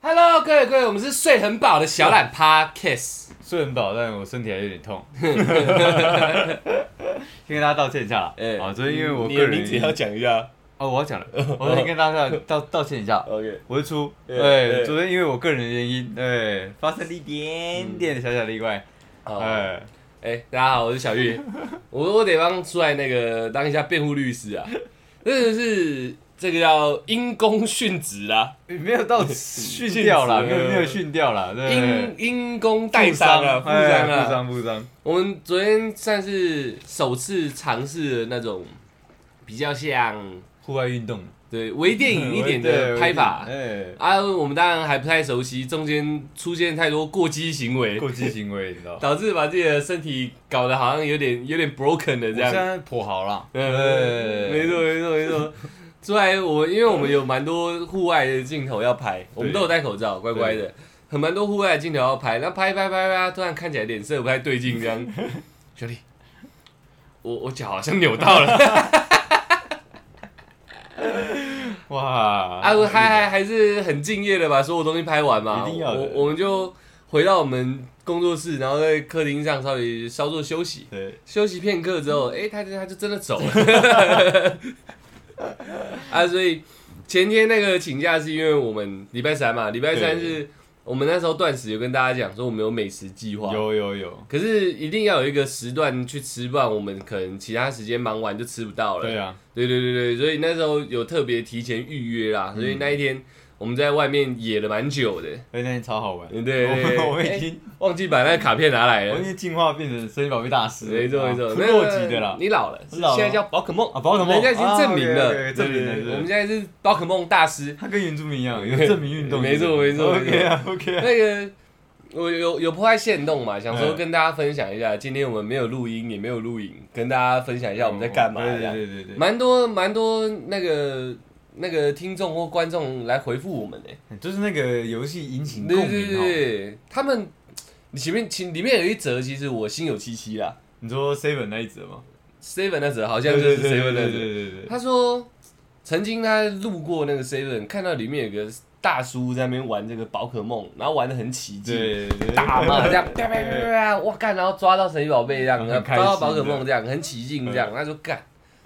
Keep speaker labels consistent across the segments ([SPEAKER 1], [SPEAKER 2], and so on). [SPEAKER 1] Hello，各位各位，我们是睡很饱的小
[SPEAKER 2] 嗯
[SPEAKER 1] 懒趴 Kiss。
[SPEAKER 3] 睡很饱，但我身体还有 点痛。先跟大家道歉一下啦。
[SPEAKER 2] 哎
[SPEAKER 3] 啊，昨天因为我
[SPEAKER 1] 嗯
[SPEAKER 2] 你
[SPEAKER 3] 个
[SPEAKER 2] 的
[SPEAKER 3] 人
[SPEAKER 2] 名字也要讲一下。
[SPEAKER 3] 哦，我 要讲了，我先跟大家道道歉一下。
[SPEAKER 2] OK，
[SPEAKER 3] 我是出，
[SPEAKER 2] 哎
[SPEAKER 3] 哎，
[SPEAKER 2] 哎
[SPEAKER 3] 昨天因为我个人的原因，哎，发生了一点点的小小的意外，
[SPEAKER 1] 嗯哦，
[SPEAKER 3] 哎，
[SPEAKER 1] 哎，大家好，我是 小玉，我我得帮出来那个当一下辩护律师啊，真的是这个叫因公殉职啊啦，
[SPEAKER 3] 没有到训掉啦，
[SPEAKER 1] 训
[SPEAKER 3] 没
[SPEAKER 1] 斥
[SPEAKER 3] 有没有训掉啦，对，
[SPEAKER 1] 因因公带
[SPEAKER 3] 哎负
[SPEAKER 1] 伤啊，负伤
[SPEAKER 3] 哎负
[SPEAKER 1] 啊。
[SPEAKER 3] 伤负伤，
[SPEAKER 1] 我们昨天算是首次尝试了那种比较像
[SPEAKER 3] 户外运动
[SPEAKER 1] 对微电影一 点
[SPEAKER 3] 对
[SPEAKER 1] 的
[SPEAKER 3] 我
[SPEAKER 1] 拍法
[SPEAKER 3] 哎，
[SPEAKER 1] 啊，我们当然还不太熟悉，中间出现太多过激行为，
[SPEAKER 3] 哎过激行为，你知道。
[SPEAKER 1] 导致把自己的身体搞得好像有点有点 broken 的
[SPEAKER 3] 我
[SPEAKER 1] 这
[SPEAKER 3] 现
[SPEAKER 1] 样。
[SPEAKER 3] 在呃颇好啦，哎
[SPEAKER 1] 嗯，没错没错没错。出来我因为我们有蛮多户外的镜头要拍，我们都有戴口罩，乖乖的，很蛮多户外的镜头要拍。那拍一拍拍一拍，突然看起来脸色不太对劲，这 样，兄弟，我我脚好像扭到了。
[SPEAKER 3] 哇，
[SPEAKER 1] 啊，我还还还是很敬业的把所有东西拍完嘛。
[SPEAKER 3] 一定要的
[SPEAKER 1] 我我们就回到我们工作室，然后在客厅上稍微稍作休息。
[SPEAKER 3] 对，
[SPEAKER 1] 休息片刻之后，
[SPEAKER 3] 嗯
[SPEAKER 1] 哎、他他就真的走了。 啊，所以前天那个请假是因为我们礼拜三嘛，礼拜三是我们那时候断食，有跟大家讲说我们有美食计划，
[SPEAKER 3] 有有有，
[SPEAKER 1] 可是一定要有一个时段去吃，不然我们可能其他时间忙完就吃不到了。
[SPEAKER 3] 对啊，
[SPEAKER 1] 对对对对，所以那时候有特别提前预约啦，
[SPEAKER 3] 嗯
[SPEAKER 1] 所以那一天我们在外面野了蛮久的，
[SPEAKER 3] 而且那天超好玩，
[SPEAKER 1] 对对对
[SPEAKER 3] 我们我们
[SPEAKER 1] 哎
[SPEAKER 3] 已经
[SPEAKER 1] 忘记把那个卡片拿来
[SPEAKER 3] 我已
[SPEAKER 1] 了。
[SPEAKER 3] 经进化变成神奇宝贝大师了，
[SPEAKER 1] 没错没错，
[SPEAKER 3] 啊不
[SPEAKER 1] 那
[SPEAKER 3] 过
[SPEAKER 1] 个
[SPEAKER 3] 级的啦，
[SPEAKER 1] 你老了，
[SPEAKER 3] 我老了
[SPEAKER 1] 现在叫宝可梦
[SPEAKER 3] 啊，宝可梦
[SPEAKER 1] 人家已经证明了
[SPEAKER 3] 啊，OK，OK，证明了，
[SPEAKER 1] 对
[SPEAKER 3] 是
[SPEAKER 1] 对对
[SPEAKER 3] 不是
[SPEAKER 1] 我们现在是宝可梦大师。
[SPEAKER 3] 他跟原住民一样，有证明运动，
[SPEAKER 1] 没错没错没错
[SPEAKER 3] ，OK 啊 OK 啊，
[SPEAKER 1] 那个我有有破坏线动嘛，想说
[SPEAKER 3] 嗯
[SPEAKER 1] 跟大家分享一下，今天我们没有录音也没有录影，跟大家分享一下哎我们在干嘛
[SPEAKER 3] 对
[SPEAKER 1] 这样。
[SPEAKER 3] 哦对对对对
[SPEAKER 1] 蛮多蛮多那个那个听众或观众来回复我们呢、
[SPEAKER 3] 对，就是那个游戏引起
[SPEAKER 1] 对
[SPEAKER 3] 共
[SPEAKER 1] 对对
[SPEAKER 3] 鸣哦。
[SPEAKER 1] 对，他们你前面其里面有一则，其实我心有戚戚啦。
[SPEAKER 3] 你说 Seven 那一则吗？
[SPEAKER 1] Seven 那则好像就是 Seven 那
[SPEAKER 3] 对
[SPEAKER 1] 则，
[SPEAKER 3] 对对对对，
[SPEAKER 1] 他说曾经他路过那个 Seven，看到里面有个大叔在那边玩这个宝可梦，然后玩的很起劲。
[SPEAKER 3] 对对对
[SPEAKER 1] 打嘛，这样啪啪啪啪啪， 哇干！然后抓到神奇宝贝这样，
[SPEAKER 3] 很
[SPEAKER 1] 抓
[SPEAKER 3] 开心
[SPEAKER 1] 到宝可梦这样，很起劲这样，他就干，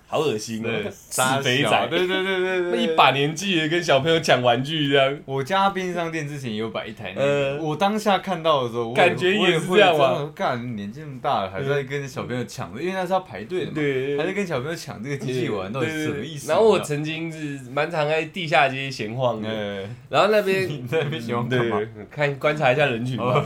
[SPEAKER 1] 好恶心哦
[SPEAKER 3] 对，，
[SPEAKER 1] 死
[SPEAKER 3] 杀
[SPEAKER 1] 肥
[SPEAKER 3] 小
[SPEAKER 1] 仔，
[SPEAKER 3] 对对对对对，
[SPEAKER 1] 那
[SPEAKER 3] 对
[SPEAKER 1] 一把年纪的跟小朋友抢玩具这样，
[SPEAKER 3] 我家便利商店之前也有摆一台那
[SPEAKER 1] 呃
[SPEAKER 3] 个，我当下看到的时候，我
[SPEAKER 1] 感觉
[SPEAKER 3] 我
[SPEAKER 1] 也
[SPEAKER 3] 也
[SPEAKER 1] 是
[SPEAKER 3] 会
[SPEAKER 1] 这样啊
[SPEAKER 3] 真的干，年纪那么大了，还在跟小朋友抢的，因为那是要排队的嘛，
[SPEAKER 1] 对
[SPEAKER 3] 还在跟小朋友抢这个机器玩，到底是什么意思？啊
[SPEAKER 1] 然后我
[SPEAKER 3] 你知
[SPEAKER 1] 曾经是蛮常在地下街闲晃
[SPEAKER 3] 道
[SPEAKER 1] 的，
[SPEAKER 3] 呃，
[SPEAKER 1] 然后那 边
[SPEAKER 3] 你在那边喜欢 干嘛
[SPEAKER 1] 对嗯哦看观察一下人群吧，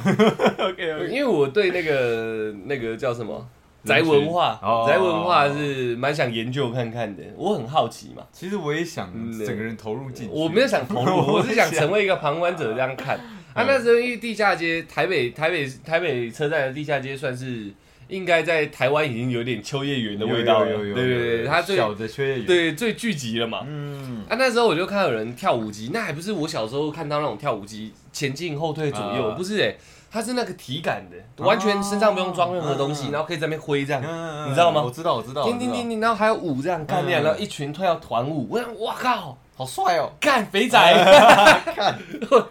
[SPEAKER 3] ？OK
[SPEAKER 1] 因为我对那个那个叫什么宅
[SPEAKER 3] 人群
[SPEAKER 1] 文化
[SPEAKER 3] 哦，
[SPEAKER 1] 宅文化是蛮想研究看看的，我很好奇嘛，
[SPEAKER 3] 其实我也想
[SPEAKER 1] 嗯
[SPEAKER 3] 整个人投入进去，
[SPEAKER 1] 我没有想投入， 我是想
[SPEAKER 3] 想
[SPEAKER 1] 成为一个旁观者这样看。啊，那时候因为地下街，台北台北台北车站的地下街算是应该在台湾已经有点秋叶原的
[SPEAKER 3] 有
[SPEAKER 1] 味道了，
[SPEAKER 3] 有有
[SPEAKER 1] 对对
[SPEAKER 3] 有有
[SPEAKER 1] 对，它最
[SPEAKER 3] 小的缺点，，
[SPEAKER 1] 对最聚集了嘛。
[SPEAKER 3] 嗯，
[SPEAKER 1] 啊，那时候我就看到有人跳舞机，那还不是我小时候看到那种跳舞机前进后退左右，
[SPEAKER 3] 啊
[SPEAKER 1] 不是哎、它是那个体感的，完全身上不用装任何东西，
[SPEAKER 3] 嗯嗯
[SPEAKER 1] 然后可以在那边挥这样，
[SPEAKER 3] 嗯
[SPEAKER 1] 你知道吗
[SPEAKER 3] 我知道，我知道，
[SPEAKER 1] 叮叮叮叮，然后还有舞这样干练，
[SPEAKER 3] 嗯
[SPEAKER 1] 然后一群跳团舞，我想哇靠，
[SPEAKER 3] 好帅哦，
[SPEAKER 1] 干肥仔， 我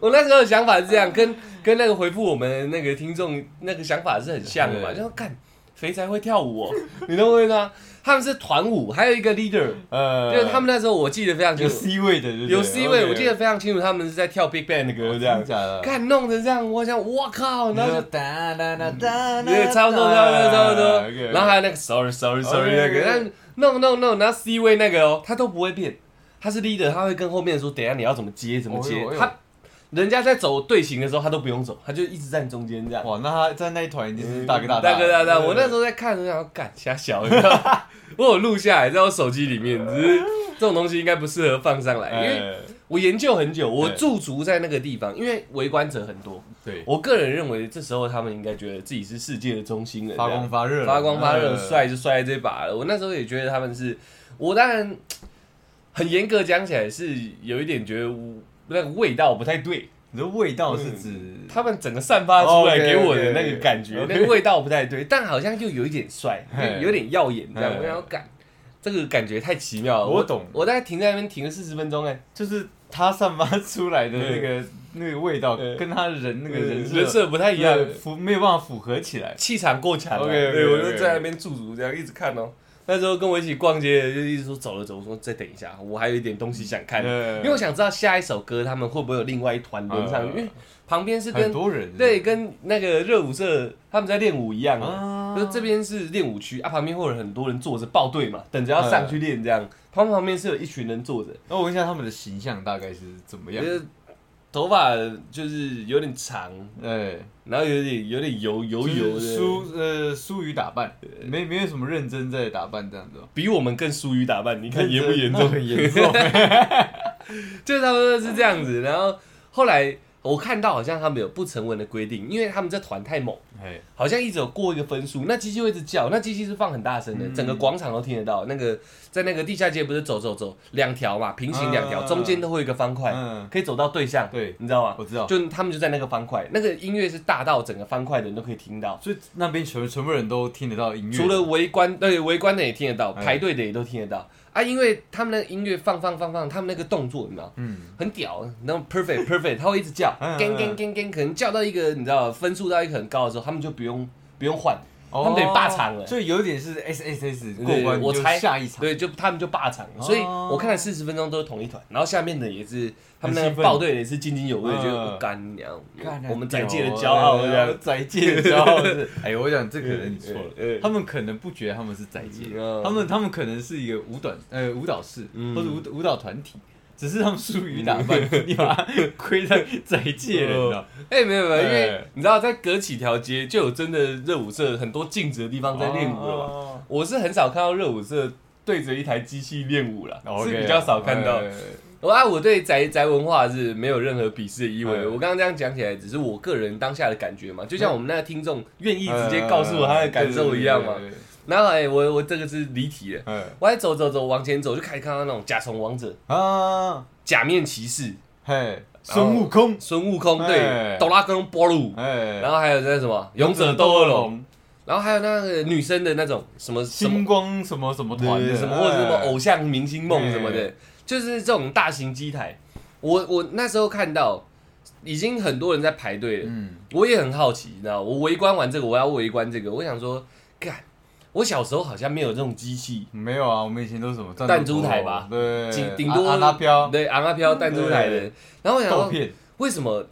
[SPEAKER 1] 我那时候的想法是这样，跟跟那个回复我们的那个听众那个想法是很像的嘛，
[SPEAKER 3] 对
[SPEAKER 1] 就说干肥仔会跳舞哦，你都会吗？他们是团舞，还有一个 leader，
[SPEAKER 3] 呃，
[SPEAKER 1] 就是他们那时候我记得非常清
[SPEAKER 3] 有
[SPEAKER 1] 楚。
[SPEAKER 3] C 位的，对不对哦
[SPEAKER 1] 有 C 位，
[SPEAKER 3] OK，哦
[SPEAKER 1] 我记得非常清楚，他们是在跳 Big Bang 的歌这样
[SPEAKER 3] 真的，假的。
[SPEAKER 1] 看弄得这样，我想，我靠，然后就
[SPEAKER 3] 哒哒哒哒
[SPEAKER 1] 对，差不多，差不多，差不多，然后还
[SPEAKER 3] 后
[SPEAKER 1] 有那个 Sorry Sorry Sorry 那
[SPEAKER 3] OK，OK
[SPEAKER 1] 个，但 No No No，然后 C 位那个哦，他都不会变，他是 leader，他会跟后面说，等一下你要怎么接，怎么接
[SPEAKER 3] 哦呦，
[SPEAKER 1] 他人家在走队形的时候，他都不用走，他就一直站中间这样。
[SPEAKER 3] 哇，那他在那一团已经嗯是大哥大
[SPEAKER 1] 嗯大哥大大，我那时
[SPEAKER 3] 候
[SPEAKER 1] 候在看，我想要干瞎小，你知道吗我有录下来在我手机里面，只是这种东西应该不适合放上来，因为
[SPEAKER 3] 哎
[SPEAKER 1] 我研究很久，我
[SPEAKER 3] 对
[SPEAKER 1] 驻足在那个地方，因为围观者很多。
[SPEAKER 3] 对
[SPEAKER 1] 我个人认为，这时候他们应该觉得自己是世界的中心人，
[SPEAKER 3] 发光发热了，
[SPEAKER 1] 发光发热，嗯
[SPEAKER 3] 呃
[SPEAKER 1] 帅就帅在这把了。我那时候也觉得他们是，我当然很严格讲起来是有一点觉得我那个味道不太对，
[SPEAKER 3] 你的味道
[SPEAKER 1] 嗯
[SPEAKER 3] 是指
[SPEAKER 1] 他们整个散发出来
[SPEAKER 3] OK，OK，
[SPEAKER 1] 给我的那个感觉
[SPEAKER 3] OK
[SPEAKER 1] 那个味道不太对，但好像又有一点帅，
[SPEAKER 3] 嘿
[SPEAKER 1] 有有点耀眼这样
[SPEAKER 3] 嘿，
[SPEAKER 1] 我想要感。这个感觉太奇妙了，
[SPEAKER 3] 我懂
[SPEAKER 1] 我大概停在那边停了四十分钟，哎，
[SPEAKER 3] 就是他散发出来的那个那个味道，
[SPEAKER 1] 对
[SPEAKER 3] 跟他人那个人
[SPEAKER 1] 人
[SPEAKER 3] 设
[SPEAKER 1] 设不太一样，
[SPEAKER 3] 对符没有办法符合起来。
[SPEAKER 1] 气场够强啊。
[SPEAKER 3] OK，OK，OK
[SPEAKER 1] 对，我就在那边驻足，这样一直看哦。那时候跟我一起逛街的就一直说走了走了，我说再等一下，我还有一点东西想看，
[SPEAKER 3] 对
[SPEAKER 1] 因为我想知道下一首歌他们会不会有另外一团轮上，
[SPEAKER 3] 嗯
[SPEAKER 1] 因为旁边是
[SPEAKER 3] 很
[SPEAKER 1] 跟
[SPEAKER 3] 多人
[SPEAKER 1] 对跟那个热舞社他们在练舞一样啊。
[SPEAKER 3] 啊
[SPEAKER 1] 就是这边是练舞区啊，旁边会有很多人坐着报队嘛，等着要上去练这
[SPEAKER 3] 嗯
[SPEAKER 1] 样。他们旁边是有一群人坐着，
[SPEAKER 3] 那我问一下他们的形象大概是怎么
[SPEAKER 1] 就
[SPEAKER 3] 样？
[SPEAKER 1] 是头发就是有点长，
[SPEAKER 3] 哎，
[SPEAKER 1] 然后有点有点油油油
[SPEAKER 3] 就是
[SPEAKER 1] 的，
[SPEAKER 3] 疏呃疏于打扮，没没有什么认真在打扮这样子哦。
[SPEAKER 1] 比我们更疏于打扮，你看严不严
[SPEAKER 3] 那
[SPEAKER 1] 重？
[SPEAKER 3] 很严重。
[SPEAKER 1] 就差不多是这样子。然后后来我看到好像他们有不成文的规定，因为他们这团太猛，
[SPEAKER 3] 哎，
[SPEAKER 1] 好像一直有过一个分数，那机器会一直叫，那机器是放很大声的，
[SPEAKER 3] 嗯
[SPEAKER 1] 整个广场都听得到。那个在那个地下街不是走走走两条嘛，平行两条，
[SPEAKER 3] 嗯
[SPEAKER 1] 中间都会有一个方块，
[SPEAKER 3] 嗯
[SPEAKER 1] 可以走到对象，
[SPEAKER 3] 对
[SPEAKER 1] 你知道吗？
[SPEAKER 3] 我知道。
[SPEAKER 1] 就他们就在那个方块，那个音乐是大到整个方块的人都可以听到，
[SPEAKER 3] 所以那边全全部人都听得到音乐，
[SPEAKER 1] 除了围观对围观的也听得到，
[SPEAKER 3] 哎
[SPEAKER 1] 排队的也都听得到啊，因为他们那个音乐放放放放，他们那个动作你知道。
[SPEAKER 3] 嗯，
[SPEAKER 1] 很屌，然后 perfect perfect，他会一直叫，
[SPEAKER 3] 嗯嗯嗯
[SPEAKER 1] 跟跟跟跟，可能叫到一个你知道分数到一个很高的时候，他们就不用不用换，
[SPEAKER 3] 他
[SPEAKER 1] 们得霸场了
[SPEAKER 3] 所以有点是 S S S
[SPEAKER 1] 对
[SPEAKER 3] 过关，
[SPEAKER 1] 我
[SPEAKER 3] 就
[SPEAKER 1] 猜
[SPEAKER 3] 下一场。
[SPEAKER 1] 对，就他们就霸场，
[SPEAKER 3] 哦
[SPEAKER 1] 所以我看了四十分钟都是同一团，然后下面的也是他们那
[SPEAKER 3] 很兴
[SPEAKER 1] 个
[SPEAKER 3] 奋
[SPEAKER 1] 报队的也是津津有味，
[SPEAKER 3] 嗯
[SPEAKER 1] 觉得我干娘
[SPEAKER 3] 干，啊
[SPEAKER 1] 我们宅界的骄傲这样，
[SPEAKER 3] 宅界的骄傲是，哎，我想这可能你错了
[SPEAKER 1] 嗯嗯，
[SPEAKER 3] 他们可能不觉得他们是宅界，
[SPEAKER 1] 嗯
[SPEAKER 3] 他们他们可能是一个舞蹈呃舞蹈室
[SPEAKER 1] 嗯
[SPEAKER 3] 或者舞舞蹈团体，只是他们疏于打扮，你把它归在宅界了，你知道？
[SPEAKER 1] 哎，没有没有，因为
[SPEAKER 3] 哎
[SPEAKER 1] 你知道在隔几条街就有真的热舞社很多镜子的地方在练舞了嘛，
[SPEAKER 3] 嘛，
[SPEAKER 1] 我是很少看到热舞社对着一台机器练舞了，是比较少看到。
[SPEAKER 3] 哦哎
[SPEAKER 1] 我啊，我对宅宅文化是没有任何鄙视的意味的。
[SPEAKER 3] 嗯
[SPEAKER 1] 我刚刚这样讲起来，只是我个人当下的感觉嘛，就像我们那个听众愿意直接告诉我他的感受一样嘛。
[SPEAKER 3] 对对对
[SPEAKER 1] 然后哎、我我这个是离题了，
[SPEAKER 3] 对对
[SPEAKER 1] 我还走走走往前走，就开始看到那种甲虫王者、
[SPEAKER 3] 哎啊，
[SPEAKER 1] 假面骑士、
[SPEAKER 3] 嘿，哦孙悟空，
[SPEAKER 1] 孙悟空，对
[SPEAKER 3] 哎，
[SPEAKER 1] 哆啦 A 梦波鲁，
[SPEAKER 3] 哎，
[SPEAKER 1] 然后还有那什么勇者斗恶龙，，然后还有那个女生的那种什么什么
[SPEAKER 3] 星光什么什么团
[SPEAKER 1] 对
[SPEAKER 3] 的，啊
[SPEAKER 1] 什么或者什么偶像明星梦什么的
[SPEAKER 3] 哎，
[SPEAKER 1] 就是这种大型机台。我我那时候看到已经很多人在排队了。
[SPEAKER 3] 嗯，
[SPEAKER 1] 我也很好奇，你知道，我围观完这个，我要围观这个，我想说，干，我小时候好像没有这种机器，
[SPEAKER 3] 没有啊，我们以前都是什么战
[SPEAKER 1] 弹珠台吧
[SPEAKER 3] 对，啊
[SPEAKER 1] 顶顶多
[SPEAKER 3] 阿拉飘
[SPEAKER 1] 对，昂阿飘弹珠台的
[SPEAKER 3] 对，
[SPEAKER 1] 然后我想
[SPEAKER 3] 豆
[SPEAKER 1] 说，
[SPEAKER 3] 片，
[SPEAKER 1] 为什么？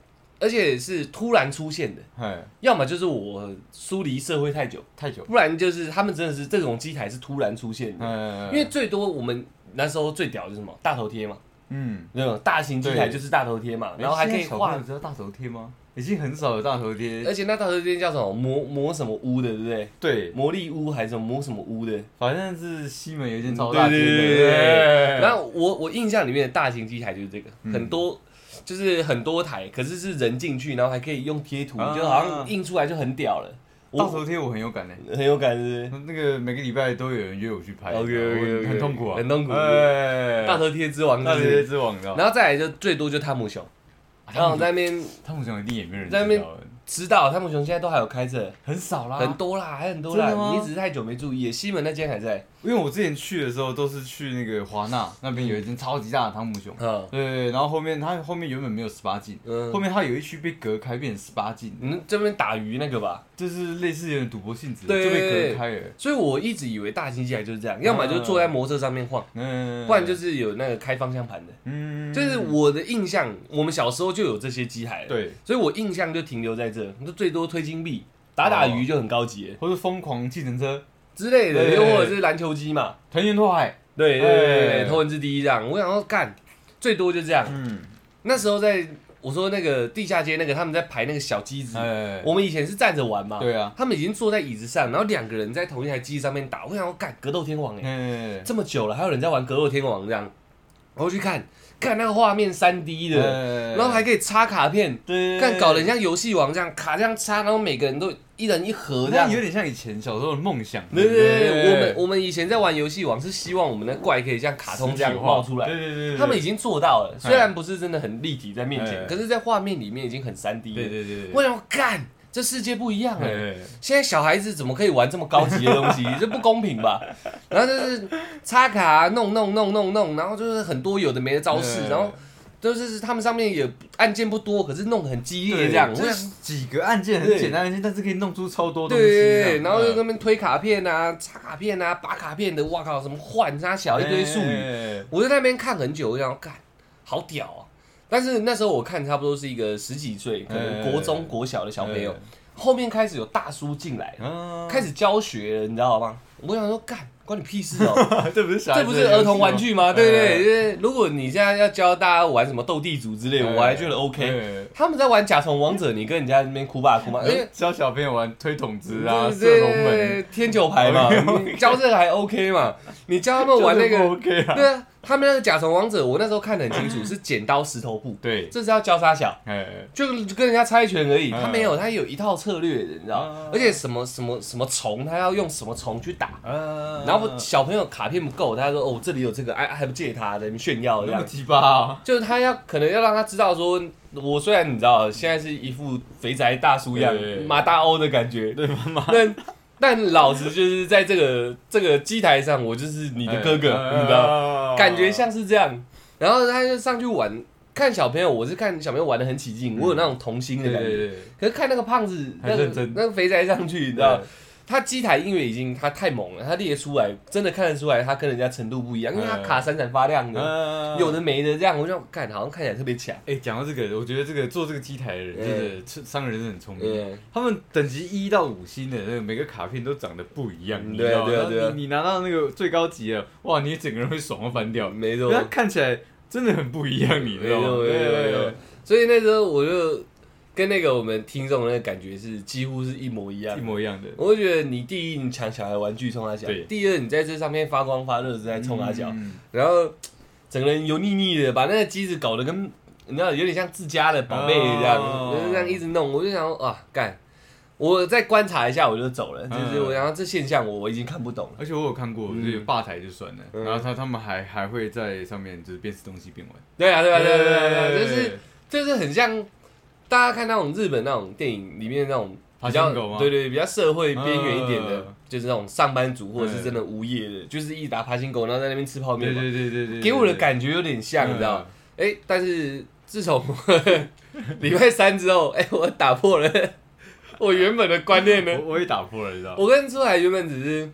[SPEAKER 1] 而且是突然出现的，
[SPEAKER 3] 嘿，
[SPEAKER 1] 要么就是我疏离社会太久，
[SPEAKER 3] 太久，
[SPEAKER 1] 不然就是他们真的是这种机台是突然出现的，
[SPEAKER 3] 嗯，
[SPEAKER 1] 因为最多我们那时候最屌的就是什么大头贴嘛，
[SPEAKER 3] 嗯，
[SPEAKER 1] 那种大型机台
[SPEAKER 3] 对
[SPEAKER 1] 就是大头贴嘛，然后还可以
[SPEAKER 3] 哎现在小朋
[SPEAKER 1] 画
[SPEAKER 3] 友，知道大头贴吗？已经很少有大头贴，
[SPEAKER 1] 而且那大头贴叫什么魔魔什么屋的，对不对？
[SPEAKER 3] 对，
[SPEAKER 1] 魔力屋还是什么魔什么屋的？
[SPEAKER 3] 反正是西门有一间超大
[SPEAKER 1] 嗯
[SPEAKER 3] 间的，
[SPEAKER 1] 对对对对
[SPEAKER 3] 对
[SPEAKER 1] 然后我我印象里面的大型机台就是这个，
[SPEAKER 3] 嗯
[SPEAKER 1] 很多就是很多台，可是是人进去，然后还可以用贴图，
[SPEAKER 3] 啊
[SPEAKER 1] 就好像印出来就很屌了。
[SPEAKER 3] 大
[SPEAKER 1] 我
[SPEAKER 3] 头贴我很有感呢。
[SPEAKER 1] 很有感是不是
[SPEAKER 3] 那个每个礼拜都有人约我去拍
[SPEAKER 1] OK，OK，OK
[SPEAKER 3] 我很痛苦啊，
[SPEAKER 1] 哎很痛苦
[SPEAKER 3] 哎，
[SPEAKER 1] 大头贴之王
[SPEAKER 3] 大
[SPEAKER 1] 就
[SPEAKER 3] 头贴
[SPEAKER 1] 是，
[SPEAKER 3] 之王，你知道吗？
[SPEAKER 1] 然后再来就最多就汤姆熊，然后在那边
[SPEAKER 3] 汤姆熊一定也没有人
[SPEAKER 1] 在那
[SPEAKER 3] 知
[SPEAKER 1] 边
[SPEAKER 3] 道，
[SPEAKER 1] 知道汤姆熊现在都还有开着，
[SPEAKER 3] 很少啦，
[SPEAKER 1] 很多啦，还很多
[SPEAKER 3] 啊真的
[SPEAKER 1] 啦，
[SPEAKER 3] 吗
[SPEAKER 1] 你只是太久没注意了，西门那间还在，
[SPEAKER 3] 因为我之前去的时候都是去那个华纳那边有一间超级大的汤姆熊，
[SPEAKER 1] 嗯
[SPEAKER 3] 对对，对然后后面它后面原本没有十八禁，
[SPEAKER 1] 嗯
[SPEAKER 3] 后，面它有一区被隔开变成十八禁，
[SPEAKER 1] 你们这边打鱼那个吧。
[SPEAKER 3] 就是类似有点赌博性质，就
[SPEAKER 1] 对
[SPEAKER 3] 被隔开了。
[SPEAKER 1] 所以我一直以为大型机台就是这样，要么就坐在摩托车上面晃，
[SPEAKER 3] 嗯，
[SPEAKER 1] 不然就是有那个开方向盘的。
[SPEAKER 3] 嗯，
[SPEAKER 1] 就是我的印象，我们小时候就有这些机台了，，
[SPEAKER 3] 对，哦
[SPEAKER 1] 所以我印象就停留在这，就最多推金币、打打鱼就很高级了
[SPEAKER 3] 或是疯狂计程车、
[SPEAKER 1] 之类的，
[SPEAKER 3] 对
[SPEAKER 1] 又或者是篮球机嘛，
[SPEAKER 3] 团圆拓海，
[SPEAKER 1] 对对对对，
[SPEAKER 3] 哎
[SPEAKER 1] 头文字 D 这样，我想要干，最多就这样。
[SPEAKER 3] 嗯，
[SPEAKER 1] 那时候在我说那个地下街那个他们在排那个小机子，
[SPEAKER 3] 哎，
[SPEAKER 1] 我们以前是站着玩嘛，
[SPEAKER 3] 对啊，
[SPEAKER 1] 他们已经坐在椅子上，然后两个人在同一台机子上面打，我想要干格斗天王哎、
[SPEAKER 3] 哎，
[SPEAKER 1] 这么久了还有人在玩格斗天王这样，我去看看那个画面三 D 的，
[SPEAKER 3] 哎
[SPEAKER 1] 然后还可以插卡片。
[SPEAKER 3] 对，
[SPEAKER 1] 看搞得很像游戏王这样卡这样插，然后每个人都一人一盒这
[SPEAKER 3] 那
[SPEAKER 1] 样。
[SPEAKER 3] 有点像以前小时候的梦想，
[SPEAKER 1] 对对对对，我们我们以前在玩游戏王是希望我们的怪可以像卡通这样冒出来
[SPEAKER 3] 对，对对对，
[SPEAKER 1] 他们已经做到了，虽然不是真的很立体在面前，
[SPEAKER 3] 哎
[SPEAKER 1] 可是，在画面里面已经很三 D
[SPEAKER 3] 对
[SPEAKER 1] 了。
[SPEAKER 3] 对对，
[SPEAKER 1] 我想干，这世界不一样了。
[SPEAKER 3] 哎
[SPEAKER 1] 现在小孩子怎么可以玩这么高级的东 西？这不公平吧？然后就是插卡啊弄弄弄弄弄，然后就是很多有的没的招式，
[SPEAKER 3] 哎
[SPEAKER 1] 然后就是他们上面也案件不多，可是弄得很激烈这样。我
[SPEAKER 3] 就是几个按键很
[SPEAKER 1] 对
[SPEAKER 3] 简单的按键，但是可以弄出超多东
[SPEAKER 1] 对
[SPEAKER 3] 西
[SPEAKER 1] 对
[SPEAKER 3] 这样。
[SPEAKER 1] 对，然后就在
[SPEAKER 3] 嗯
[SPEAKER 1] 那边推卡片啊、插卡片啊、拔卡片的，哇靠，什么换啥小一堆术语，
[SPEAKER 3] 哎
[SPEAKER 1] 我在那边看很久，我想干，好屌啊！但是那时候我看差不多是一个十几岁，可能国中、
[SPEAKER 3] 哎
[SPEAKER 1] 国小的小朋友，后面开始有大叔进来了，
[SPEAKER 3] 嗯
[SPEAKER 1] 开始教学了，你知道吗？我想说干，关你屁 事哦！
[SPEAKER 3] 这不是小孩
[SPEAKER 1] 这
[SPEAKER 3] 子
[SPEAKER 1] 不
[SPEAKER 3] 的
[SPEAKER 1] 是儿童玩具吗？
[SPEAKER 3] 游戏
[SPEAKER 1] 对
[SPEAKER 3] 吗
[SPEAKER 1] 不对？因为如果你现在要教大家玩什么斗地主之类，
[SPEAKER 3] 哎
[SPEAKER 1] 我还觉得 OK。
[SPEAKER 3] 哎
[SPEAKER 1] 他们在玩甲虫王者，你跟人家那边哭吧哭嘛，因为
[SPEAKER 3] 教小朋友玩推筒子啊、
[SPEAKER 1] 对
[SPEAKER 3] 射龙门，
[SPEAKER 1] 天九牌 嘛，你教这个还 OK 嘛？你教他们玩那嗯
[SPEAKER 3] 就是不
[SPEAKER 1] 个，
[SPEAKER 3] OK 啊？
[SPEAKER 1] 对啊，他们那个甲虫王者，我那时候看得很清楚，是剪刀石头布，
[SPEAKER 3] 对，
[SPEAKER 1] 这是要教杀小。
[SPEAKER 3] 哎，
[SPEAKER 1] 就跟人家猜拳而已，
[SPEAKER 3] 嗯
[SPEAKER 1] 他没有，他有一套策略的，你知道
[SPEAKER 3] 嗯，
[SPEAKER 1] 而且什么什么什么虫，他要用什么虫去打，
[SPEAKER 3] 呃
[SPEAKER 1] 然后小朋友卡片不够，他说哦这里有这个，哎还不借他，在那边炫耀这
[SPEAKER 3] 那么
[SPEAKER 1] 样，
[SPEAKER 3] 鸡巴啊，
[SPEAKER 1] 就是他要可能要让他知道说，我虽然你知道现在是一副肥宅大叔样
[SPEAKER 3] 对
[SPEAKER 1] 马大欧的感觉，
[SPEAKER 3] 对妈妈
[SPEAKER 1] 但但老子就是在这个这个机台上，我就是你
[SPEAKER 3] 你
[SPEAKER 1] 的哥哥，
[SPEAKER 3] 哎
[SPEAKER 1] 你知道。
[SPEAKER 3] 道
[SPEAKER 1] 哎感觉像是这样。然后他就上去玩，看小朋友，我是看小朋友玩的很起劲，我有那种童心的
[SPEAKER 3] 对
[SPEAKER 1] 感觉。
[SPEAKER 3] 对对，
[SPEAKER 1] 可是看那个胖子，
[SPEAKER 3] 很
[SPEAKER 1] 那个
[SPEAKER 3] 认真
[SPEAKER 1] 那个肥宅上去，你
[SPEAKER 3] 你
[SPEAKER 1] 知道，他机台音乐已经他太猛了，他列出来真的看得出来，他跟人家程度不一样，因为他
[SPEAKER 3] 嗯
[SPEAKER 1] 卡闪闪发亮的，
[SPEAKER 3] 嗯
[SPEAKER 1] 有的没的这样，我就看好像看起来特别强。
[SPEAKER 3] 哎，讲到这个，我觉得这个做这个机台的人，
[SPEAKER 1] 哎
[SPEAKER 3] 真的是商人真的很聪明。
[SPEAKER 1] 嗯，
[SPEAKER 3] 他们等级一到五星的那个每个卡片都长得不一样，
[SPEAKER 1] 嗯
[SPEAKER 3] 你
[SPEAKER 1] 对啊
[SPEAKER 3] 知道吗
[SPEAKER 1] 对啊
[SPEAKER 3] 然后
[SPEAKER 1] 对啊
[SPEAKER 3] 你你拿到那个最高级的，哇，你整个人会爽到翻掉，
[SPEAKER 1] 没
[SPEAKER 3] 因
[SPEAKER 1] 错
[SPEAKER 3] 为，它看起来真的很不一样，你知道吗？
[SPEAKER 1] 没有没有
[SPEAKER 3] 对
[SPEAKER 1] 没有
[SPEAKER 3] 对
[SPEAKER 1] 所以那时候我就跟那个我们听众的那个感觉是几乎是一模一样
[SPEAKER 3] 对，一。模一样的。
[SPEAKER 1] 我会觉得你第一，你抢小孩玩具冲他小；
[SPEAKER 3] 对
[SPEAKER 1] 第二，你在这上面发光发热是在冲他小，
[SPEAKER 3] 嗯
[SPEAKER 1] 然后整个人油腻腻的，把那个机子搞得跟你知道有点像自家的宝贝这样，
[SPEAKER 3] 哦
[SPEAKER 1] 就是这样一直弄。我就想说啊，干！我再观察一下我就走了，就是
[SPEAKER 3] 嗯
[SPEAKER 1] 我然后这现象我我已经看不懂了。
[SPEAKER 3] 而且我有看过，
[SPEAKER 1] 嗯
[SPEAKER 3] 就是吧台就算了，
[SPEAKER 1] 嗯
[SPEAKER 3] 然后他他们还还会在上面就是边吃东西边玩，
[SPEAKER 1] 对啊，对啊，对啊，对啊，对啊，
[SPEAKER 3] 对
[SPEAKER 1] 就是就是很像大家看那种日本那种电影里面那种比
[SPEAKER 3] 爬
[SPEAKER 1] 较
[SPEAKER 3] 行狗吗
[SPEAKER 1] 对对比较社会边缘一点的，
[SPEAKER 3] 嗯
[SPEAKER 1] 就是那种上班族或者是真的无业的，就是一打爬行狗，然后在那边吃泡面
[SPEAKER 3] 对
[SPEAKER 1] 嘛。
[SPEAKER 3] 对对对对，嗯
[SPEAKER 1] 给我的
[SPEAKER 3] 觉
[SPEAKER 1] 感觉有点像，你知道？哎、但是自从 礼拜三之后，哎、我打破了我原本的观念呢
[SPEAKER 3] 我。我也打破了，你知道？
[SPEAKER 1] 我跟出来原本只是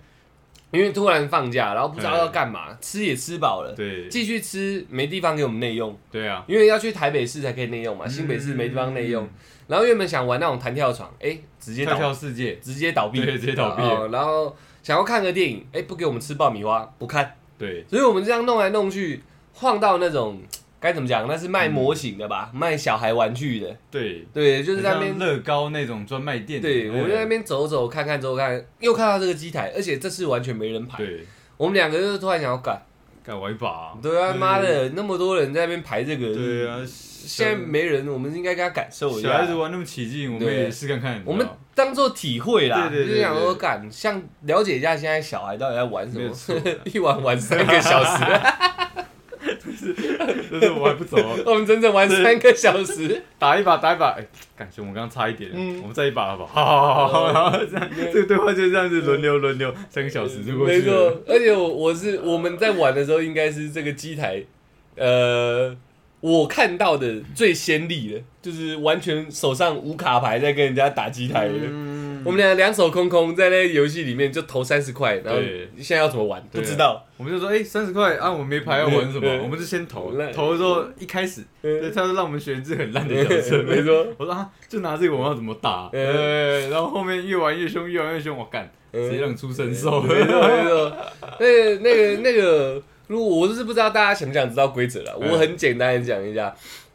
[SPEAKER 1] 因为突然放假，然后不知道要干嘛，吃也吃饱了，
[SPEAKER 3] 对
[SPEAKER 1] 继续吃没地方给我们内用，
[SPEAKER 3] 对啊，
[SPEAKER 1] 因为要去台北市才可以内
[SPEAKER 3] 嗯
[SPEAKER 1] 用嘛，啊新北市没地方内用。然后原本想玩那种弹跳床，哎、直接
[SPEAKER 3] 跳
[SPEAKER 1] 倒，
[SPEAKER 3] 嗯跳世界，
[SPEAKER 1] 直接倒闭，
[SPEAKER 3] 对直接倒闭
[SPEAKER 1] 哦然后想要看个电影，哎、不给我们吃爆米花，不看。
[SPEAKER 3] 对，
[SPEAKER 1] 所以我们这样弄来弄去，晃到那种该怎么讲？那是卖模型的吧，卖小孩玩具的，
[SPEAKER 3] 对，
[SPEAKER 1] 对，就是在那
[SPEAKER 3] 很
[SPEAKER 1] 边，
[SPEAKER 3] 像乐高那种专卖店，
[SPEAKER 1] 对，我们在那
[SPEAKER 3] 在
[SPEAKER 1] 边走走看看走看，又看到这个机台，而且这次完全没人排，
[SPEAKER 3] 哎对，
[SPEAKER 1] 我们两个就突然想要干，
[SPEAKER 3] 敢玩一把啊，
[SPEAKER 1] 对啊，妈的，那么多人在那边排这个，
[SPEAKER 3] 对啊，
[SPEAKER 1] 现在
[SPEAKER 3] 现
[SPEAKER 1] 没人，我们应该跟他感受一
[SPEAKER 3] 小孩
[SPEAKER 1] 下
[SPEAKER 3] 子。玩那么起劲，我们
[SPEAKER 1] 对
[SPEAKER 3] 也试看看，你知
[SPEAKER 1] 我
[SPEAKER 3] 道
[SPEAKER 1] 们当做体会啦，
[SPEAKER 3] 对对对
[SPEAKER 1] 就是想说，
[SPEAKER 3] 对对
[SPEAKER 1] 干，像了解一下现在小孩到底在玩什
[SPEAKER 3] 没
[SPEAKER 1] 么
[SPEAKER 3] 有错，
[SPEAKER 1] 一玩玩三个小时，
[SPEAKER 3] 但是我还不走 哦，
[SPEAKER 1] 我们整整玩三个小时，
[SPEAKER 3] 打一把，打一把，哎、感觉我们刚刚差一点，啊
[SPEAKER 1] 嗯哦
[SPEAKER 3] 我们再一把好不好？好好好好，然后这样， 这个对话就这样子轮流轮流，三个小时就过
[SPEAKER 1] 嗯没
[SPEAKER 3] 去了。
[SPEAKER 1] 错，而且我我是我们在玩的时候，应该是这个机台，呃，我看到的最先例的，就是完全手上无卡牌在跟人家打机台的。
[SPEAKER 3] 嗯，
[SPEAKER 1] 我们俩两手空空，在那个游戏里面就投三十块，然后
[SPEAKER 3] 对
[SPEAKER 1] 现在要怎么玩不
[SPEAKER 3] 对啊
[SPEAKER 1] 知道。
[SPEAKER 3] 我们就说，哎、三十块啊，我们没牌要玩什么
[SPEAKER 1] 嗯？嗯
[SPEAKER 3] 我们就先投
[SPEAKER 1] 嗯，
[SPEAKER 3] 投的时候一开始，
[SPEAKER 1] 嗯
[SPEAKER 3] 对，他就让我们选一只很烂的角色，
[SPEAKER 1] 没。错，
[SPEAKER 3] 我说啊，就拿这个我们要怎么 打？
[SPEAKER 1] 嗯
[SPEAKER 3] 呃，然后后面越玩越凶，越玩越凶，我干，
[SPEAKER 1] 嗯
[SPEAKER 3] 谁让你出神兽？
[SPEAKER 1] 没错没错。那个那个那个，如果我是不知道大家想不想知道规则了，
[SPEAKER 3] 嗯
[SPEAKER 1] 我很简单的讲一下。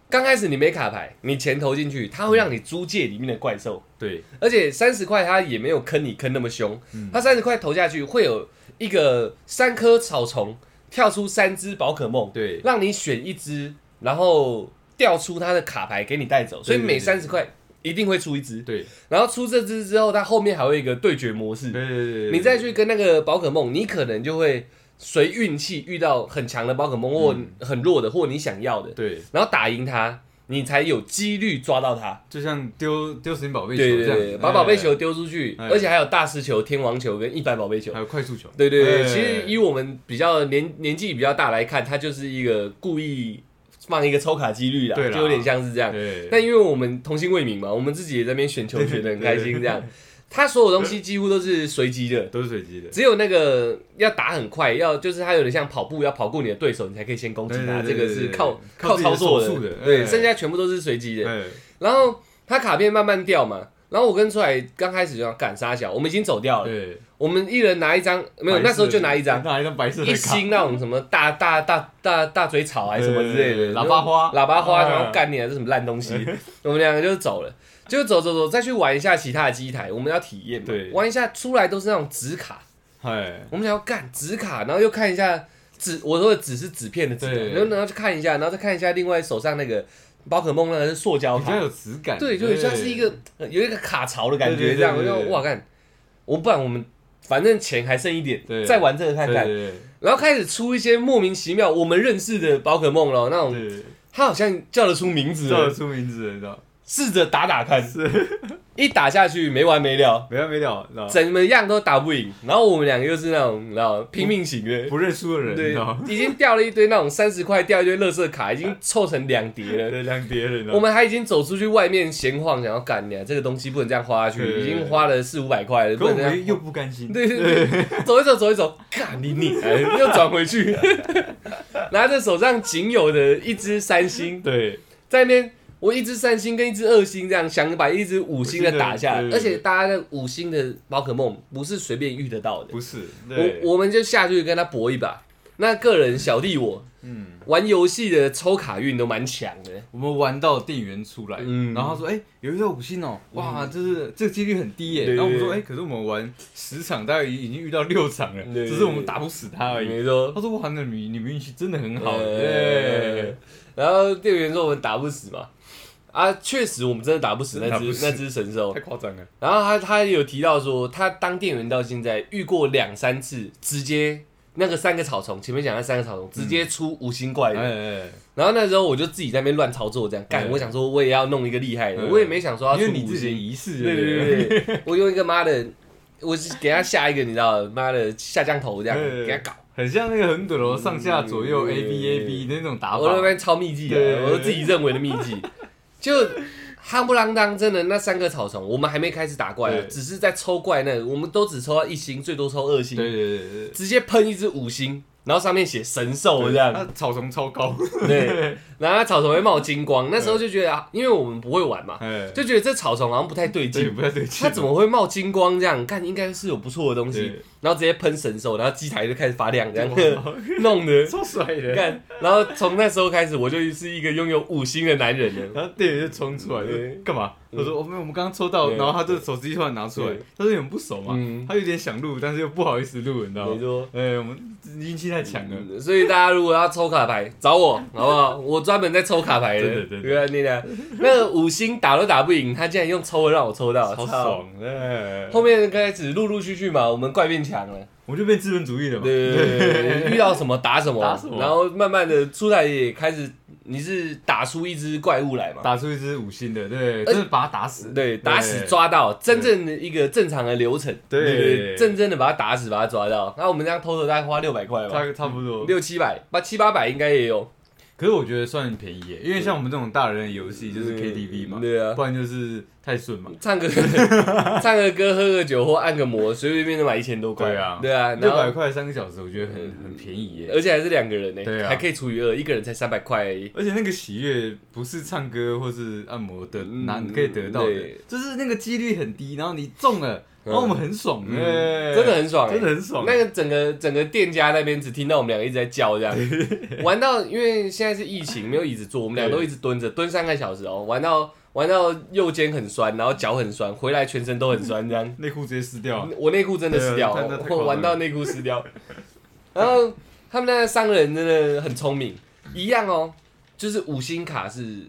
[SPEAKER 1] 刚开始你没卡牌，你钱投进去，它会让你租借里面的怪兽。
[SPEAKER 3] 对，
[SPEAKER 1] 而且三十块它也没有坑你坑那么凶，
[SPEAKER 3] 嗯
[SPEAKER 1] 它三十块投下去会有一个三颗草丛跳出三只宝可梦，
[SPEAKER 3] 对，
[SPEAKER 1] 让你选一只，然后调出它的卡牌给你带走，所以
[SPEAKER 3] 对对
[SPEAKER 1] 每
[SPEAKER 3] 对
[SPEAKER 1] 三十块一定会出一只，
[SPEAKER 3] 对，
[SPEAKER 1] 然后出这只之后，它后面还会有一个对决模
[SPEAKER 3] 对
[SPEAKER 1] 式，
[SPEAKER 3] 对对对，
[SPEAKER 1] 你再去跟那个宝可梦，你可能就会随运气遇到很强的宝可梦
[SPEAKER 3] 嗯
[SPEAKER 1] 或很弱的或你想要的，
[SPEAKER 3] 对，
[SPEAKER 1] 然后打赢它，你才有几率抓到它。
[SPEAKER 3] 就像丢丢神奇宝贝球
[SPEAKER 1] 对
[SPEAKER 3] 这
[SPEAKER 1] 对
[SPEAKER 3] 样
[SPEAKER 1] 对，
[SPEAKER 3] 子，
[SPEAKER 1] 把宝贝球
[SPEAKER 3] 哎，
[SPEAKER 1] 丢出去，
[SPEAKER 3] 哎
[SPEAKER 1] 而且还有大师球、天王球跟一般宝贝球
[SPEAKER 3] 还。有快速球，
[SPEAKER 1] 对对对，
[SPEAKER 3] 哎
[SPEAKER 1] 其实以我们比较年年纪比较大来看，它就是一个故意放一个抽卡几率啦，
[SPEAKER 3] 对啦
[SPEAKER 1] 就有点像是这样。
[SPEAKER 3] 对，
[SPEAKER 1] 但因为我们童心未泯嘛，我们自己也在那边选球选的很开心，这样。他所有东西几乎都是随机的，
[SPEAKER 3] 都是随机的，
[SPEAKER 1] 只有那个要打很快，要就是他有点像跑步，要跑过你的对手，你才可以先攻击他。
[SPEAKER 3] 对
[SPEAKER 1] 这
[SPEAKER 3] 对对
[SPEAKER 1] 个是
[SPEAKER 3] 对对
[SPEAKER 1] 靠靠
[SPEAKER 3] 靠自己的
[SPEAKER 1] 操作
[SPEAKER 3] 手速的
[SPEAKER 1] 对，
[SPEAKER 3] 哎
[SPEAKER 1] 剩下全部都是随机的。
[SPEAKER 3] 哎，
[SPEAKER 1] 然后他卡片慢慢掉嘛，然后我跟出来刚开始就要赶杀小，我们已经走掉了，
[SPEAKER 3] 对，
[SPEAKER 1] 我们一人拿一张，没有
[SPEAKER 3] 白色的
[SPEAKER 1] 那时候就拿一张。
[SPEAKER 3] 拿一张白色的
[SPEAKER 1] 一
[SPEAKER 3] 卡，
[SPEAKER 1] 星那种什么大大大大大嘴草还是什么之类的，
[SPEAKER 3] 对喇叭花
[SPEAKER 1] 喇叭花，
[SPEAKER 3] 嗯
[SPEAKER 1] 然后干你啊，这什么烂东西！我们两个就走了，就走走走，再去玩一下其他的机台，我们要体验嘛，
[SPEAKER 3] 对
[SPEAKER 1] 玩一下出来都是那种纸卡，
[SPEAKER 3] 哎，
[SPEAKER 1] 我们想要干纸卡，然后又看一下纸，我说的纸是纸片的纸啊，
[SPEAKER 3] 对
[SPEAKER 1] 然后然后去看一下，然后再看一下另外手上那个宝可梦那个是塑胶
[SPEAKER 3] 比较
[SPEAKER 1] 卡，
[SPEAKER 3] 有质感，
[SPEAKER 1] 对，就很像是一个呃有一个卡槽的感觉
[SPEAKER 3] 对对对
[SPEAKER 1] 这样，我
[SPEAKER 3] 对对
[SPEAKER 1] 就
[SPEAKER 3] 对
[SPEAKER 1] 哇干，我不然我们反正钱还剩一点
[SPEAKER 3] 对，
[SPEAKER 1] 再玩这个
[SPEAKER 3] 对
[SPEAKER 1] 看
[SPEAKER 3] 对
[SPEAKER 1] 看，
[SPEAKER 3] 对
[SPEAKER 1] 然后开始出一些莫名其妙我们认识的宝可梦了，那种
[SPEAKER 3] 对对，
[SPEAKER 1] 它好像叫得出名字
[SPEAKER 3] 叫得
[SPEAKER 1] 了，
[SPEAKER 3] 出名字的，你知道，
[SPEAKER 1] 试着打打看，一打下去没完没了，
[SPEAKER 3] 没完没了，你知道，
[SPEAKER 1] 怎么样都打不赢，然后我们两个又是那种你知道拼命型的，
[SPEAKER 3] 不认输的人，你
[SPEAKER 1] 对
[SPEAKER 3] 知道，，
[SPEAKER 1] 已经掉了一堆那种三十块掉一堆垃圾卡，已经凑成两叠了。
[SPEAKER 3] 对，啊两叠人，
[SPEAKER 1] 我们还已经走出去外面闲晃，想要干你啊，这个东西不能这样花下去，
[SPEAKER 3] 对
[SPEAKER 1] 已经花了四五百块了，
[SPEAKER 3] 可
[SPEAKER 1] 不
[SPEAKER 3] 我
[SPEAKER 1] 能这样
[SPEAKER 3] 们又
[SPEAKER 1] 花。
[SPEAKER 3] 不甘心，
[SPEAKER 1] 对对对，走一走走一走，干你你，哎又转回去， 拿着手上仅有的一只三星，
[SPEAKER 3] 对，
[SPEAKER 1] 在那边我一只三星跟一只二星这样，想把一只五星的打下
[SPEAKER 3] 五
[SPEAKER 1] 来，
[SPEAKER 3] 星的
[SPEAKER 1] 而
[SPEAKER 3] 对对
[SPEAKER 1] 且大家的五星的宝可梦不是随便遇得到的，
[SPEAKER 3] 不是，对，
[SPEAKER 1] 我我们就下去跟他搏一把。那个人小弟我
[SPEAKER 3] 嗯，
[SPEAKER 1] 玩游戏的抽卡运都蛮强的，
[SPEAKER 3] 我们玩到店员出来，
[SPEAKER 1] 嗯
[SPEAKER 3] 然后他说，哎，有一个五星哦，哇，就是这个几率很低耶，
[SPEAKER 1] 对对
[SPEAKER 3] 然后我们说，
[SPEAKER 1] 对
[SPEAKER 3] 哎，可是我们玩十场，大概已经遇到六场了，
[SPEAKER 1] 对对
[SPEAKER 3] 只是我们打不死他而已。
[SPEAKER 1] 没错。
[SPEAKER 3] 他说，哇，那你你们运气真的很好，
[SPEAKER 1] 呃
[SPEAKER 3] 对，，
[SPEAKER 1] 然后店员说我们打不死嘛，啊，确实我们真的打不死
[SPEAKER 3] 真的
[SPEAKER 1] 那
[SPEAKER 3] 打不
[SPEAKER 1] 只
[SPEAKER 3] 死
[SPEAKER 1] 那只神兽
[SPEAKER 3] 太。夸张了，
[SPEAKER 1] 然后他他有提到说，他当店员到现在遇过两三次，直接那个三个草丛，前面讲那三个草丛直接出五星怪
[SPEAKER 3] 哎
[SPEAKER 1] 的。
[SPEAKER 3] 哎，哎
[SPEAKER 1] 然后那时候我就自己在那边乱操作，这样干。
[SPEAKER 3] 哎
[SPEAKER 1] 我想说我也要弄一个厉害的，
[SPEAKER 3] 嗯
[SPEAKER 1] 我也没想说要
[SPEAKER 3] 因
[SPEAKER 1] 出
[SPEAKER 3] 为你
[SPEAKER 1] 五
[SPEAKER 3] 自己的
[SPEAKER 1] 星。
[SPEAKER 3] 仪式，
[SPEAKER 1] 对
[SPEAKER 3] 不
[SPEAKER 1] 对对对，我用一个妈的，我是给他下一个，你知道，妈的下降头这样
[SPEAKER 3] 对
[SPEAKER 1] 给他搞，
[SPEAKER 3] 很像那个横斗
[SPEAKER 1] 嗯
[SPEAKER 3] 楼上下左右 A B A B 那种打
[SPEAKER 1] 我那
[SPEAKER 3] 法，
[SPEAKER 1] 边超秘技的
[SPEAKER 3] 对，
[SPEAKER 1] 我自己认为的秘 技，就夯不啷当，真的那三个草丛，我们还没开始打怪啊，
[SPEAKER 3] 对
[SPEAKER 1] 只是在抽怪那个，我们都只抽到一星，最多抽二
[SPEAKER 3] 对
[SPEAKER 1] 星，
[SPEAKER 3] 对对对，
[SPEAKER 1] 直接喷一只五星，然后上面写神兽这样，
[SPEAKER 3] 它草丛超高，
[SPEAKER 1] 对，然后它草丛会冒金光，那时候就觉得啊，因为我们不会玩嘛，
[SPEAKER 3] 哎，
[SPEAKER 1] 就觉得这草丛好像不太对
[SPEAKER 3] 对
[SPEAKER 1] 劲，
[SPEAKER 3] 不太对劲，
[SPEAKER 1] 它怎么会冒金光这样？看应该是有不错的东西
[SPEAKER 3] 对，
[SPEAKER 1] 然后直接喷神兽，然后机台就开始发亮，这样
[SPEAKER 3] 哇
[SPEAKER 1] 弄的。
[SPEAKER 3] 超帅的？
[SPEAKER 1] 干，然后从那时候开始，我就是一个拥有五星的男人了。
[SPEAKER 3] 然后店员就冲出来，
[SPEAKER 1] 对嗯
[SPEAKER 3] 就干嘛？我说我哦们我们刚刚抽到，
[SPEAKER 1] 对
[SPEAKER 3] 然后他这手机突然拿出来
[SPEAKER 1] 对，
[SPEAKER 3] 他说你们不熟嘛
[SPEAKER 1] 嗯，
[SPEAKER 3] 他有点想录，但是又不好意思录，你知道
[SPEAKER 1] 没
[SPEAKER 3] 吗？
[SPEAKER 1] 错，嗯
[SPEAKER 3] 哎，我们运气太强了，
[SPEAKER 1] 所以大家如果要抽卡牌，找我好不好？我专门在抽卡牌的。
[SPEAKER 3] 真的真的
[SPEAKER 1] 对啊，你俩那个五星打都打不赢，他竟然用抽的让我抽到，
[SPEAKER 3] 超
[SPEAKER 1] 操！
[SPEAKER 3] 爽，哎，
[SPEAKER 1] 后面开始陆陆续续嘛，我们怪变强了，
[SPEAKER 3] 我们就变资本主义了嘛，
[SPEAKER 1] 对对对对，遇到什么打什么，
[SPEAKER 3] 打什么
[SPEAKER 1] 然后慢慢的出来也开始，你是打出一只怪物来嘛？
[SPEAKER 3] 打出一只五星的，对，真的把他打死，
[SPEAKER 1] 对，打死抓到，真正的一个正常的流程，
[SPEAKER 3] 对
[SPEAKER 1] 正正的把他打死，把他抓到。那我们这样偷偷大概花六百块吧，
[SPEAKER 3] 差差不多，
[SPEAKER 1] 六七百，八七八百应该也有，
[SPEAKER 3] 可是我觉得算便宜耶，因为像我们这种大人的游戏就是 KTV 嘛，
[SPEAKER 1] 嗯对啊
[SPEAKER 3] 不然就是太顺嘛，
[SPEAKER 1] 唱个 唱个歌、喝个酒或按个摩，随随便便都买一千多块，
[SPEAKER 3] 对啊
[SPEAKER 1] 对啊，然
[SPEAKER 3] 六百
[SPEAKER 1] 后
[SPEAKER 3] 块三个小时，我觉得很很便宜耶。
[SPEAKER 1] 而且还是两个人呢、
[SPEAKER 3] 对啊
[SPEAKER 1] 还可以除以二，一个人才三百块而已。
[SPEAKER 3] 而且那个喜悦不是唱歌或是按摩的，
[SPEAKER 1] 嗯
[SPEAKER 3] 哪你可以得到的
[SPEAKER 1] 对，
[SPEAKER 3] 就是那个几率很低，然后你中了，然后我们很爽，
[SPEAKER 1] 嗯
[SPEAKER 3] 哎
[SPEAKER 1] 真的很爽欸、
[SPEAKER 3] 真的很爽
[SPEAKER 1] 那个整个整个店家那边只听到我们两个一直在叫 这样，玩到因为现在是疫情，没有椅子坐，我们俩
[SPEAKER 3] 对
[SPEAKER 1] 都一直蹲着，蹲三个小时哦，玩到玩到右肩很酸，然后脚很酸，回来全身都很酸这样。
[SPEAKER 3] 内裤直接撕掉，
[SPEAKER 1] 我内裤真的湿掉
[SPEAKER 3] 哦对啊
[SPEAKER 1] 哦
[SPEAKER 3] 那太，夸张
[SPEAKER 1] 我
[SPEAKER 3] 了
[SPEAKER 1] 玩到内裤湿掉。然后他们那三个人真的很聪明，一样哦，就是五星卡是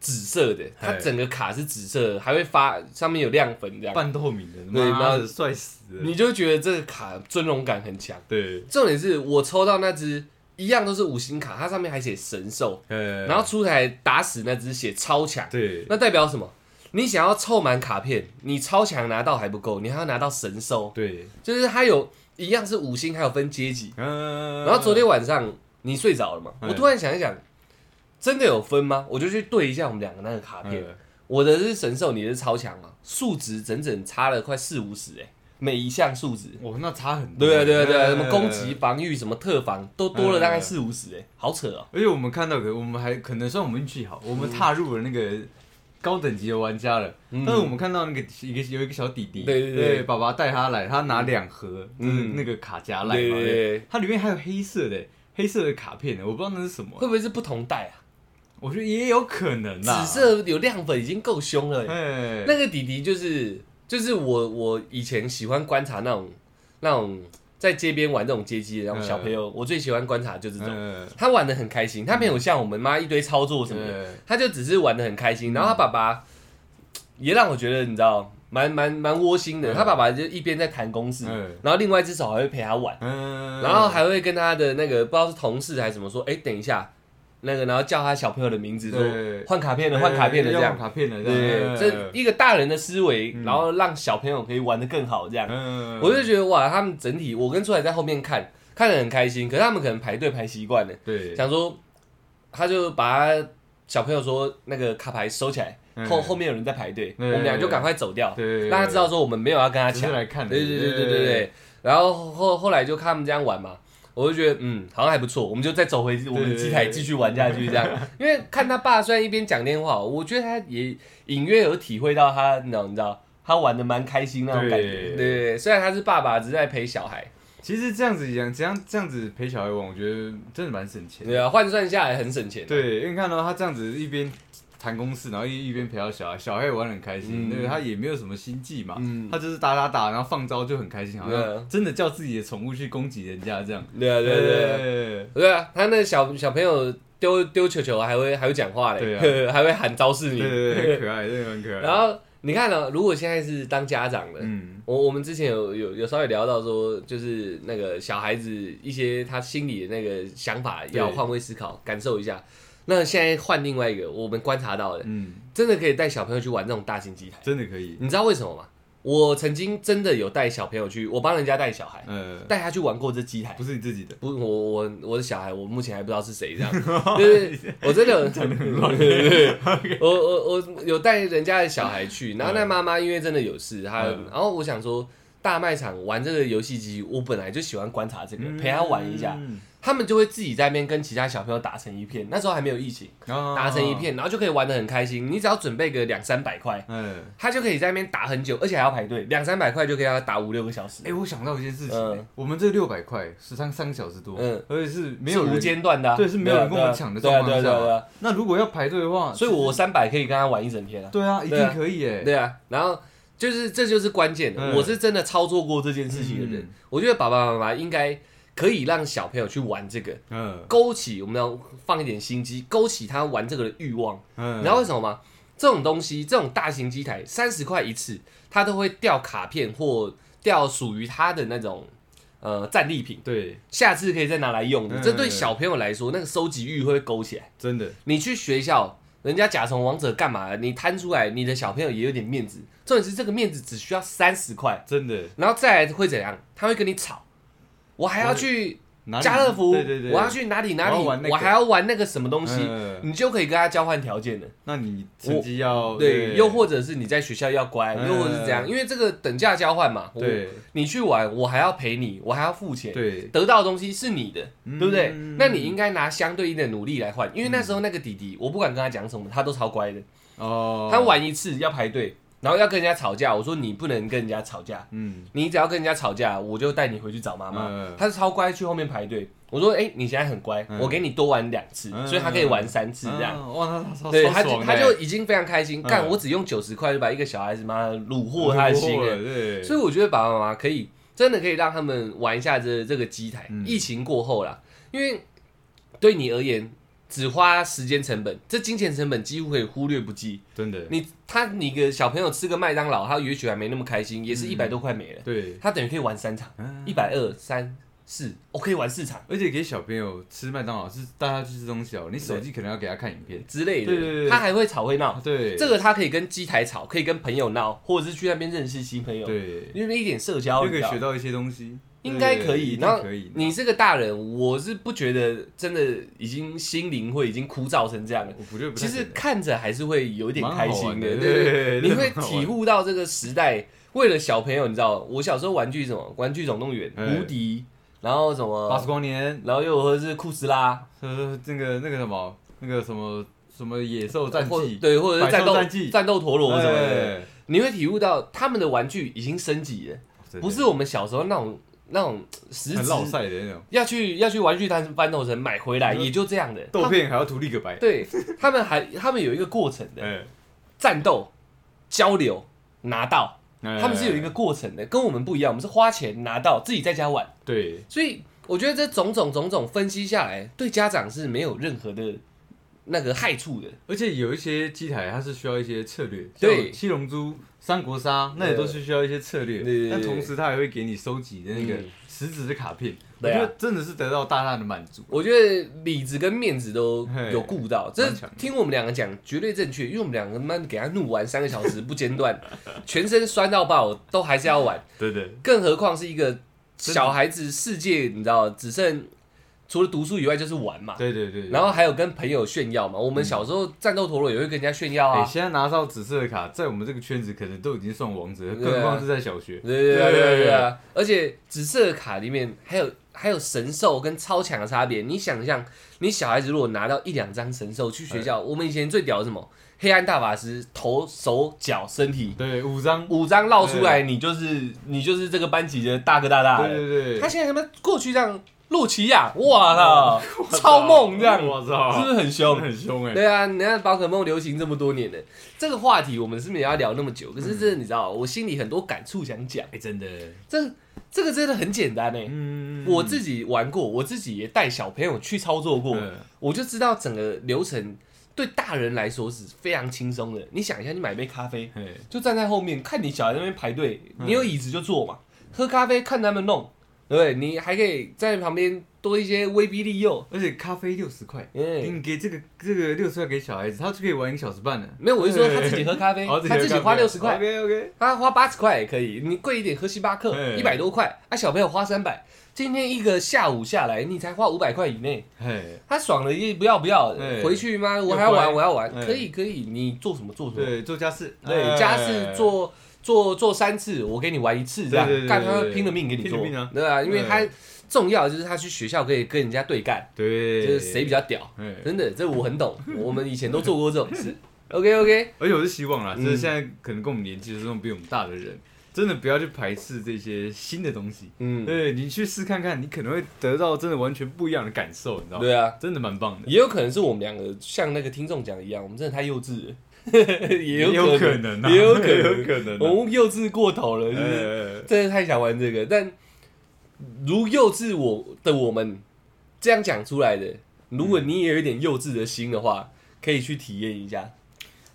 [SPEAKER 1] 紫色的，它
[SPEAKER 3] 嘿
[SPEAKER 1] 整个卡是紫色的，还会发上面有亮粉这样，
[SPEAKER 3] 半透明的，
[SPEAKER 1] 对
[SPEAKER 3] 妈
[SPEAKER 1] 然后
[SPEAKER 3] 的帅死了，
[SPEAKER 1] 你就觉得这个卡尊荣感很强。
[SPEAKER 3] 对，
[SPEAKER 1] 重点是我抽到那只一样都是五星卡，它上面还写神兽，
[SPEAKER 3] 呃，
[SPEAKER 1] 然后出台打死那只写超强，
[SPEAKER 3] 对
[SPEAKER 1] 那代表什么？你想要凑满卡片，你超强拿到还不够，你还要拿到神兽，
[SPEAKER 3] 对，
[SPEAKER 1] 就是它有一样是五星，还有分阶级。
[SPEAKER 3] 嗯
[SPEAKER 1] 然后昨天晚上你睡着了嘛？
[SPEAKER 3] 哎
[SPEAKER 1] 我突然想一想，真的有分吗？我就去对一下我们两个那个卡片，
[SPEAKER 3] 嗯
[SPEAKER 1] 我的是神兽，你的是超强嘛，数值整整差了快四五十哎、每一项数值。
[SPEAKER 3] 我那差很多。
[SPEAKER 1] 对啊对啊对啊，
[SPEAKER 3] 嗯
[SPEAKER 1] 什么攻击、，防御、什么特防，都多了大概四五十哎，好扯哦。
[SPEAKER 3] 而且我们看到，可我们还可能算我们运气好，我们踏入了那个高等级的玩家了。
[SPEAKER 1] 嗯
[SPEAKER 3] 但是我们看到那个一个有一个小弟弟，
[SPEAKER 1] 对对对
[SPEAKER 3] 爸爸带他来，他拿两盒，就是
[SPEAKER 1] 嗯
[SPEAKER 3] 那个卡夹来
[SPEAKER 1] 对
[SPEAKER 3] 嘛
[SPEAKER 1] 对，对，
[SPEAKER 3] 它里面还有黑色的黑色的卡片呢，我不知道那是什么
[SPEAKER 1] 会，不会是不同代啊？
[SPEAKER 3] 我觉得也有可能啦。
[SPEAKER 1] 紫，色有亮粉已经够凶了欸、
[SPEAKER 3] 哎，
[SPEAKER 1] 那个弟弟就是就是我我以前喜欢观察那种那种在街边玩这种街机的那种小朋友，我最喜欢观察就是这种，
[SPEAKER 3] 嗯
[SPEAKER 1] 他玩的很开心，他没有像我们妈一堆操作什么的，
[SPEAKER 3] 对
[SPEAKER 1] 他就只是玩的很开心。然后
[SPEAKER 3] 嗯
[SPEAKER 1] 他爸爸也让我觉得你知道蛮蛮蛮窝心的，
[SPEAKER 3] 嗯
[SPEAKER 1] 他爸爸就一边在谈公事
[SPEAKER 3] 嗯，
[SPEAKER 1] 然后另外一只手还会陪他玩，
[SPEAKER 3] 嗯
[SPEAKER 1] 然后还会跟他的那个不知道是同事还是什么说，哎，等一下。那个，然后叫他小朋友的名字，说
[SPEAKER 3] 对哎
[SPEAKER 1] 换卡片了，换卡片了，这
[SPEAKER 3] 要
[SPEAKER 1] 样
[SPEAKER 3] 换。卡片的，
[SPEAKER 1] 对，这一个大人的思维，然后让小朋友可以玩的更好，这样，
[SPEAKER 3] 嗯
[SPEAKER 1] 我就觉得哇，他们整体，我跟出来在后面看，看得很开心，可是他们可能排队排习惯了，
[SPEAKER 3] 对
[SPEAKER 1] 想说，他就把他小朋友说那个卡牌收起来，
[SPEAKER 3] 嗯
[SPEAKER 1] 后后面有人在排队，我
[SPEAKER 3] 嗯
[SPEAKER 1] 们俩就赶快走掉，
[SPEAKER 3] 对，
[SPEAKER 1] 让他知道说我们没有要跟他
[SPEAKER 3] 只是
[SPEAKER 1] 抢，
[SPEAKER 3] 来看的，
[SPEAKER 1] 对对对对对对，然后后后来就看他们这样玩嘛。我就觉得，嗯，好像还不错，我们就再走回我们的机台
[SPEAKER 3] 对对对
[SPEAKER 1] 继续玩下去，这样。 因为看他爸虽然一边讲电话，我觉得他也隐约有体会到他，你知道，你知道，他玩的蛮开心那种感觉。对对
[SPEAKER 3] 对
[SPEAKER 1] 对，虽然他是爸爸，只是在陪小孩。
[SPEAKER 3] 其实这样子讲，这样这样子陪小孩玩，我觉得真的蛮省钱的。
[SPEAKER 1] 对啊，换算下来很省钱。
[SPEAKER 3] 对，因为看到他这样子一边谈公事，然后一一边陪到小孩，小孩也玩得很开心，
[SPEAKER 1] 嗯
[SPEAKER 3] 对他也没有什么心计嘛，
[SPEAKER 1] 嗯
[SPEAKER 3] 他就是打打打，然后放招就很开心，好
[SPEAKER 1] 对啊
[SPEAKER 3] 像真的叫自己的宠物去攻击人家这样。
[SPEAKER 1] 对啊对啊对啊
[SPEAKER 3] 对
[SPEAKER 1] 对啊，他那小小朋友丢丢球球还会还会讲话嘞，
[SPEAKER 3] 对啊
[SPEAKER 1] 还会喊招式
[SPEAKER 3] 对
[SPEAKER 1] 你。
[SPEAKER 3] 对对，很可爱，真的很可爱。
[SPEAKER 1] 然后你看呢、如果现在是当家长的，
[SPEAKER 3] 嗯，
[SPEAKER 1] 我我们之前有有有稍微聊到说，就是那个小孩子一些他心里的那个想法，
[SPEAKER 3] 对
[SPEAKER 1] 要换位思考，感受一下。那现在换另外一个，我们观察到的，
[SPEAKER 3] 嗯，
[SPEAKER 1] 真的可以带小朋友去玩这种大型机台。
[SPEAKER 3] 真的可以，
[SPEAKER 1] 你知道为什么吗？我曾经真的有带小朋友去，我帮人家带小孩，
[SPEAKER 3] 呃，
[SPEAKER 1] 带他去玩过这机台。
[SPEAKER 3] 不是你自己的，
[SPEAKER 1] 不，我我我的小孩，我目前还不知道是谁这 样，就是我真的
[SPEAKER 3] 讲的很 乱。
[SPEAKER 1] 我我我有带人家的小孩去，然后那妈妈因为真的有事，她、
[SPEAKER 3] 嗯
[SPEAKER 1] 然后我想说大卖场玩这个游戏机，我本来就喜欢观察这个，陪他玩一下，
[SPEAKER 3] 嗯，
[SPEAKER 1] 他们就会自己在那边跟其他小朋友打成一片，那时候还没有疫情，打
[SPEAKER 3] 打
[SPEAKER 1] 成一，片，然后就可以玩的很开心，你只要准备个两三百块。
[SPEAKER 3] 嗯。
[SPEAKER 1] 他就可以在那边打很久，而且还要排队，两三百块就可以要打五六个小时
[SPEAKER 3] 哎、，我想到一件事情、
[SPEAKER 1] 嗯
[SPEAKER 3] 我们这六百块是上三个小时多，
[SPEAKER 1] 嗯
[SPEAKER 3] 而且是没
[SPEAKER 1] 是
[SPEAKER 3] 有
[SPEAKER 1] 无
[SPEAKER 3] 人
[SPEAKER 1] 间断的啊、
[SPEAKER 3] 对是没有人跟我
[SPEAKER 1] 对
[SPEAKER 3] 们
[SPEAKER 1] 啊
[SPEAKER 3] 抢的
[SPEAKER 1] 对啊
[SPEAKER 3] 状
[SPEAKER 1] 对啊
[SPEAKER 3] 况
[SPEAKER 1] 对啊对
[SPEAKER 3] 下
[SPEAKER 1] 啊，
[SPEAKER 3] 那如果要排队的话，
[SPEAKER 1] 所以我三百可以跟他玩一整天啊。
[SPEAKER 3] 对啊，一
[SPEAKER 1] 对啊
[SPEAKER 3] 定可以耶。
[SPEAKER 1] 对啊，然后就是这就是关键，
[SPEAKER 3] 嗯
[SPEAKER 1] 我是真的操作过这件事情的人，
[SPEAKER 3] 嗯
[SPEAKER 1] 我觉得爸爸妈妈应该可以让小朋友去玩这个，
[SPEAKER 3] 嗯
[SPEAKER 1] 勾起我们要放一点心机，勾起他玩这个的欲望。
[SPEAKER 3] 嗯
[SPEAKER 1] 你知道为什么吗？这种东西，这种大型机台三十块一次，它都会掉卡片或掉属于它的那种呃战利品，
[SPEAKER 3] 对，
[SPEAKER 1] 下次可以再拿来用的。
[SPEAKER 3] 嗯
[SPEAKER 1] 这对小朋友来说，那个收集欲会勾起来。
[SPEAKER 3] 真的，
[SPEAKER 1] 你去学校，人家甲虫王者干嘛？你摊出来，你的小朋友也有点面子。重点是这个面子只需要三十块，
[SPEAKER 3] 真的，
[SPEAKER 1] 然后再来会怎样？他会跟你吵，我还要去
[SPEAKER 3] 哪里
[SPEAKER 1] 家乐福，
[SPEAKER 3] 对对对，
[SPEAKER 1] 我要去哪里哪
[SPEAKER 3] 我
[SPEAKER 1] 里，
[SPEAKER 3] 要玩那个
[SPEAKER 1] 我还要玩那个什么东西，
[SPEAKER 3] 嗯
[SPEAKER 1] 你就可以跟他交换条件了。
[SPEAKER 3] 那你成绩要
[SPEAKER 1] 对，又或者是你在学校要乖，
[SPEAKER 3] 嗯
[SPEAKER 1] 又或者是怎样，因为这个等价交换嘛，我
[SPEAKER 3] 对
[SPEAKER 1] 你去玩，我还要陪你，我还要付钱，
[SPEAKER 3] 对，
[SPEAKER 1] 得到的东西是你的，
[SPEAKER 3] 嗯
[SPEAKER 1] 对不对？那你应该拿相对应的努力来换，因为那时候那个弟弟，我不管跟他讲什么，他都超乖的。
[SPEAKER 3] 哦，
[SPEAKER 1] 他，玩一次要排队，然后要跟人家吵架，我说你不能跟人家吵架，
[SPEAKER 3] 嗯，
[SPEAKER 1] 你只要跟人家吵架，我就带你回去找妈妈
[SPEAKER 3] 嗯。
[SPEAKER 1] 他是超乖，去后面排队。我说，哎，你现在很乖，
[SPEAKER 3] 嗯
[SPEAKER 1] 我给你多玩两次，
[SPEAKER 3] 嗯
[SPEAKER 1] 所以他可以玩三次这样。
[SPEAKER 3] 啊哇，他超
[SPEAKER 1] 对，
[SPEAKER 3] 超
[SPEAKER 1] 他就
[SPEAKER 3] 爽的
[SPEAKER 1] 他就已经非常开心。
[SPEAKER 3] 嗯
[SPEAKER 1] 干，我只用九十块就把一个小孩子妈虏获他的心
[SPEAKER 3] 虏获了
[SPEAKER 1] 了。
[SPEAKER 3] 对，
[SPEAKER 1] 所以我觉得爸爸妈妈可以真的可以让他们玩一下这这个机台。
[SPEAKER 3] 嗯
[SPEAKER 1] 疫情过后啦，因为对你而言，只花时间成本，这金钱成本几乎可以忽略不计。
[SPEAKER 3] 真的，
[SPEAKER 1] 你他你个小朋友吃个麦当劳，他也许还没那么开心，
[SPEAKER 3] 嗯
[SPEAKER 1] 也是一百多块没了。
[SPEAKER 3] 对，
[SPEAKER 1] 他等于可以玩三场，
[SPEAKER 3] 嗯
[SPEAKER 1] 一百二三四，我可以玩四场
[SPEAKER 3] 而且给小朋友吃麦当劳是带他去吃东西哦，你手机可能要给他看影片，
[SPEAKER 1] 之类
[SPEAKER 3] 对对对
[SPEAKER 1] 的。
[SPEAKER 3] 对
[SPEAKER 1] 他还会吵会闹，
[SPEAKER 3] 对，
[SPEAKER 1] 这个他可以跟机台吵，可以跟朋友闹，或者是去那边认识新朋友，
[SPEAKER 3] 对，
[SPEAKER 1] 因为一点社交。
[SPEAKER 3] 又
[SPEAKER 1] 你知
[SPEAKER 3] 可以
[SPEAKER 1] 道
[SPEAKER 3] 学到一些东西，
[SPEAKER 1] 应该可
[SPEAKER 3] 对
[SPEAKER 1] 以。
[SPEAKER 3] 一定
[SPEAKER 1] 然后
[SPEAKER 3] 可以
[SPEAKER 1] 你是个大人，我是不觉得真的已经心灵会已经枯燥成这样了。
[SPEAKER 3] 我不觉得不太
[SPEAKER 1] 其实
[SPEAKER 3] 可能
[SPEAKER 1] 看着还是会有一点
[SPEAKER 3] 蛮好
[SPEAKER 1] 开心
[SPEAKER 3] 玩
[SPEAKER 1] 的，
[SPEAKER 3] 的
[SPEAKER 1] 对
[SPEAKER 3] 对
[SPEAKER 1] 对对，
[SPEAKER 3] 对
[SPEAKER 1] 你
[SPEAKER 3] 对
[SPEAKER 1] 会
[SPEAKER 3] 蛮好玩
[SPEAKER 1] 体悟到这个时代。为了小朋友，你知道，我小时候玩具什么？玩具总动员、
[SPEAKER 3] 哎
[SPEAKER 1] 无敌，然后什
[SPEAKER 3] 八十
[SPEAKER 1] 么，
[SPEAKER 3] 光年，
[SPEAKER 1] 然后又或者是库斯拉，
[SPEAKER 3] 呃，那个那个什么，那个什么什么野兽战
[SPEAKER 1] 或
[SPEAKER 3] 绩，
[SPEAKER 1] 对，或者是
[SPEAKER 3] 百
[SPEAKER 1] 战
[SPEAKER 3] 兽
[SPEAKER 1] 斗
[SPEAKER 3] 战绩
[SPEAKER 1] 战斗陀螺什么的，
[SPEAKER 3] 哎，
[SPEAKER 1] 你会体悟到他们的玩具已经升级了，
[SPEAKER 3] 对
[SPEAKER 1] 不是我们小时候那种那种实
[SPEAKER 3] 很
[SPEAKER 1] 质
[SPEAKER 3] 老晒的那种，
[SPEAKER 1] 要去要去玩具摊翻头城买回来，
[SPEAKER 3] 嗯
[SPEAKER 1] 也就这样的。
[SPEAKER 3] 豆片还要涂立可白，
[SPEAKER 1] 对他们还他们有一个过程的
[SPEAKER 3] 哎，
[SPEAKER 1] 战斗、交流、拿到，
[SPEAKER 3] 他
[SPEAKER 1] 他们是有一个过程的，跟我们不一样，我们是花钱拿到，自己在家玩。
[SPEAKER 3] 对
[SPEAKER 1] 所以我觉得这种种种种分析下来，对家长是没有任何的那个害处的。
[SPEAKER 3] 而且有一些机台它是需要一些策略，
[SPEAKER 1] 对
[SPEAKER 3] 像七龙珠、三国杀，那也都是需要一些策略。
[SPEAKER 1] 对对对
[SPEAKER 3] 但同时它还会给你收集的那个
[SPEAKER 1] 嗯
[SPEAKER 3] 实质的卡片，我
[SPEAKER 1] 对啊
[SPEAKER 3] 觉得真的是得到大大的满足。
[SPEAKER 1] 我觉得里子跟面子都
[SPEAKER 3] 嘿
[SPEAKER 1] 有顾到，这
[SPEAKER 3] 蛮强的
[SPEAKER 1] 听我们两个讲绝对正确，因为我们两个他妈给他怒玩三个小时不间断，全身酸到爆，都还是要玩。
[SPEAKER 3] 对对
[SPEAKER 1] 更何况是一个小孩子世界，你知道，只剩除了读书以外就是玩嘛。
[SPEAKER 3] 对对对。
[SPEAKER 1] 然后还有跟朋友炫耀嘛。我们小时候战斗陀螺也会跟人家炫耀
[SPEAKER 3] 哎，
[SPEAKER 1] 嗯啊。
[SPEAKER 3] 现在拿到紫色的卡，在我们这个圈子可能都已经算王者了，
[SPEAKER 1] 对啊
[SPEAKER 3] 更何况是在小学。
[SPEAKER 1] 对对对对对
[SPEAKER 3] 对
[SPEAKER 1] 啊！而且紫色的卡里面还有还有神兽跟超强的差别。你想象，你小孩子如果拿到一两张神兽去学校，我们以前最屌的是什么？黑暗大法师头、手、脚、身体
[SPEAKER 3] 对，五张。
[SPEAKER 1] 五张绕出来，你就是你就是这个班级的大哥大大了。
[SPEAKER 3] 对对对。
[SPEAKER 1] 他现在他妈过去让洛奇亚，哇靠， 超梦这样，是
[SPEAKER 3] 我操，
[SPEAKER 1] 不是很
[SPEAKER 3] 凶
[SPEAKER 1] 凶？
[SPEAKER 3] 很凶哎、
[SPEAKER 1] 对啊，你看宝可梦流行这么多年了，这个话题我们是没有要聊那么久，
[SPEAKER 3] 嗯
[SPEAKER 1] 可是真的你知道，我心里很多感触想讲。
[SPEAKER 3] 哎真的，
[SPEAKER 1] 这这个真的很简单呢、欸
[SPEAKER 3] 嗯
[SPEAKER 1] 我自己玩过，我自己也带小朋友去操作过，
[SPEAKER 3] 嗯
[SPEAKER 1] 我就知道整个流程对大人来说是非常轻松的。你想一下，你买杯咖啡，
[SPEAKER 3] 嘿
[SPEAKER 1] 就站在后面看你小孩在那边排队，你有椅子就坐嘛，喝咖啡看他们弄，对不对？你还可以在旁边多一些威逼利诱。
[SPEAKER 3] 而且咖啡六十块，
[SPEAKER 1] 嗯，
[SPEAKER 3] 你给这个这个六十块给小孩子，他就可以玩一个小时半呢。
[SPEAKER 1] 没有，我是说他自己喝咖 啡，哦他哦自己花六十块，
[SPEAKER 3] OK OK，
[SPEAKER 1] 他花八十块也可以，你贵一点喝星巴克
[SPEAKER 3] 嘿
[SPEAKER 1] 一百多块，啊，小朋友花三百，今天一个下午下来你才花五百块以内，
[SPEAKER 3] 嘿，
[SPEAKER 1] 他爽了也不要不要的，
[SPEAKER 3] 嘿
[SPEAKER 1] 回去吗？我
[SPEAKER 3] 又
[SPEAKER 1] 还嗯要嗯玩，
[SPEAKER 3] 乖
[SPEAKER 1] 我要玩，
[SPEAKER 3] 嘿
[SPEAKER 1] 可以可以，你做什么做什么，
[SPEAKER 3] 对，做家事，
[SPEAKER 1] 对，
[SPEAKER 3] 哎
[SPEAKER 1] 家事，做做做三次，我给你玩一次，这样
[SPEAKER 3] 对对对
[SPEAKER 1] 干
[SPEAKER 3] 对
[SPEAKER 1] 他
[SPEAKER 3] 对
[SPEAKER 1] 拼了命给你做
[SPEAKER 3] 拼了命啊，
[SPEAKER 1] 对啊，因为
[SPEAKER 3] 对
[SPEAKER 1] 他重要的就是他去学校可以跟人家对干，就
[SPEAKER 3] 对，
[SPEAKER 1] 是谁比较屌，
[SPEAKER 3] 哎，
[SPEAKER 1] 真的，这我很 懂，我们以前都做过这种事。OK OK，
[SPEAKER 3] 而且我是希望啦，就
[SPEAKER 1] 嗯
[SPEAKER 3] 是现在可能跟我们年纪就是那种比我们大的人，真的不要去排斥这些新的东西。
[SPEAKER 1] 嗯，
[SPEAKER 3] 对你去试看看，你可能会得到真的完全不一样的感受，你知道吗？
[SPEAKER 1] 对啊，
[SPEAKER 3] 真的蛮棒的，
[SPEAKER 1] 也有可能是我们两个像那个听众讲的一样，我们真的太幼稚 了，也有
[SPEAKER 3] 可
[SPEAKER 1] 可
[SPEAKER 3] 能
[SPEAKER 1] 能，哦
[SPEAKER 3] 啊，
[SPEAKER 1] 也有可
[SPEAKER 3] 也有
[SPEAKER 1] 能，
[SPEAKER 3] 可能啊，
[SPEAKER 1] 我们幼稚过头了，就是
[SPEAKER 3] 呃，
[SPEAKER 1] 真的太想玩这个。但如幼稚我的我们这样讲出来的，如
[SPEAKER 3] 嗯
[SPEAKER 1] 果你也有一点幼稚的心的话，可以去体验一下，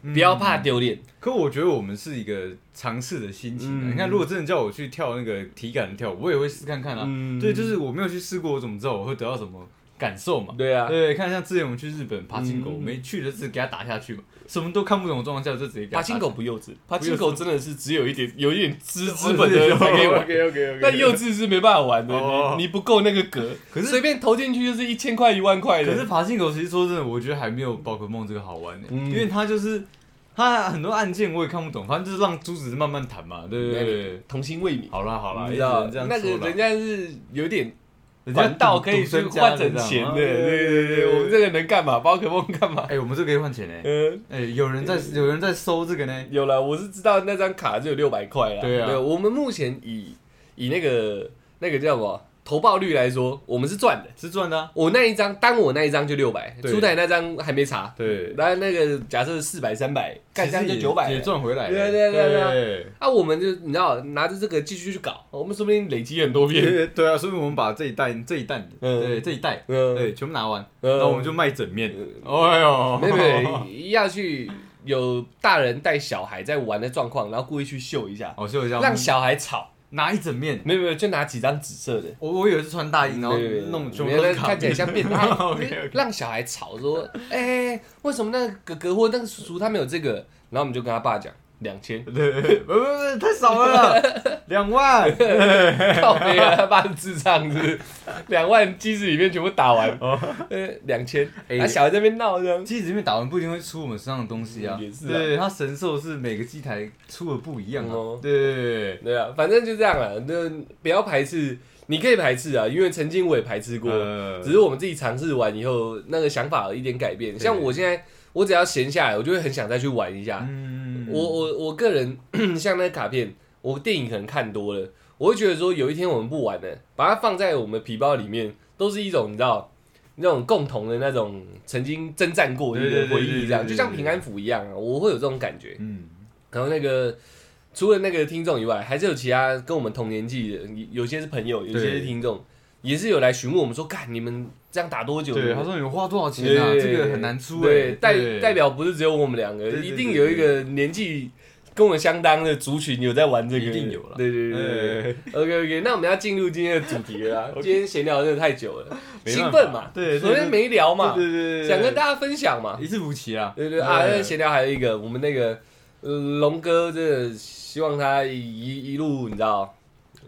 [SPEAKER 3] 嗯
[SPEAKER 1] 不要怕丢脸。
[SPEAKER 3] 可我觉得我们是一个尝试的心情、啊。
[SPEAKER 1] 嗯
[SPEAKER 3] 你看，如果真的叫我去跳那个体感的跳舞，我也会试看看啊。
[SPEAKER 1] 嗯
[SPEAKER 3] 对，就是我没有去试过，我怎么知道我会得到什么感受嘛？
[SPEAKER 1] 对啊，
[SPEAKER 3] 对，看像之前我们去日本爬青狗，
[SPEAKER 1] 嗯
[SPEAKER 3] 我没去的是给它打下去嘛，什么都看不懂的状况下就直接给它
[SPEAKER 1] 爬青狗不幼稚，爬青狗真的是只有一点有一点资
[SPEAKER 3] 打下去
[SPEAKER 1] 资本的人 才 可以玩。
[SPEAKER 3] OK OK OK。
[SPEAKER 1] 但幼稚是没办法玩的，
[SPEAKER 3] 哦
[SPEAKER 1] 你你不够那个格，
[SPEAKER 3] 可是
[SPEAKER 1] 随便投进去就是一千块一万块的。
[SPEAKER 3] 可是爬青狗其实说真的，我觉得还没有宝可梦这个好玩呢、欸
[SPEAKER 1] 嗯
[SPEAKER 3] 因为它就是它很多按键我也看不懂，反正就是让珠子慢慢弹嘛，对对对对。
[SPEAKER 1] 童心未泯，
[SPEAKER 3] 好啦好啦，
[SPEAKER 1] 你
[SPEAKER 3] 也
[SPEAKER 1] 知
[SPEAKER 3] 只
[SPEAKER 1] 道
[SPEAKER 3] 能这样
[SPEAKER 1] 那个
[SPEAKER 3] 说啦
[SPEAKER 1] 人家是有点
[SPEAKER 3] 人家啊
[SPEAKER 1] 管道可以去换成钱的，对对对，我们这个能干嘛？宝可梦干嘛？
[SPEAKER 3] 哎、我们这个可以换钱哎、
[SPEAKER 1] 嗯，
[SPEAKER 3] 哎、有人在有人在收这个呢，
[SPEAKER 1] 有了，我是知道那张卡只有六百块啦。
[SPEAKER 3] 对啊
[SPEAKER 1] 我们目前以以那个那个叫什么投报率来说，我们是赚的。
[SPEAKER 3] 是赚的、啊。
[SPEAKER 1] 我那一张，单我那一张就六百，
[SPEAKER 3] 对
[SPEAKER 1] 朱仔那张还没查。
[SPEAKER 3] 对，
[SPEAKER 1] 然后那个假设四百、三百，干这样就九百
[SPEAKER 3] 也
[SPEAKER 1] 了。
[SPEAKER 3] 赚回来了。
[SPEAKER 1] 对对对对
[SPEAKER 3] 对
[SPEAKER 1] 啊，我们就你知道，拿着这个继续去搞，我们说不定累积很多遍。
[SPEAKER 3] 对对啊！所以我们把这一袋、这一袋、
[SPEAKER 1] 嗯
[SPEAKER 3] 对这一袋，
[SPEAKER 1] 嗯
[SPEAKER 3] 对，全部拿完，
[SPEAKER 1] 嗯
[SPEAKER 3] 然后我们就卖整面。哎呦，
[SPEAKER 1] 没有 没有，要去有大人带小孩在玩的状况，然后故意去秀一下，
[SPEAKER 3] 我秀一下，
[SPEAKER 1] 让小孩吵。
[SPEAKER 3] 拿一整面。
[SPEAKER 1] 没有没有，就拿几张紫色的，
[SPEAKER 3] 我我以为是穿大衣，然后
[SPEAKER 1] 没有没有
[SPEAKER 3] 弄全
[SPEAKER 1] 没有
[SPEAKER 3] 部都
[SPEAKER 1] 那
[SPEAKER 3] 是
[SPEAKER 1] 个
[SPEAKER 3] 卡
[SPEAKER 1] 看起来像 变态
[SPEAKER 3] OK，OK
[SPEAKER 1] 让小孩吵说，哎、为什么那个哥哥或那个叔叔他们有这个？然后我们就跟他爸讲，两 千，
[SPEAKER 3] 对，对不不不，太少 了，两万，
[SPEAKER 1] 靠没啊，他爸是智障是不是？两万机子里面全部打完，呃，两千，
[SPEAKER 3] 哦哎
[SPEAKER 1] 那小孩在那边闹这样，
[SPEAKER 3] 机子里面打完不一定会出我们身上的东西啊，
[SPEAKER 1] 嗯也是啊
[SPEAKER 3] 对，它神兽是每个机台出的不一样
[SPEAKER 1] 嗯哦
[SPEAKER 3] 啊，对对对对
[SPEAKER 1] 对啊，反正就这样了，那不要排斥，你可以排斥啊，因为曾经我也排斥
[SPEAKER 3] 对，
[SPEAKER 1] 过，
[SPEAKER 3] 呃
[SPEAKER 1] 只是我们自己尝试完以后，那个想法有一点改变。像我现在，我只要闲下来，我就会很想再去玩一下。
[SPEAKER 3] 嗯
[SPEAKER 1] 我我我个人 像那个卡片，我电影可能看多了，我会觉得说有一天我们不玩了，把它放在我们皮包里面，都是一种你知道那种共同的那种曾经征战过的一
[SPEAKER 3] 对
[SPEAKER 1] 个
[SPEAKER 3] 对对
[SPEAKER 1] 回忆，这样
[SPEAKER 3] 对
[SPEAKER 1] 就
[SPEAKER 3] 对对
[SPEAKER 1] 像平安符一样啊，我会有这种感觉。
[SPEAKER 3] 嗯，
[SPEAKER 1] 然后那个除了那个听众以外，还是有其他跟我们同年纪的，有有些是朋友，有些是
[SPEAKER 3] 对
[SPEAKER 1] 听众，也是有来询问我们说，干你们这样打多久？
[SPEAKER 3] 对，他说你们花多少钱啊？
[SPEAKER 1] 对
[SPEAKER 3] 这个很难出
[SPEAKER 1] 对，
[SPEAKER 3] 哎，
[SPEAKER 1] 代代表不是只有我们两个，
[SPEAKER 3] 对对对
[SPEAKER 1] 一定有一个年纪跟我们相当的族群有在玩这个，
[SPEAKER 3] 一定有啦
[SPEAKER 1] 对对对对
[SPEAKER 3] 对，
[SPEAKER 1] 对 OK OK，那我们要进入今天的主题了 啦。今天闲聊真的太久了，
[SPEAKER 3] 没办
[SPEAKER 1] 兴
[SPEAKER 3] 法
[SPEAKER 1] 奋嘛，
[SPEAKER 3] 对对对
[SPEAKER 1] 昨天没聊嘛，
[SPEAKER 3] 对对对，
[SPEAKER 1] 想跟大家分享嘛
[SPEAKER 3] 家，一事无奇啊，
[SPEAKER 1] 对对啊，那闲聊还有一个，我们那个呃龙哥，真的希望他一一路你知道，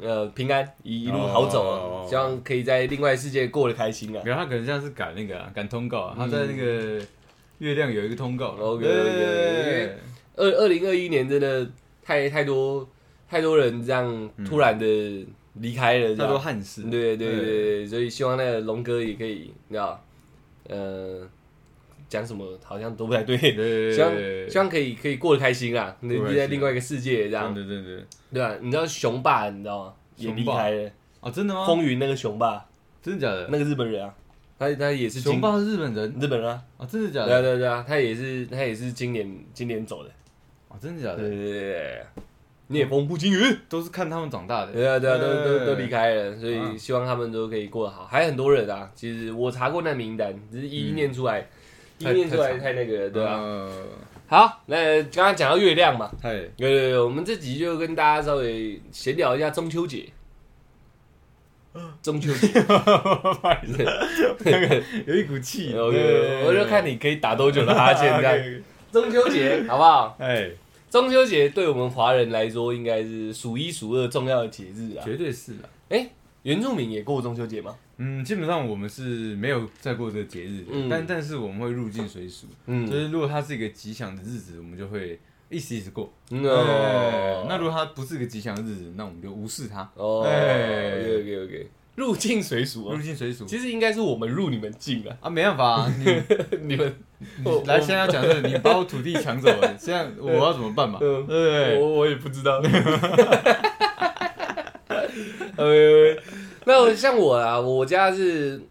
[SPEAKER 1] 呃平安一一路好走啊，
[SPEAKER 3] 哦
[SPEAKER 1] 希望可以在另外世界过得开心啊。
[SPEAKER 3] 然后他可能像是赶那个啊赶通告啊，他在那个月亮有一个通告
[SPEAKER 1] OK，OK，
[SPEAKER 3] 哦对
[SPEAKER 1] OK，OK，因为二二零二一年真的太太多太多人这样突然的离开了，这
[SPEAKER 3] 嗯太多
[SPEAKER 1] 样
[SPEAKER 3] 憾事，
[SPEAKER 1] 对对对对对，所以希望那个龙哥也可以你知道，呃讲什么好像都不太对，
[SPEAKER 3] 对对，
[SPEAKER 1] 希望
[SPEAKER 3] 对
[SPEAKER 1] 希望可以可以过得开心啊，
[SPEAKER 3] 过得
[SPEAKER 1] 能
[SPEAKER 3] 开心
[SPEAKER 1] 在另外一个世界这样。
[SPEAKER 3] 对对对对，
[SPEAKER 1] 对啊，你知道熊爸你知道吗？也
[SPEAKER 3] 熊
[SPEAKER 1] 离
[SPEAKER 3] 爸
[SPEAKER 1] 开了，
[SPEAKER 3] 啊，真的吗？
[SPEAKER 1] 风云那个熊爸，
[SPEAKER 3] 真的假的？
[SPEAKER 1] 那个日本人啊，他他也是今
[SPEAKER 3] 熊爸是日本人
[SPEAKER 1] 日本人啊，
[SPEAKER 3] 啊，真的假
[SPEAKER 1] 对啊
[SPEAKER 3] 的？
[SPEAKER 1] 对啊对啊，他也是他也是今年今年走的，
[SPEAKER 3] 啊，真的假
[SPEAKER 1] 对
[SPEAKER 3] 的？
[SPEAKER 1] 对对对对，聂风不惊云，
[SPEAKER 3] 都是看他们长大的。
[SPEAKER 1] 对啊对啊，都都都离
[SPEAKER 3] 开。
[SPEAKER 1] 开了，所以
[SPEAKER 3] 啊
[SPEAKER 1] 希望他们都可以过得好，还有很多人啊，其实我查过那名单，只是一一念出来，一嗯一
[SPEAKER 3] 太
[SPEAKER 1] 念出
[SPEAKER 3] 太
[SPEAKER 1] 来
[SPEAKER 3] 长
[SPEAKER 1] 太那个了，对啊。
[SPEAKER 3] 啊，
[SPEAKER 1] 好，那刚刚讲到月亮嘛，
[SPEAKER 3] 太
[SPEAKER 1] 对对对，我们这集就跟大家稍微闲聊一下中秋 节，中秋节。
[SPEAKER 3] 有一股气。
[SPEAKER 1] OK，我就看
[SPEAKER 3] 你
[SPEAKER 1] 你可以打多久的哈 欠这
[SPEAKER 3] 啊
[SPEAKER 1] 样。。中秋节好不好？
[SPEAKER 3] 哎，
[SPEAKER 1] 中秋节对我们华人来说应该是数一数二重要的节日啊。
[SPEAKER 3] 绝对是的。
[SPEAKER 1] 哎，原住民也过中秋节吗？
[SPEAKER 3] 嗯，基本上我们是没有再过这个节日的，
[SPEAKER 1] 嗯
[SPEAKER 3] 但但是我们会入境随俗，就
[SPEAKER 1] 嗯，
[SPEAKER 3] 是如果它是一个吉祥的日子，我们就会一时一时过。
[SPEAKER 1] 嗯
[SPEAKER 3] 哎
[SPEAKER 1] 哦，
[SPEAKER 3] 那如果它不是个吉祥的日子，那我们就无视它，
[SPEAKER 1] 哦
[SPEAKER 3] 哎
[SPEAKER 1] ，OK OK OK，入境随俗
[SPEAKER 3] 入
[SPEAKER 1] 啊。
[SPEAKER 3] 境随俗。
[SPEAKER 1] 其实应该是我们入你们境啊，
[SPEAKER 3] 啊，没办法、啊，你
[SPEAKER 1] 你们我
[SPEAKER 3] 你来，现在要讲这个，你把我土地抢走了， 现在我要怎么办嘛？对
[SPEAKER 1] 嗯
[SPEAKER 3] 不对？
[SPEAKER 1] 我我也不 知道。 呃，那我像我啊，我家是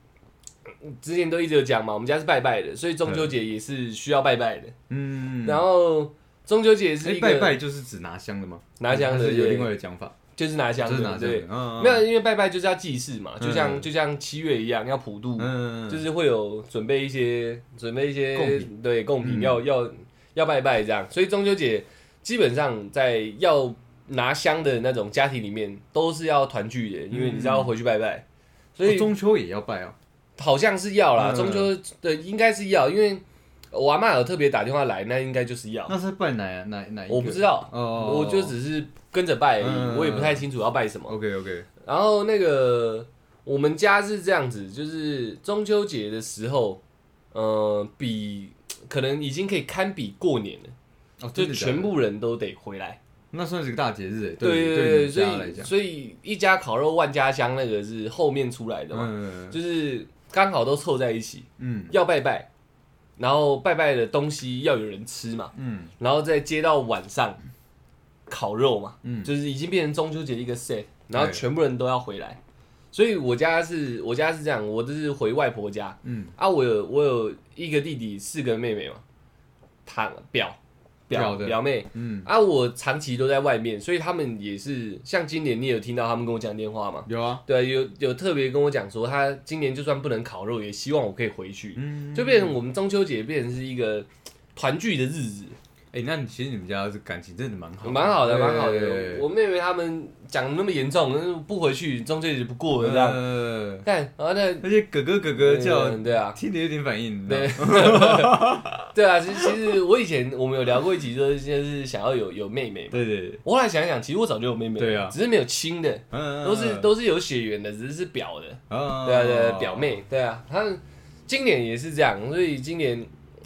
[SPEAKER 1] 之前都一直有讲嘛，我们家是拜拜的，所以中秋节也是需要拜拜的。
[SPEAKER 3] 嗯，
[SPEAKER 1] 然后中秋节
[SPEAKER 3] 哎
[SPEAKER 1] 是一个
[SPEAKER 3] 拜拜就是指拿香的吗？
[SPEAKER 1] 拿香的
[SPEAKER 3] 还是有
[SPEAKER 1] 对
[SPEAKER 3] 另外的讲法，
[SPEAKER 1] 就是拿香
[SPEAKER 3] 就
[SPEAKER 1] 的，
[SPEAKER 3] 是拿香
[SPEAKER 1] 对
[SPEAKER 3] 的。，嗯
[SPEAKER 1] 没有，，因为拜拜就是要祭祀嘛，
[SPEAKER 3] 嗯
[SPEAKER 1] 就像就像七月一样要普渡，
[SPEAKER 3] 嗯，嗯
[SPEAKER 1] 就是会有准备一些准备一些
[SPEAKER 3] 贡品
[SPEAKER 1] 对贡品
[SPEAKER 3] 嗯
[SPEAKER 1] 要要要拜拜这样，所以中秋节基本上在要拿香的那种家庭里面都是要团聚的，因为你是要回去拜拜，所
[SPEAKER 3] 哦
[SPEAKER 1] 以
[SPEAKER 3] 中秋也要拜哦。
[SPEAKER 1] 好像是要啦，
[SPEAKER 3] 嗯
[SPEAKER 1] 中秋的应该是要，因为我阿妈有特别打电话来，那应该就是要，
[SPEAKER 3] 那是拜哪哪哪一个？
[SPEAKER 1] 我不知道，
[SPEAKER 3] 哦，
[SPEAKER 1] 我就只是跟着拜而
[SPEAKER 3] 嗯
[SPEAKER 1] 已，我也不太清楚要拜什么。
[SPEAKER 3] OK OK，
[SPEAKER 1] 然后那个我们家是这样子，就是中秋节的时候，呃，比可能已经可以堪比过年了，
[SPEAKER 3] 哦，真
[SPEAKER 1] 就
[SPEAKER 3] 的假的
[SPEAKER 1] 全部人都得回来。
[SPEAKER 3] 那算是个大节日，欸
[SPEAKER 1] 对
[SPEAKER 3] 对
[SPEAKER 1] 对，
[SPEAKER 3] 你
[SPEAKER 1] 所
[SPEAKER 3] 家来
[SPEAKER 1] 以
[SPEAKER 3] 讲，
[SPEAKER 1] 所以一家烤肉万家香那个是后面出来的嘛，
[SPEAKER 3] 嗯
[SPEAKER 1] 就是刚好都凑在一起，
[SPEAKER 3] 嗯
[SPEAKER 1] 要拜拜，然后拜拜的东西要有人吃嘛，
[SPEAKER 3] 嗯
[SPEAKER 1] 然后再接到晚上烤肉嘛，
[SPEAKER 3] 嗯
[SPEAKER 1] 就是已经变成中秋节一个 set，然后
[SPEAKER 3] 对
[SPEAKER 1] 全部人都要回来。所以我家是我家是这样，我就是回外婆家
[SPEAKER 3] 嗯，
[SPEAKER 1] 啊，我有我有一个弟弟，四个妹妹嘛，堂表表
[SPEAKER 3] 表的
[SPEAKER 1] 表妹
[SPEAKER 3] 嗯，
[SPEAKER 1] 啊，我长期都在外面，所以他们也是像今年你有听到他们跟我讲电话嘛？
[SPEAKER 3] 有啊，
[SPEAKER 1] 对啊，有有特别跟我讲说，他今年就算不能烤肉，也希望我可以回去，
[SPEAKER 3] 嗯，
[SPEAKER 1] 就变成我们中秋节变成是一个团聚的日子。
[SPEAKER 3] 哎、那你其实你们家这感情真的蛮好的，
[SPEAKER 1] 蛮好的，蛮好的
[SPEAKER 3] 对。
[SPEAKER 1] 我妹妹他们讲那么严重，不回去中秋节不过了这样。
[SPEAKER 3] 呃，
[SPEAKER 1] 干，然后那
[SPEAKER 3] 而且哥哥哥哥叫，
[SPEAKER 1] 嗯对啊，
[SPEAKER 3] 听着有点反应，你知道吗
[SPEAKER 1] 对，对啊。其实其实我以前我们有聊过一集，就是就是想要有有妹妹嘛。
[SPEAKER 3] 对对对，
[SPEAKER 1] 我后来想一想，其实我早就有妹妹了，
[SPEAKER 3] 对啊
[SPEAKER 1] 只是没有亲的，
[SPEAKER 3] 嗯，
[SPEAKER 1] 都是都是有血缘的，只是是表的。
[SPEAKER 3] 啊
[SPEAKER 1] 对啊，对啊，表，妹，对啊，她今年也是这样，所以今年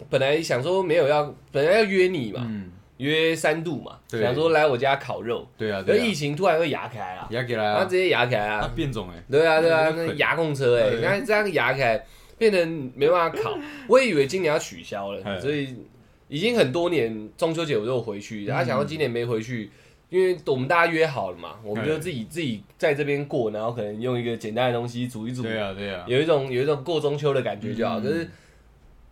[SPEAKER 1] 本来想说没有要，本来要约你嘛，
[SPEAKER 3] 嗯，
[SPEAKER 1] 约三度嘛，
[SPEAKER 3] 对
[SPEAKER 1] 想说来我家烤肉，
[SPEAKER 3] 对啊，
[SPEAKER 1] 那
[SPEAKER 3] 对
[SPEAKER 1] 疫
[SPEAKER 3] 啊，
[SPEAKER 1] 情突然又压开了，
[SPEAKER 3] 压给来
[SPEAKER 1] 然后
[SPEAKER 3] 啊
[SPEAKER 1] 直，接压开
[SPEAKER 3] 啊
[SPEAKER 1] 啊，
[SPEAKER 3] 变种哎，
[SPEAKER 1] 对啊，对啊，
[SPEAKER 3] 那
[SPEAKER 1] 那
[SPEAKER 3] 就很
[SPEAKER 1] 压控车哎，
[SPEAKER 3] 对
[SPEAKER 1] 你看这样压开，变成没办法烤，我也以为今年要取消了，
[SPEAKER 3] 哎
[SPEAKER 1] 所以已经很多年中秋节我都有回去，
[SPEAKER 3] 嗯
[SPEAKER 1] 然后想到今年没回去。因为我们大家约好了嘛，我们就
[SPEAKER 3] 哎
[SPEAKER 1] 自己自己在这边过，然后可能用一个简单的东西煮一煮，
[SPEAKER 3] 对啊对啊，
[SPEAKER 1] 有一种有一种过中秋的感觉就好。
[SPEAKER 3] 嗯
[SPEAKER 1] 可是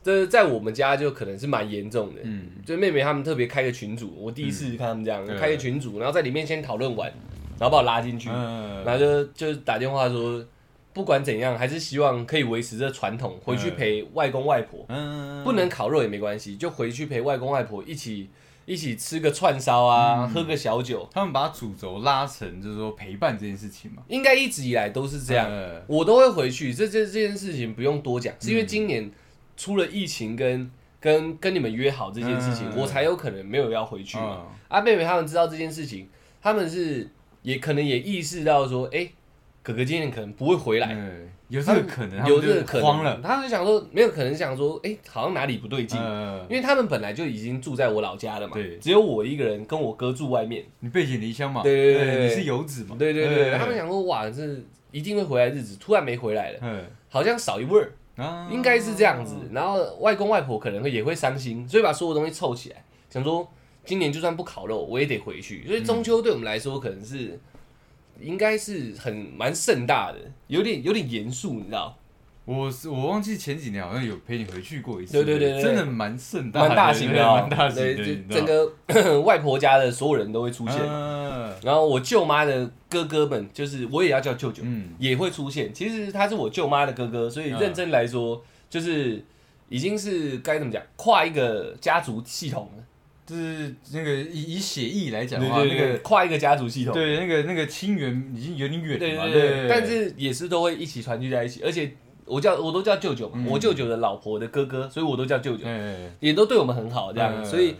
[SPEAKER 1] 这在我们家就可能是蛮严重的，
[SPEAKER 3] 嗯，
[SPEAKER 1] 就妹妹他们特别开个群组，我第一次看他们这样、
[SPEAKER 3] 对
[SPEAKER 1] 开个群组，然后在里面先讨论完，然后把我拉进去，
[SPEAKER 3] 嗯，
[SPEAKER 1] 然后就就打电话说，不管怎样，还是希望可以维持这传统，回去陪外公外婆，
[SPEAKER 3] 嗯，
[SPEAKER 1] 不能烤肉也没关系，就回去陪外公外婆一起一起吃个串烧
[SPEAKER 3] 嗯
[SPEAKER 1] 啊，喝个小酒，
[SPEAKER 3] 他们把主轴拉成就是说陪伴这件事情嘛，
[SPEAKER 1] 应该一直以来都是这样。
[SPEAKER 3] 呃
[SPEAKER 1] 我都会回去。这这这件事情不用多讲，是因为今年出了疫情跟跟跟你们约好这件事情，
[SPEAKER 3] 嗯
[SPEAKER 1] 我才有可能没有要回去嘛。
[SPEAKER 3] 嗯
[SPEAKER 1] 啊，妹妹他们知道这件事情，他们是也可能也意识到说，哎、哥哥今年可能不会回来，
[SPEAKER 3] 对有这个可能，
[SPEAKER 1] 有这个
[SPEAKER 3] 他
[SPEAKER 1] 可
[SPEAKER 3] 们就
[SPEAKER 1] 能，
[SPEAKER 3] 慌了，
[SPEAKER 1] 他们就想说没有可能，想说，哎、好像哪里不对劲。
[SPEAKER 3] 呃，
[SPEAKER 1] 因为他们本来就已经住在我老家了嘛，
[SPEAKER 3] 对
[SPEAKER 1] 只有我一个人跟我哥住外面，
[SPEAKER 3] 你背井离乡嘛，
[SPEAKER 1] 对对对
[SPEAKER 3] 呃
[SPEAKER 1] 对对
[SPEAKER 3] 你是游子嘛，
[SPEAKER 1] 对对对，
[SPEAKER 3] 呃
[SPEAKER 1] 他们想说哇，这一定会回来的日子，突然没回来了，
[SPEAKER 3] 呃
[SPEAKER 1] 好像少一味儿，
[SPEAKER 3] 啊
[SPEAKER 1] 应该是这样子。然后外公外婆可能会也会伤心，所以把所有东西凑起来，想说今年就算不烤肉，我也得回去。所以
[SPEAKER 3] 嗯
[SPEAKER 1] 中秋对我们来说，可能是应该是很蛮盛大的，有点有点严肃，你知道？
[SPEAKER 3] 我是我忘记前几年好像有陪你回去过一次，
[SPEAKER 1] 对对对对
[SPEAKER 3] 真的蛮盛大的，
[SPEAKER 1] 蛮大型的、哦，
[SPEAKER 3] 蛮大型
[SPEAKER 1] 对，
[SPEAKER 3] 的，你
[SPEAKER 1] 就
[SPEAKER 3] 知道
[SPEAKER 1] 整个 外婆家的所有人都会出现。
[SPEAKER 3] 嗯
[SPEAKER 1] 然后我舅妈的哥哥们，就是我也要叫舅舅，
[SPEAKER 3] 嗯
[SPEAKER 1] 也会出现。其实他是我舅妈的哥哥，所以认真来说，就是已经是该怎么讲，跨一个家族系统了。
[SPEAKER 3] 就是那个以以血意来讲的
[SPEAKER 1] 对
[SPEAKER 3] 话，
[SPEAKER 1] 对
[SPEAKER 3] 那
[SPEAKER 1] 对，
[SPEAKER 3] 个
[SPEAKER 1] 跨一个家族系统。
[SPEAKER 3] 对那个那个亲缘已经有点远
[SPEAKER 1] 对
[SPEAKER 3] 了嘛，
[SPEAKER 1] 对
[SPEAKER 3] 对
[SPEAKER 1] 对，但是也是都会一起团聚在一起，而且我叫我都叫舅舅嘛，
[SPEAKER 3] 嗯
[SPEAKER 1] 我舅舅的老婆的哥哥，所以我都叫舅舅，
[SPEAKER 3] 哎
[SPEAKER 1] 也都对我们很好这样，
[SPEAKER 3] 嗯
[SPEAKER 1] 所以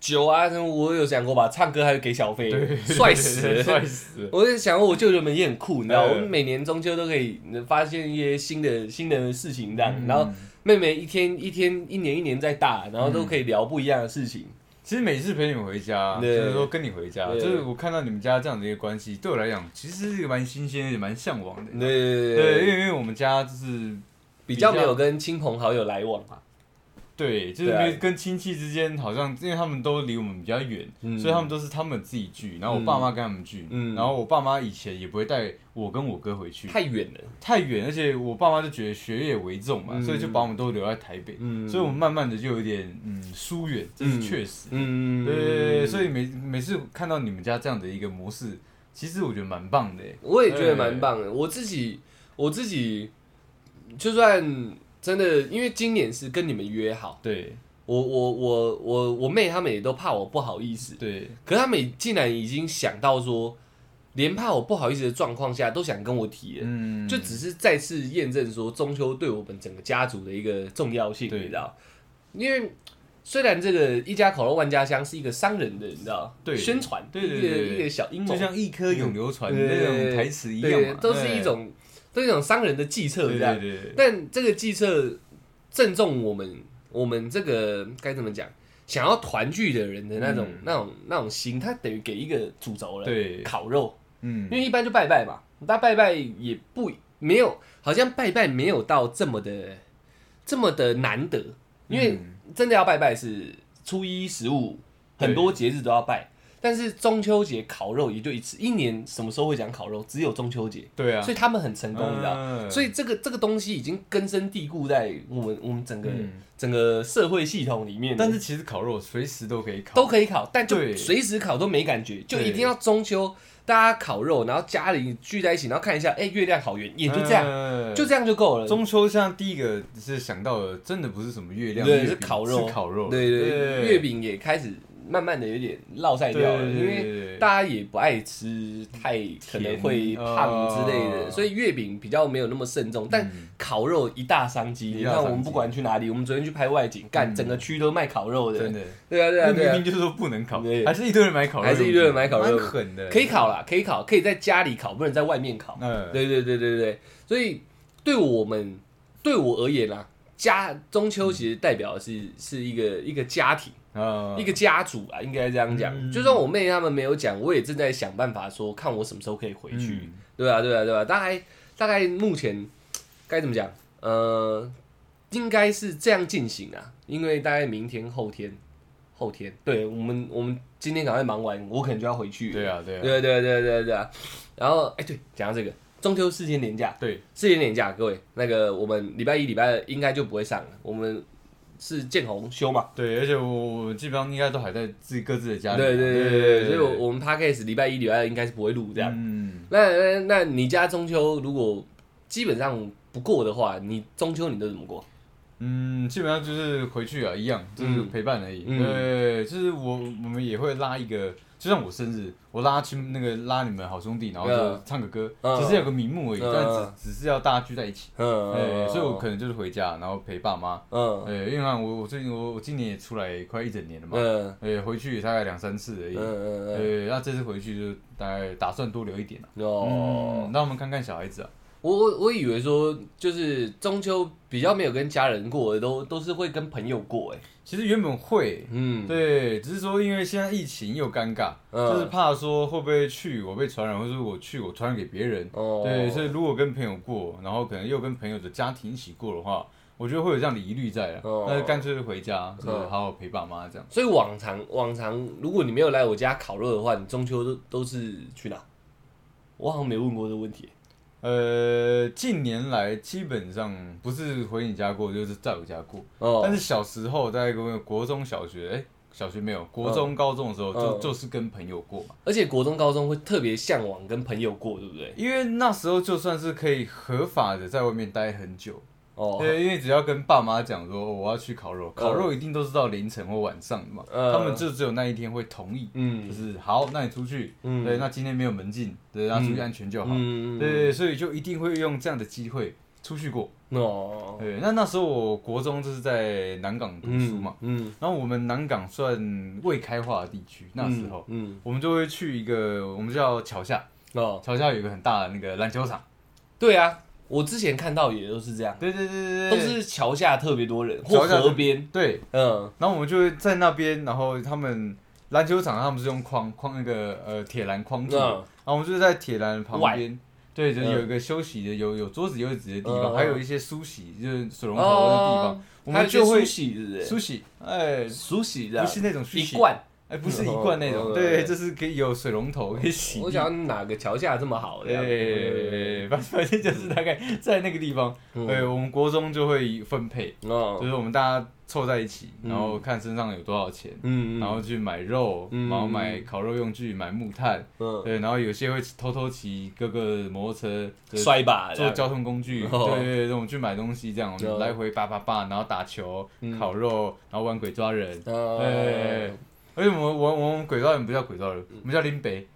[SPEAKER 1] 酒啊什么，我有想过吧，唱歌还会给小费
[SPEAKER 3] 对对，
[SPEAKER 1] 帅死
[SPEAKER 3] 对对对
[SPEAKER 1] 了。
[SPEAKER 3] 帅死了，
[SPEAKER 1] 我在想，我舅舅们也很酷，你知道，
[SPEAKER 3] 嗯
[SPEAKER 1] 我们每年中秋都可以发现一些新的新的事情这样，
[SPEAKER 3] 嗯
[SPEAKER 1] 然后妹妹一天一天一年一年在大，然后都可以聊不一样的事情。
[SPEAKER 3] 其实每次陪你们回家，就
[SPEAKER 1] 对
[SPEAKER 3] 是说跟你回家，
[SPEAKER 1] 对
[SPEAKER 3] 就是我看到你们家这样的一个关系，对我来讲其实是一个蛮新鲜也蛮向往的。
[SPEAKER 1] 嗯对对对
[SPEAKER 3] 对，因为
[SPEAKER 1] 对，
[SPEAKER 3] 因为我们家就是
[SPEAKER 1] 比较没有跟亲朋好友来往嘛。
[SPEAKER 3] 对，就是
[SPEAKER 1] 对啊
[SPEAKER 3] 跟跟亲戚之间好像，因为他们都离我们比较远，
[SPEAKER 1] 嗯
[SPEAKER 3] 所以他们都是他们自己聚，然后我爸妈跟他们聚，
[SPEAKER 1] 嗯
[SPEAKER 3] 然后我爸妈以前也不会带我跟我哥回去，
[SPEAKER 1] 太远了。
[SPEAKER 3] 太远，而且我爸妈就觉得学业为重嘛，
[SPEAKER 1] 嗯
[SPEAKER 3] 所以就把我们都留在台北，
[SPEAKER 1] 嗯
[SPEAKER 3] 所以我们慢慢的就有点嗯疏远，这是确实，
[SPEAKER 1] 嗯，
[SPEAKER 3] 对对对，所以每每次看到你们家这样的一个模式，其实我觉得蛮棒的耶，
[SPEAKER 1] 我也觉得蛮棒的。我自己我自己就算真的，因为今年是跟你们约好，
[SPEAKER 3] 对
[SPEAKER 1] 我我我我我妹他们也都怕我不好意思，
[SPEAKER 3] 对，
[SPEAKER 1] 可是他们竟然已经想到说，连怕我不好意思的状况下都想跟我提了。
[SPEAKER 3] 嗯，
[SPEAKER 1] 就只是再次验证说中秋对我们整个家族的一个重要性，
[SPEAKER 3] 对
[SPEAKER 1] 你知道？因为虽然这个一家烤肉万家香是一个商人的，你知道，
[SPEAKER 3] 对
[SPEAKER 1] 宣传，
[SPEAKER 3] 对对对
[SPEAKER 1] 一个
[SPEAKER 3] 对
[SPEAKER 1] 一个小阴谋，嗯
[SPEAKER 3] 就像一颗永流传的
[SPEAKER 1] 对对
[SPEAKER 3] 那
[SPEAKER 1] 对
[SPEAKER 3] 种台词一样
[SPEAKER 1] 对
[SPEAKER 3] 嘛，，
[SPEAKER 1] 都是
[SPEAKER 3] 哎
[SPEAKER 1] 一种都是一种商人的计策这
[SPEAKER 3] 对对
[SPEAKER 1] 样。
[SPEAKER 3] 对。对
[SPEAKER 1] 但这个计策正中我们我们这个该怎么讲，想要团聚的人的那种、
[SPEAKER 3] 嗯
[SPEAKER 1] 那种那种心，他等于给一个主轴了。
[SPEAKER 3] 对
[SPEAKER 1] 烤肉，
[SPEAKER 3] 嗯
[SPEAKER 1] 因，为一般就拜拜嘛，那拜拜也不没有，好像拜拜没有到这么的这么的难得，因为
[SPEAKER 3] 嗯
[SPEAKER 1] 真的要拜拜是初一十五，
[SPEAKER 3] 对
[SPEAKER 1] 很多节日都要拜。但是中秋节烤肉也就一次，一年什么时候会讲烤肉？只有中秋节。
[SPEAKER 3] 对啊，
[SPEAKER 1] 所以他们很成功，你知道。
[SPEAKER 3] 嗯
[SPEAKER 1] 所以这个这个东西已经根深蒂固在我们我们整个、
[SPEAKER 3] 嗯
[SPEAKER 1] 整个社会系统里面了，
[SPEAKER 3] 但是其实烤肉随时都可以烤，
[SPEAKER 1] 都可以烤，但就
[SPEAKER 3] 对
[SPEAKER 1] 随时烤都没感觉，就
[SPEAKER 3] 对
[SPEAKER 1] 一定要中秋大家烤肉，然后家里聚在一起，然后看一下，哎、月亮好圆，也就这样，
[SPEAKER 3] 嗯
[SPEAKER 1] 就这样就够了。
[SPEAKER 3] 中秋像第一个是想到的，真的不是什么月亮，
[SPEAKER 1] 对
[SPEAKER 3] 月饼
[SPEAKER 1] 是烤肉
[SPEAKER 3] 是烤肉，
[SPEAKER 1] 对对对，月饼也开始慢慢的有点落晒
[SPEAKER 3] 对
[SPEAKER 1] 掉了，
[SPEAKER 3] 对
[SPEAKER 1] 因为
[SPEAKER 3] 对对，
[SPEAKER 1] 大家也不爱吃太可能会胖之类
[SPEAKER 3] 甜
[SPEAKER 1] 的，
[SPEAKER 3] 哦
[SPEAKER 1] 所以月饼比较没有那么慎重，但烤肉一大商机。
[SPEAKER 3] 一
[SPEAKER 1] 你
[SPEAKER 3] 大
[SPEAKER 1] 看
[SPEAKER 3] 商机嗯
[SPEAKER 1] 我们不管去哪里，我们昨天去拍外景，干整个区都卖烤肉的，
[SPEAKER 3] 真的，
[SPEAKER 1] 对啊对啊
[SPEAKER 3] 那
[SPEAKER 1] 对
[SPEAKER 3] 明
[SPEAKER 1] 啊
[SPEAKER 3] 明，就是说不能烤
[SPEAKER 1] 对，
[SPEAKER 3] 还是一堆人买烤肉，
[SPEAKER 1] 还是一堆人买烤肉
[SPEAKER 3] 蛮狠的，
[SPEAKER 1] 可以烤啦，可以烤，可以在家里烤，不能在外面烤。
[SPEAKER 3] 嗯，
[SPEAKER 1] 对对对对对，所以对我们对我而言啦，家中秋其实代表的是是一个一个家庭。
[SPEAKER 3] 嗯，
[SPEAKER 1] 一个家族啊，应该这样讲。
[SPEAKER 3] 嗯
[SPEAKER 1] 就算我妹他们没有讲，我也正在想办法说，看我什么时候可以回去。
[SPEAKER 3] 嗯
[SPEAKER 1] 对啊，对啊，对啊，大概大概目前该怎么讲？呃，应该是这样进行啊，因为大概明天、后天、后天，对我们我们今天赶快忙完，我可能就要回去。
[SPEAKER 3] 对啊，对啊，
[SPEAKER 1] 对啊，对啊，对啊，对啊，对啊。然后，哎，对，讲到这个中秋四天连假，
[SPEAKER 3] 对，
[SPEAKER 1] 四天连假，各位，那个我们礼拜一、礼拜二应该就不会上了，我们是见红休嘛。
[SPEAKER 3] 对，而且我我基本上应该都还在自己各自的家里嘛，啊
[SPEAKER 1] 对对对对对，所以我我们 podcast 礼拜一、礼拜二应该是不会录这样。
[SPEAKER 3] 嗯，
[SPEAKER 1] 那那那你家中秋如果基本上不过的话，你中秋你都怎么过？
[SPEAKER 3] 嗯，基本上就是回去啊，一样，就是
[SPEAKER 1] 嗯
[SPEAKER 3] 陪伴而已。
[SPEAKER 1] 嗯
[SPEAKER 3] 对，就是我我们也会拉一个，就像我生日，我拉亲那个拉你们好兄弟，然后就
[SPEAKER 1] 嗯
[SPEAKER 3] 唱个歌，
[SPEAKER 1] 嗯
[SPEAKER 3] 只是有个名目而已，
[SPEAKER 1] 嗯
[SPEAKER 3] 但只只是要大家聚在一起。
[SPEAKER 1] 嗯，
[SPEAKER 3] 对，
[SPEAKER 1] 嗯
[SPEAKER 3] 所以我可能就是回家，然后陪爸妈。
[SPEAKER 1] 嗯
[SPEAKER 3] 对，因为我我最近我我今年也出来快一整年了嘛，
[SPEAKER 1] 嗯
[SPEAKER 3] 对，回去也大概两三次而
[SPEAKER 1] 嗯
[SPEAKER 3] 已。
[SPEAKER 1] 嗯嗯
[SPEAKER 3] 对，那这次回去就大概打算多留一点啊。
[SPEAKER 1] 嗯哦
[SPEAKER 3] 哦，，那我们看看小孩子啊。
[SPEAKER 1] 我我我以为说就是中秋比较没有跟家人过的，都都是会跟朋友过哎。
[SPEAKER 3] 其实原本会，
[SPEAKER 1] 嗯，
[SPEAKER 3] 对，只是说因为现在疫情又尴尬，
[SPEAKER 1] 嗯
[SPEAKER 3] 就是怕说会不会去我被传染，或者我去我传染给别人。
[SPEAKER 1] 哦，
[SPEAKER 3] 对，所以如果跟朋友过，然后可能又跟朋友的家庭一起过的话，我觉得会有这样的疑虑在啊。
[SPEAKER 1] 哦
[SPEAKER 3] 那就干脆就回家，就是
[SPEAKER 1] 嗯
[SPEAKER 3] 好好陪爸妈这样。
[SPEAKER 1] 所以往常往常，如果你没有来我家烤肉的话，你中秋都都是去哪？我好像没问过这个问题。
[SPEAKER 3] 呃，近年来基本上不是回你家过，就是在我家过。
[SPEAKER 1] 哦，
[SPEAKER 3] 但是小时候在国国中小学，哎、小学没有，国中、高中的时候就、
[SPEAKER 1] 嗯
[SPEAKER 3] 就是跟朋友过嘛。
[SPEAKER 1] 而且国中、高中会特别向往跟朋友过，对不对？
[SPEAKER 3] 因为那时候就算是可以合法的在外面待很久，
[SPEAKER 1] 哦，
[SPEAKER 3] 对，因为只要跟爸妈讲说、哦我要去烤肉，烤肉一定都是到凌晨或晚上的嘛，
[SPEAKER 1] 嗯
[SPEAKER 3] 他们就只有那一天会同意，就
[SPEAKER 1] 嗯
[SPEAKER 3] 是好，那你出去，
[SPEAKER 1] 嗯
[SPEAKER 3] 对，那今天没有门禁，对，那出去安全就好，
[SPEAKER 1] 嗯，
[SPEAKER 3] 对，所以就一定会用这样的机会出去过，
[SPEAKER 1] 哦，
[SPEAKER 3] 对，那那时候我国中就是在南港读书嘛，
[SPEAKER 1] 嗯，
[SPEAKER 3] 然后我们南港算未开化的地区，那时候、
[SPEAKER 1] 嗯，
[SPEAKER 3] 我们就会去一个我们叫桥下，
[SPEAKER 1] 嗯哦，
[SPEAKER 3] 桥下有一个很大的那个篮球场。
[SPEAKER 1] 对啊，我之前看到也都是这样，
[SPEAKER 3] 对对对对，对
[SPEAKER 1] 都是桥下特别多人，或
[SPEAKER 3] 桥下
[SPEAKER 1] 河边，
[SPEAKER 3] 对。
[SPEAKER 1] 嗯，
[SPEAKER 3] 然后我们就会在那边，然后他们篮球场他们是用框框那个呃铁栏框住的，
[SPEAKER 1] 嗯
[SPEAKER 3] 然后我们就是在铁栏旁边，对，就是
[SPEAKER 1] 嗯
[SPEAKER 3] 有一个休息的有有桌子有椅子的地方，
[SPEAKER 1] 嗯
[SPEAKER 3] 还有一些梳洗就是水龙头的地方，
[SPEAKER 1] 哦
[SPEAKER 3] 我
[SPEAKER 1] 还有
[SPEAKER 3] 们
[SPEAKER 1] 一
[SPEAKER 3] 就
[SPEAKER 1] 些
[SPEAKER 3] 会
[SPEAKER 1] 梳洗，是不
[SPEAKER 3] 梳
[SPEAKER 1] 是？
[SPEAKER 3] 洗，哎。
[SPEAKER 1] 梳洗的
[SPEAKER 3] 不是那种梳
[SPEAKER 1] 一
[SPEAKER 3] 洗，
[SPEAKER 1] 罐，
[SPEAKER 3] 哎，不是一罐那种，
[SPEAKER 1] 哦
[SPEAKER 3] 对，
[SPEAKER 1] 对
[SPEAKER 3] 就是可以有水龙头可以洗。
[SPEAKER 1] 我想嗯哪个桥下这么好的？
[SPEAKER 3] 对，反反正就是大概在那个地方，
[SPEAKER 1] 嗯
[SPEAKER 3] 对，我们国中就会分配，
[SPEAKER 1] 哦
[SPEAKER 3] 就，是我们大家凑在一起，
[SPEAKER 1] 嗯
[SPEAKER 3] 然后看身上有多少钱，
[SPEAKER 1] 嗯，
[SPEAKER 3] 然后去买肉，
[SPEAKER 1] 嗯
[SPEAKER 3] 然后买烤肉用具，买木炭，
[SPEAKER 1] 嗯，
[SPEAKER 3] 对，然后有些会偷偷骑各个摩托车，就是
[SPEAKER 1] 摔把
[SPEAKER 3] 坐交通工具，
[SPEAKER 1] 哦
[SPEAKER 3] 对对对，我们去买东西，这样我们
[SPEAKER 1] 哦
[SPEAKER 3] 来回叭叭叭，然后打球、
[SPEAKER 1] 嗯
[SPEAKER 3] 烤肉，然后玩鬼抓人，对
[SPEAKER 1] 呃，，
[SPEAKER 3] 而且我们我我们鬼抓人不叫鬼抓人，我们叫林北，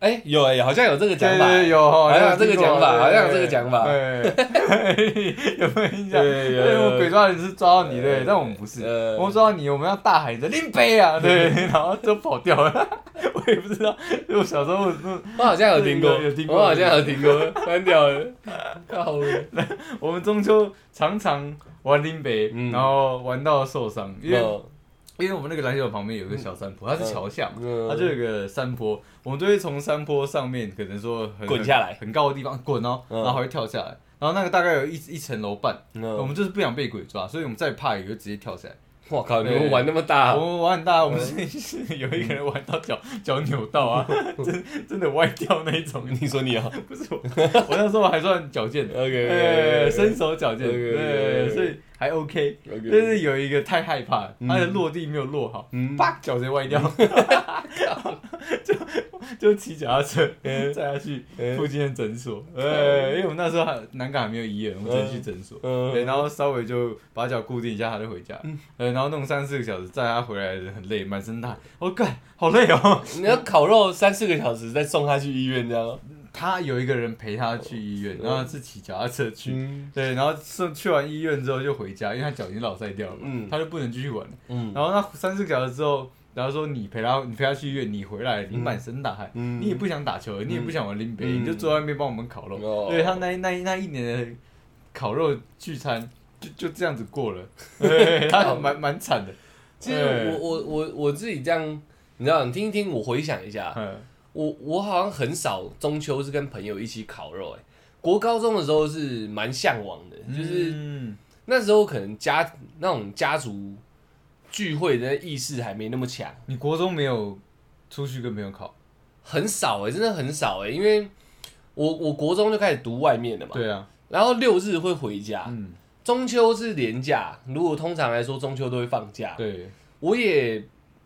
[SPEAKER 1] 哎，有哎，好像有这个讲
[SPEAKER 3] 对
[SPEAKER 1] 法，
[SPEAKER 3] 对有，好
[SPEAKER 1] 好像
[SPEAKER 3] 像
[SPEAKER 1] 有这个讲法好像有这个讲法
[SPEAKER 3] 对， 有没有印象？
[SPEAKER 1] 对有
[SPEAKER 3] 对，我
[SPEAKER 1] 有
[SPEAKER 3] 们鬼抓人是抓到你对
[SPEAKER 1] 呃，
[SPEAKER 3] 但我们不是，
[SPEAKER 1] 呃
[SPEAKER 3] 我们抓到你，我们要大喊着林北 啊，对，然后就跑掉了。 我也不知道，我小时候我是
[SPEAKER 1] 我好像有听过，
[SPEAKER 3] 有有听过
[SPEAKER 1] 我好像有听过，蛮屌的，靠了，
[SPEAKER 3] 我们中秋常常玩林北，
[SPEAKER 1] 嗯
[SPEAKER 3] 然后玩到受伤，因为
[SPEAKER 1] 嗯
[SPEAKER 3] 因为我们那个篮球场旁边有一个小山坡，它是桥下嘛，
[SPEAKER 1] 嗯
[SPEAKER 3] 它就有一个山坡，我们就会从山坡上面可能说很
[SPEAKER 1] 滚下来
[SPEAKER 3] 很高的地方滚哦，
[SPEAKER 1] 嗯
[SPEAKER 3] 然后还会跳下来，然后那个大概有一一层楼半，我
[SPEAKER 1] 嗯，
[SPEAKER 3] 们就是不想被鬼抓，所以我们再怕也就直接跳下来。
[SPEAKER 1] 我靠，你们玩那么大
[SPEAKER 3] 我，们玩很大，我们是有一个人玩到脚脚扭到 啊，真真的歪掉那一种。
[SPEAKER 1] 你说你啊
[SPEAKER 3] 不是我，我那时候还算矫健的，
[SPEAKER 1] ，OK，
[SPEAKER 3] 呃，身手矫健，
[SPEAKER 1] 对对对
[SPEAKER 3] 对，
[SPEAKER 1] 对
[SPEAKER 3] 所以还 OK，
[SPEAKER 1] OK
[SPEAKER 3] 但是有一个太害怕了，
[SPEAKER 1] 嗯
[SPEAKER 3] 他的落地没有落好，
[SPEAKER 1] 嗯
[SPEAKER 3] 啪脚直接歪掉， 就就骑脚踏车载他去
[SPEAKER 1] 嗯
[SPEAKER 3] 附近的诊所，哎，因为我们那时候还南港还没有医院，我们只能去诊所。对，
[SPEAKER 1] 嗯，
[SPEAKER 3] 然后稍微就把脚固定一下，他就回家。嗯，然后弄三四个小时，载他回来的很累，满身大汗。我、干，好累哦。
[SPEAKER 1] 你要烤肉三四个小时，再送他去医院这样。
[SPEAKER 3] 他有一个人陪他去医院，然后是骑脚踏车去。
[SPEAKER 1] 嗯
[SPEAKER 3] 对，然后送去完医院之后就回家，因为他脚已经老塞掉了嘛，
[SPEAKER 1] 嗯
[SPEAKER 3] 他就不能继续玩了。
[SPEAKER 1] 嗯
[SPEAKER 3] 然后那三四个小时之后，然后说你陪他，你陪他去医院，你回来，你满身大汗，
[SPEAKER 1] 嗯
[SPEAKER 3] 你也不想打球，你也不想玩林北，
[SPEAKER 1] 嗯
[SPEAKER 3] 你就坐在那边帮我们烤肉。
[SPEAKER 1] 哦
[SPEAKER 3] 对他那那那一年的烤肉聚餐就就这样子 过了，对他蛮蛮惨的。
[SPEAKER 1] 其实
[SPEAKER 3] 哎
[SPEAKER 1] 我我我我自己这样，你知道，你听一听，我回想一下，
[SPEAKER 3] 嗯，
[SPEAKER 1] 我我好像很少中秋是跟朋友一起烤肉、欸，国高中的时候是蛮向往的，就是
[SPEAKER 3] 嗯
[SPEAKER 1] 那时候可能家那种家族聚会的意识还没那么强，
[SPEAKER 3] 你国中没有出去跟朋友烤，
[SPEAKER 1] 很少哎、真的很少哎、因为我我国中就开始读外面了嘛，
[SPEAKER 3] 对啊，
[SPEAKER 1] 然后六日会回家，
[SPEAKER 3] 嗯，
[SPEAKER 1] 中秋是连假，如果通常来说中秋都会放假，
[SPEAKER 3] 对，
[SPEAKER 1] 我也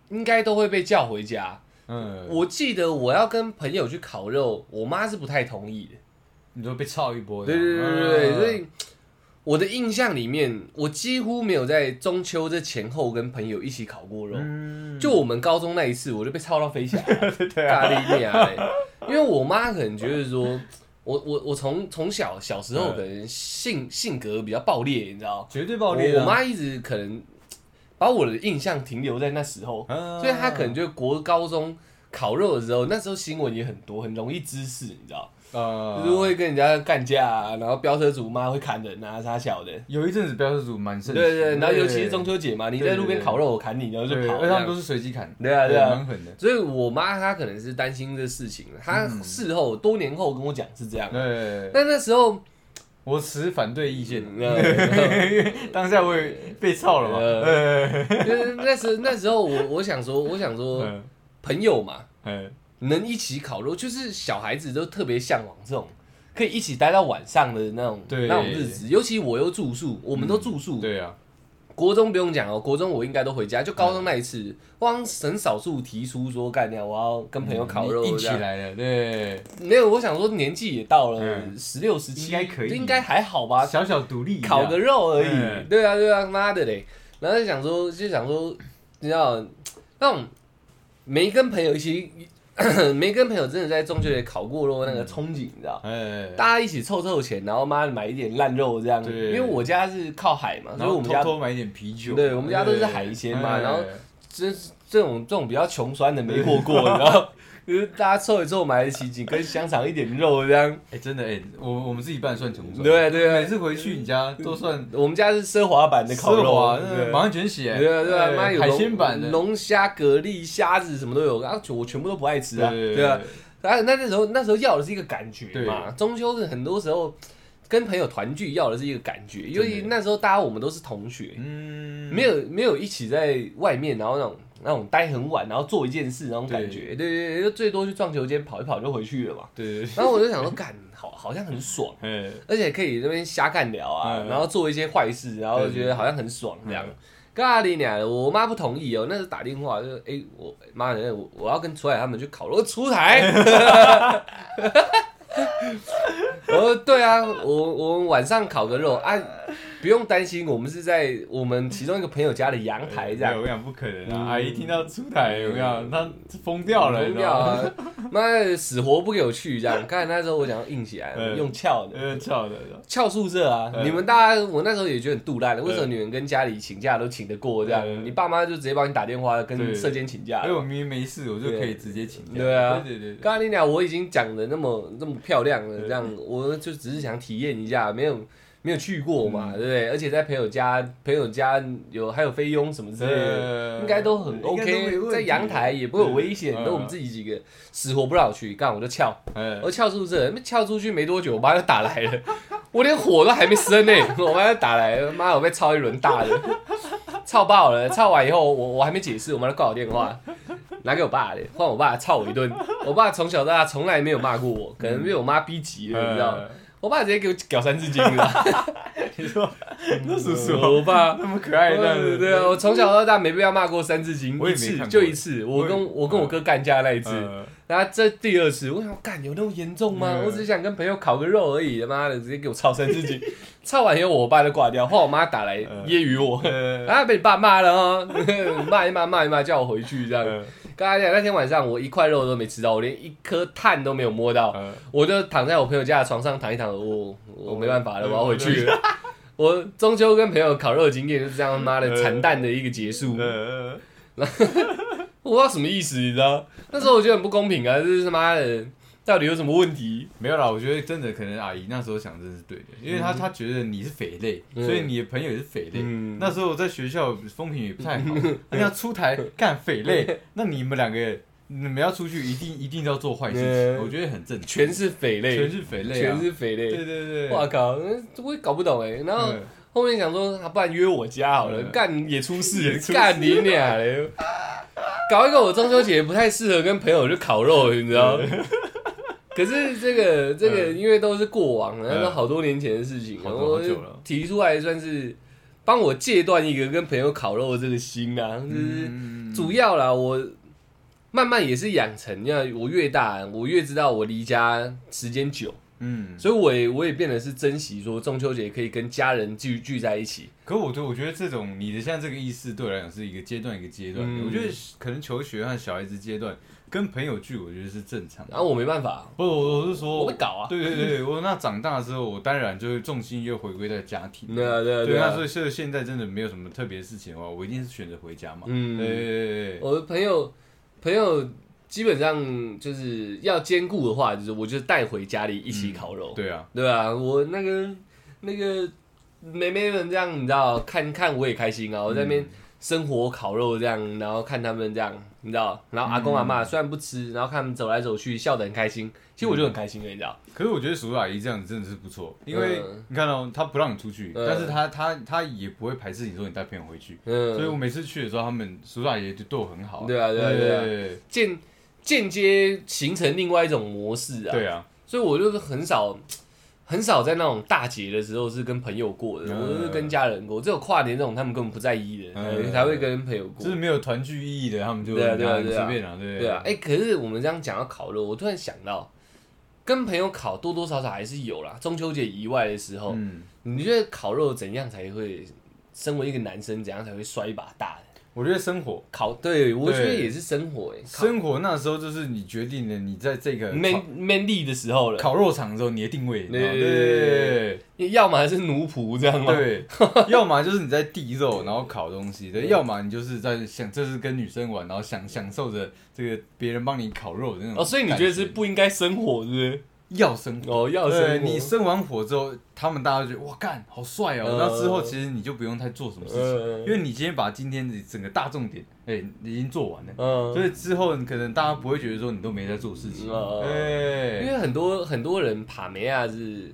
[SPEAKER 1] 应该都会被叫回家。
[SPEAKER 3] 嗯，
[SPEAKER 1] 我记得我要跟朋友去烤肉，我妈是不太同意的。
[SPEAKER 3] 你都被操一波，
[SPEAKER 1] 对对对对对，
[SPEAKER 3] 嗯
[SPEAKER 1] 所以我的印象里面，我几乎没有在中秋这前后跟朋友一起烤过肉。
[SPEAKER 3] 嗯，
[SPEAKER 1] 就我们高中那一次，我就被操到飞起来 了，
[SPEAKER 3] 对啊，
[SPEAKER 1] 咖喱面啊！因为我妈可能觉得说，我我我从从小小时候可能性性格比较暴烈，你知道，
[SPEAKER 3] 绝对爆裂啊。
[SPEAKER 1] 我我妈一直可能把我的印象停留在那时候，
[SPEAKER 3] 啊
[SPEAKER 1] 所以她可能就国高中烤肉的时候，那时候新闻也很多，很容易滋事，你知道，
[SPEAKER 3] 呃，
[SPEAKER 1] 就是会跟人家干架啊，然后飙车族妈会砍人啊，啥小的。
[SPEAKER 3] 有一阵子飙车族蛮盛
[SPEAKER 1] 对
[SPEAKER 3] 行，
[SPEAKER 1] 对对，然后尤其是中秋节嘛，你
[SPEAKER 3] 对
[SPEAKER 1] 在
[SPEAKER 3] 对
[SPEAKER 1] 路边
[SPEAKER 3] 对
[SPEAKER 1] 烤肉，我砍你，然后就
[SPEAKER 3] 对，
[SPEAKER 1] 跑
[SPEAKER 3] 而且
[SPEAKER 1] 这
[SPEAKER 3] 他们都
[SPEAKER 1] 样。
[SPEAKER 3] 是随机砍，
[SPEAKER 1] 对啊对啊
[SPEAKER 3] 蛮狠的，
[SPEAKER 1] 所以我妈她可能是担心这事情，她事后多年后跟我讲是这样。
[SPEAKER 3] 嗯对，
[SPEAKER 1] 但那时候，
[SPEAKER 3] 我持反对意见，
[SPEAKER 1] 呃
[SPEAKER 3] 当下我也被操了嘛，嗯
[SPEAKER 1] 就是 那时那时候我我想说，我想说
[SPEAKER 3] 嗯
[SPEAKER 1] 朋友嘛，
[SPEAKER 3] 嗯，
[SPEAKER 1] 能一起烤肉，就是小孩子都特别向往这种可以一起待到晚上的那种
[SPEAKER 3] 对
[SPEAKER 1] 那种日子。尤其我又住宿，我们都住宿。
[SPEAKER 3] 对啊，
[SPEAKER 1] 国中不用讲哦，国中我应该都回家。就高中那一
[SPEAKER 3] 嗯
[SPEAKER 1] 次，我好像很少数提出说干掉，我要跟朋友烤肉
[SPEAKER 3] 你硬
[SPEAKER 1] 这
[SPEAKER 3] 起
[SPEAKER 1] 样。
[SPEAKER 3] 来了，对，
[SPEAKER 1] 没有，我想说年纪也到了
[SPEAKER 3] 嗯
[SPEAKER 1] 十六十七，
[SPEAKER 3] 应该可以
[SPEAKER 1] 应该还好吧？
[SPEAKER 3] 小小独立一样，
[SPEAKER 1] 烤个肉而已。
[SPEAKER 3] 嗯
[SPEAKER 1] 对啊，对啊，妈的嘞！然后就想说，就想说，你知道那种没跟朋友一起， 没跟朋友真的在中秋节烤过肉那个憧憬，你知道？
[SPEAKER 3] 哎，
[SPEAKER 1] 大家一起凑凑钱，然后妈的买一点烂肉这样，
[SPEAKER 3] 对
[SPEAKER 1] 因为我家是靠海嘛，所
[SPEAKER 3] 然
[SPEAKER 1] 以我
[SPEAKER 3] 后
[SPEAKER 1] 们
[SPEAKER 3] 偷
[SPEAKER 1] 家
[SPEAKER 3] 偷买一点啤酒，
[SPEAKER 1] 对我们家都是海鲜嘛
[SPEAKER 3] 哎
[SPEAKER 1] 然后这这种这种比较穷酸的没过过，你知道？ 就是大家凑一凑买得起几根香肠一点肉这样，
[SPEAKER 3] 哎，真的哎，我我们自己办算穷酸，，
[SPEAKER 1] 对对
[SPEAKER 3] 每
[SPEAKER 1] 啊，
[SPEAKER 3] 次回去你家都算
[SPEAKER 1] 我们家是奢华版的烤
[SPEAKER 3] 奢
[SPEAKER 1] 肉
[SPEAKER 3] 华，
[SPEAKER 1] 啊，
[SPEAKER 3] 那马上卷血，
[SPEAKER 1] 对啊，对啊，
[SPEAKER 3] 哎
[SPEAKER 1] 妈有
[SPEAKER 3] 海
[SPEAKER 1] 龙
[SPEAKER 3] 鲜版的，
[SPEAKER 1] 龙虾、蛤蜊、虾子什么都有，啊，我全部都不爱吃啊，对啊。啊，那那时候那时候要的是一个感觉嘛，中秋是很多时候跟朋友团聚要的是一个感觉，尤其那时候大家我们都是同学，
[SPEAKER 3] 嗯，
[SPEAKER 1] 没有没有一起在外面，然后那种那种待很晚，然后做一件事那种感
[SPEAKER 3] 对
[SPEAKER 1] 觉，对对对，就最多去撞球间跑一跑就回去了嘛。
[SPEAKER 3] 对，对
[SPEAKER 1] 然后我就想 说，干好好像很爽。
[SPEAKER 3] 对，哎，
[SPEAKER 1] 而且可以那边瞎干聊啊，
[SPEAKER 3] 嗯
[SPEAKER 1] 然后做一些坏事，然后觉得好像很爽这样。咖喱鸟的，我妈不同意哦。那时候打电话就，哎、我妈的，我我要跟楚海他们去烤肉，出 台。我说对啊，我我们晚上烤个肉啊，不用担心，我们是在我们其中一个朋友家的阳台这样
[SPEAKER 3] 没有。我跟你讲不可能
[SPEAKER 1] 嗯
[SPEAKER 3] 啊！阿姨听到出台，我跟你讲她疯掉了，
[SPEAKER 1] 疯
[SPEAKER 3] 你知
[SPEAKER 1] 掉
[SPEAKER 3] 道吗？
[SPEAKER 1] 啊！妈的，死活不给我去这样。看那时候我想要硬起来，
[SPEAKER 3] 嗯
[SPEAKER 1] 用翘的。
[SPEAKER 3] 呃，翘的，你知道吗
[SPEAKER 1] 翘宿舍啊，
[SPEAKER 3] 嗯
[SPEAKER 1] 你们大家，我那时候也觉得很肚烂的，为什么
[SPEAKER 3] 嗯
[SPEAKER 1] 你们跟家里请假都请得过这样？
[SPEAKER 3] 嗯
[SPEAKER 1] 你爸妈就直接帮你打电话跟
[SPEAKER 3] 对
[SPEAKER 1] 社监请假
[SPEAKER 3] 所以。哎我明明没事，我就可以
[SPEAKER 1] 对
[SPEAKER 3] 直接请假。
[SPEAKER 1] 对啊
[SPEAKER 3] 对对对，
[SPEAKER 1] 刚刚你讲我已经讲的那么那么漂亮了，
[SPEAKER 3] 对
[SPEAKER 1] 这样我就只是想体验一下，没有没有去过嘛，
[SPEAKER 3] 嗯
[SPEAKER 1] 对不对？而且在朋友家，朋友家有还有菲佣什么之类的，
[SPEAKER 3] 呃
[SPEAKER 1] 应该都很 OK，在阳台也不会有危险，都我们自
[SPEAKER 3] 己。
[SPEAKER 1] 己几个死活不让我去，干我就翘。
[SPEAKER 3] 哎
[SPEAKER 1] 我翘宿舍，翘出去没多久，我妈就打来了，我连火都还没生呢、我妈就打来了，妈我被操一轮大的，操爆了，操完以后我我还没解释，我妈就挂我电话，拿给我爸的，换我爸操我一顿，我爸从小到大从来没有骂过我，可能被我妈逼急了，你知道吗？
[SPEAKER 3] 呃
[SPEAKER 1] 我爸直接给我屌三字经了，
[SPEAKER 3] 你说呃那叔叔
[SPEAKER 1] 我爸。
[SPEAKER 3] 那么呃可爱这样子，
[SPEAKER 1] 对啊，我从小到大没被他骂过三字经，
[SPEAKER 3] 我
[SPEAKER 1] 一
[SPEAKER 3] 也没看
[SPEAKER 1] 次
[SPEAKER 3] 过
[SPEAKER 1] 就一次。我跟我跟我哥干架那一次，
[SPEAKER 3] 呃，
[SPEAKER 1] 然后这第二次，我想干有那么严重吗？
[SPEAKER 3] 嗯
[SPEAKER 1] 我只是想跟朋友烤个肉而已，他妈的直接给我操三字 经，操完以后我爸就挂掉，后来我妈打来揶
[SPEAKER 3] 嗯
[SPEAKER 1] 揄我，
[SPEAKER 3] 呃
[SPEAKER 1] 啊被你爸骂了 哦，骂一骂骂一骂叫我回去这样。
[SPEAKER 3] 呃
[SPEAKER 1] 跟他讲那天晚上我一块肉都没吃到，我连一颗碳都没有摸到，
[SPEAKER 3] 呃
[SPEAKER 1] 我就躺在我朋友家的床上躺一躺，我我没办法了，
[SPEAKER 3] 嗯
[SPEAKER 1] 我要回去了。 我中秋跟朋友烤肉的经验就是这样，妈的
[SPEAKER 3] 嗯
[SPEAKER 1] 惨淡的一个结束。
[SPEAKER 3] 呃，
[SPEAKER 1] 我不知道什么意思，你知道？那时候我觉得很不公平啊，就是他妈的，到底有什么问题？
[SPEAKER 3] 没有啦，我觉得真的可能阿姨那时候想真的是对的，因为她她觉得你是匪类，
[SPEAKER 1] 嗯
[SPEAKER 3] 所以你的朋友也是匪类。
[SPEAKER 1] 嗯
[SPEAKER 3] 那时候我在学校风评也 不太好，人家出台干匪类，那你们两个你们要出去一定一定要做坏事
[SPEAKER 1] 嗯
[SPEAKER 3] 情，我觉得很正常，
[SPEAKER 1] 全是匪类，
[SPEAKER 3] 全是匪类啊，
[SPEAKER 1] 全是匪类。
[SPEAKER 3] 对对对，
[SPEAKER 1] 哇靠，嗯我也搞不懂哎、然后
[SPEAKER 3] 嗯
[SPEAKER 1] 后面想说，啊、不然约我家好了，
[SPEAKER 3] 嗯
[SPEAKER 1] 干也出事
[SPEAKER 3] 也，出事
[SPEAKER 1] 干你俩嘞！搞一个我中秋节不太适合跟朋友去烤肉，你知道？
[SPEAKER 3] 嗯
[SPEAKER 1] 可是这个这个因为都是过往了，
[SPEAKER 3] 嗯
[SPEAKER 1] 那都好多年前的事情了，
[SPEAKER 3] 好多
[SPEAKER 1] 我
[SPEAKER 3] 好久了
[SPEAKER 1] 提出来算是帮我戒断一个跟朋友烤肉的这个心啊，就是
[SPEAKER 3] 嗯
[SPEAKER 1] 主要啦，我慢慢也是养成，要我越大，我越知道我离家时间久，
[SPEAKER 3] 嗯，
[SPEAKER 1] 所以我也我也变得是珍惜说中秋节可以跟家人聚聚在一起。
[SPEAKER 3] 可我对我觉得这种你的现在这个意识对我来讲是一个阶段一个阶段的，
[SPEAKER 1] 嗯
[SPEAKER 3] 我觉得可能求学和小孩子阶段跟朋友聚，我觉得是正常的。
[SPEAKER 1] 啊然后我没办法，
[SPEAKER 3] 不，我我是说，
[SPEAKER 1] 我会搞啊。
[SPEAKER 3] 对对对，我那长大之后，我当然就会重心又回归在家庭。
[SPEAKER 1] 对啊对啊
[SPEAKER 3] 对
[SPEAKER 1] 对啊
[SPEAKER 3] 那所以所以现在真的没有什么特别的事情的话，我一定是选择回家嘛。对对
[SPEAKER 1] 嗯，
[SPEAKER 3] 对对，
[SPEAKER 1] 我的朋友朋友基本上就是要兼顾的话，就是我就带回家里一起烤肉，
[SPEAKER 3] 对啊，
[SPEAKER 1] 对啊，我那个那个妹妹们这样，你知道，看看我也开心啊，我在那边。
[SPEAKER 3] 嗯
[SPEAKER 1] 生火烤肉这样，然后看他们这样，你知道，然后阿公阿
[SPEAKER 3] 嗯
[SPEAKER 1] 妈虽然不吃，然后看他们走来走去，笑得很开心，其实我就很开心的，你知道，
[SPEAKER 3] 可是我觉得叔叔阿姨这样子真的是不错，因为
[SPEAKER 1] 嗯
[SPEAKER 3] 你看哦，他不让你出去，
[SPEAKER 1] 嗯
[SPEAKER 3] 但是他他他也不会排斥你说你带朋友回去，
[SPEAKER 1] 嗯，
[SPEAKER 3] 所以我每次去的时候，他们叔叔阿姨就对我很好。
[SPEAKER 1] 对啊对啊对啊
[SPEAKER 3] 对
[SPEAKER 1] 间间接形成另外一种模式啊。
[SPEAKER 3] 对啊，
[SPEAKER 1] 所以我就是很少很少在那种大节的时候是跟朋友过的，
[SPEAKER 3] 嗯
[SPEAKER 1] 我就是跟家人过，只有跨年这种他们根本不在意的，
[SPEAKER 3] 嗯
[SPEAKER 1] 才会跟朋友过
[SPEAKER 3] 就。是没有团聚意义的，他们就
[SPEAKER 1] 对啊对啊
[SPEAKER 3] 拿你
[SPEAKER 1] 对啊
[SPEAKER 3] 随便拿，对不
[SPEAKER 1] 对啊，哎、可是我们这样讲到烤肉，我突然想到，跟朋友烤多多少少还是有啦。中秋节以外的时候，
[SPEAKER 3] 嗯，
[SPEAKER 1] 你觉得烤肉怎样才会？身为一个男生，怎样才会摔一把大的？
[SPEAKER 3] 我觉得生活
[SPEAKER 1] 烤，对我觉得
[SPEAKER 3] 对
[SPEAKER 1] 也是生活哎、烤
[SPEAKER 3] 生活那时候就是你决定了你在这个
[SPEAKER 1] man man 力的时候了，
[SPEAKER 3] 烤肉场的时候，你的定位，
[SPEAKER 1] 对
[SPEAKER 3] 对对
[SPEAKER 1] 要么是奴仆这样吗？
[SPEAKER 3] 对， 要么就是你在地肉，然后烤东西，对，要么你就是在享，这是跟女生玩，然后享享受着这个别人帮你烤肉的那种感。
[SPEAKER 1] 哦，所以你觉得是不应该生火，是不是？
[SPEAKER 3] 要生火？
[SPEAKER 1] 哦，要
[SPEAKER 3] 对，
[SPEAKER 1] 生火，
[SPEAKER 3] 你生完火之后，他们大家就觉得哇干好帅哦
[SPEAKER 1] 嗯。
[SPEAKER 3] 那之后其实你就不用太做什么事情，
[SPEAKER 1] 嗯
[SPEAKER 3] 因为你今天把今天的整个大重点，哎，你已经做完了，
[SPEAKER 1] 嗯，
[SPEAKER 3] 所以之后你可能大家不会觉得说你都没在做事情。
[SPEAKER 1] 嗯因
[SPEAKER 3] 哎，
[SPEAKER 1] 为很多很多人爬梅亚是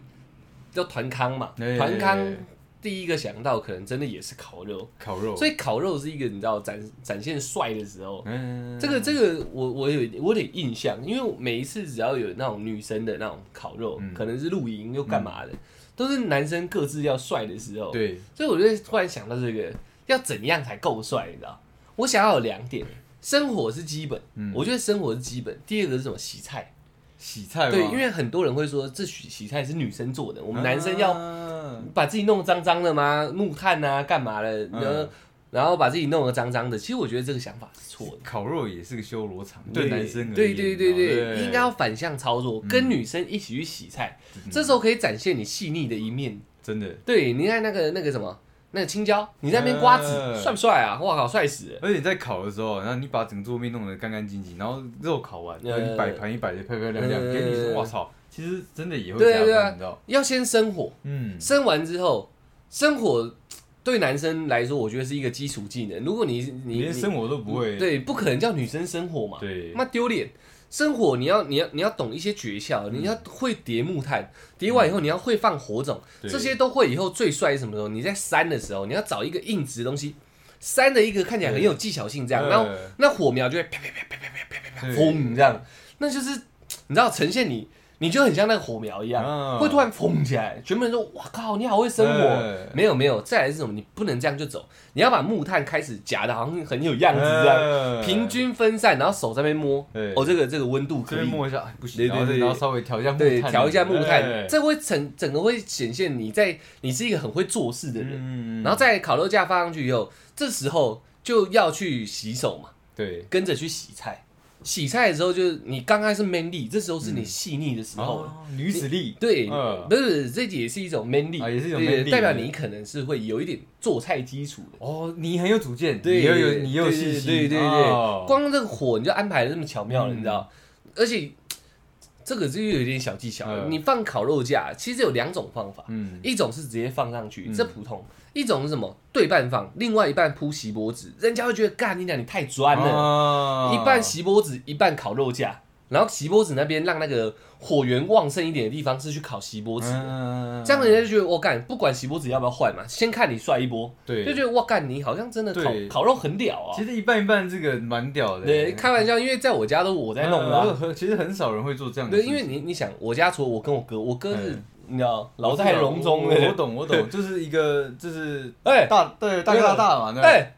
[SPEAKER 1] 叫团康嘛，
[SPEAKER 3] 对
[SPEAKER 1] 团康
[SPEAKER 3] 对哦
[SPEAKER 1] 第一个想到可能真的也是烤肉，
[SPEAKER 3] 烤肉，
[SPEAKER 1] 所
[SPEAKER 3] 以
[SPEAKER 1] 以烤肉是一个你知道展展现帅的时候。
[SPEAKER 3] 嗯
[SPEAKER 1] 这个这个我我有我有点印象，因为我每一次只要有那种女生的那种烤肉，
[SPEAKER 3] 嗯
[SPEAKER 1] 可能是露营又干嘛的，都是男生各自要帅的时候。
[SPEAKER 3] 对。
[SPEAKER 1] 所以我就突然想到这个，要怎样才够帅？你知道，我想要有两点，生活是基本，
[SPEAKER 3] 嗯
[SPEAKER 1] 我觉得生活是基本。第二个是什么？洗菜，
[SPEAKER 3] 洗菜吗
[SPEAKER 1] 对，因为很多人会说这洗洗菜是女生做的，我
[SPEAKER 3] 我
[SPEAKER 1] 们男生要
[SPEAKER 3] 啊
[SPEAKER 1] 把自己弄脏脏的吗？木炭啊，干嘛的？然后、
[SPEAKER 3] 嗯
[SPEAKER 1] 然后把自己弄得脏脏的。其实我觉得这个想法是错的。
[SPEAKER 3] 烤肉也是个修罗场，对男生而言哦
[SPEAKER 1] 对对对对，应该要
[SPEAKER 3] 对嗯
[SPEAKER 1] 反向操作，跟女生一起去洗菜，这时候可以展现你细腻的一面，
[SPEAKER 3] 真的，
[SPEAKER 1] 对，你看那个那个什么，那个青椒，你在那边刮子，
[SPEAKER 3] 嗯
[SPEAKER 1] 帅不帅啊？哇靠，帅死了！
[SPEAKER 3] 而且你在烤的时候，然后你把整个桌面弄得干干净净，然后肉烤完，
[SPEAKER 1] 呃
[SPEAKER 3] 然后你摆盘一摆的漂漂亮亮，
[SPEAKER 1] 呃
[SPEAKER 3] 给女生，我操，其实真的也会
[SPEAKER 1] 对
[SPEAKER 3] 加
[SPEAKER 1] 对啊
[SPEAKER 3] 分，你知道？
[SPEAKER 1] 要先生火，
[SPEAKER 3] 嗯，
[SPEAKER 1] 生完之后，生火对男生来说，我觉得是一个基础技能。如果你你
[SPEAKER 3] 连生活都不
[SPEAKER 1] 你
[SPEAKER 3] 会，
[SPEAKER 1] 嗯对，不可能叫女生生火嘛，
[SPEAKER 3] 对
[SPEAKER 1] 妈丢脸。生火你要你要你要懂一些诀窍，你要会叠木炭，叠完以后你要会放火种，
[SPEAKER 3] 嗯对
[SPEAKER 1] 这些都会。以后最帅是什么时候？你在扇的时候，你要找一个硬直的东西，扇的一个看起来很有技巧性，这样，
[SPEAKER 3] 嗯
[SPEAKER 1] 然后那火苗就会啪啪啪啪啪啪啪啪啪
[SPEAKER 3] 对
[SPEAKER 1] 轰这样，那就是你知道呈现你你就很像那个火苗一样，
[SPEAKER 3] 嗯
[SPEAKER 1] 会突然疯起来。全部人说：“哇靠，你好会生活
[SPEAKER 3] 哎！”
[SPEAKER 1] 没有没有，再来是什么？你不能这样就走，你要把木炭开始夹的，好像很有样子这样，
[SPEAKER 3] 哎
[SPEAKER 1] 平均分散，然后手在那边摸
[SPEAKER 3] 对。
[SPEAKER 1] 哦，这个这个温度可
[SPEAKER 3] 这边
[SPEAKER 1] 以。
[SPEAKER 3] 摸一下，哎不行，
[SPEAKER 1] 对对
[SPEAKER 3] 然后再
[SPEAKER 1] 对
[SPEAKER 3] 然后稍微调一下木炭，
[SPEAKER 1] 对，调一下木炭，
[SPEAKER 3] 哎
[SPEAKER 1] 这会整整个会显现你在你是一个很会做事的人。
[SPEAKER 3] 嗯，
[SPEAKER 1] 然后在烤肉架放上去以后，这时候就要去洗手嘛，
[SPEAKER 3] 对，
[SPEAKER 1] 跟着去洗菜。洗菜的时候就是你刚开始 man 力，这时候是你细腻的时候了。
[SPEAKER 3] 嗯哦女子力，
[SPEAKER 1] 对，
[SPEAKER 3] 嗯
[SPEAKER 1] 不是，这也是一种 man 力，
[SPEAKER 3] 啊也是一种
[SPEAKER 1] 对
[SPEAKER 3] man 力
[SPEAKER 1] 代表你可能是会有一点做菜基础的。
[SPEAKER 3] 哦，你很有主见，
[SPEAKER 1] 对，
[SPEAKER 3] 你又有你又有信心，
[SPEAKER 1] 对对对对
[SPEAKER 3] 哦
[SPEAKER 1] 光这个火你就安排的这么巧妙了，
[SPEAKER 3] 嗯
[SPEAKER 1] 你知道？而且这个就有点小技巧了。
[SPEAKER 3] 嗯
[SPEAKER 1] 你放烤肉架其实有两种方法，
[SPEAKER 3] 嗯，
[SPEAKER 1] 一种是直接放上去，
[SPEAKER 3] 嗯
[SPEAKER 1] 这普通；一种是什么对半放，另外一半铺锡箔纸，人家会觉得干你俩你太专了，
[SPEAKER 3] 了
[SPEAKER 1] 一半锡箔纸，一半烤肉架。然后锡箔纸那边让那个火源旺盛一点的地方是去烤锡箔纸的，
[SPEAKER 3] 嗯
[SPEAKER 1] 这样人家就觉得我干，不管锡箔纸要不要换嘛，先看你帅一波，
[SPEAKER 3] 对，
[SPEAKER 1] 就觉得我干你好像真的烤
[SPEAKER 3] 对
[SPEAKER 1] 烤肉很屌啊
[SPEAKER 3] 其。实一半一半这个蛮屌的，
[SPEAKER 1] 对，开玩笑，因为在我家都我在弄的啊、
[SPEAKER 3] 嗯很其实很少人会做这样的
[SPEAKER 1] 对，
[SPEAKER 3] 事
[SPEAKER 1] 因
[SPEAKER 3] 情，啊
[SPEAKER 1] 为你你想，我家除了我跟我哥，我哥是
[SPEAKER 3] 嗯
[SPEAKER 1] 你知道老在笼中的
[SPEAKER 3] 我，我懂我懂，就是一个就是
[SPEAKER 1] 哎
[SPEAKER 3] 大对大哥大大嘛，对吧。
[SPEAKER 1] 哎，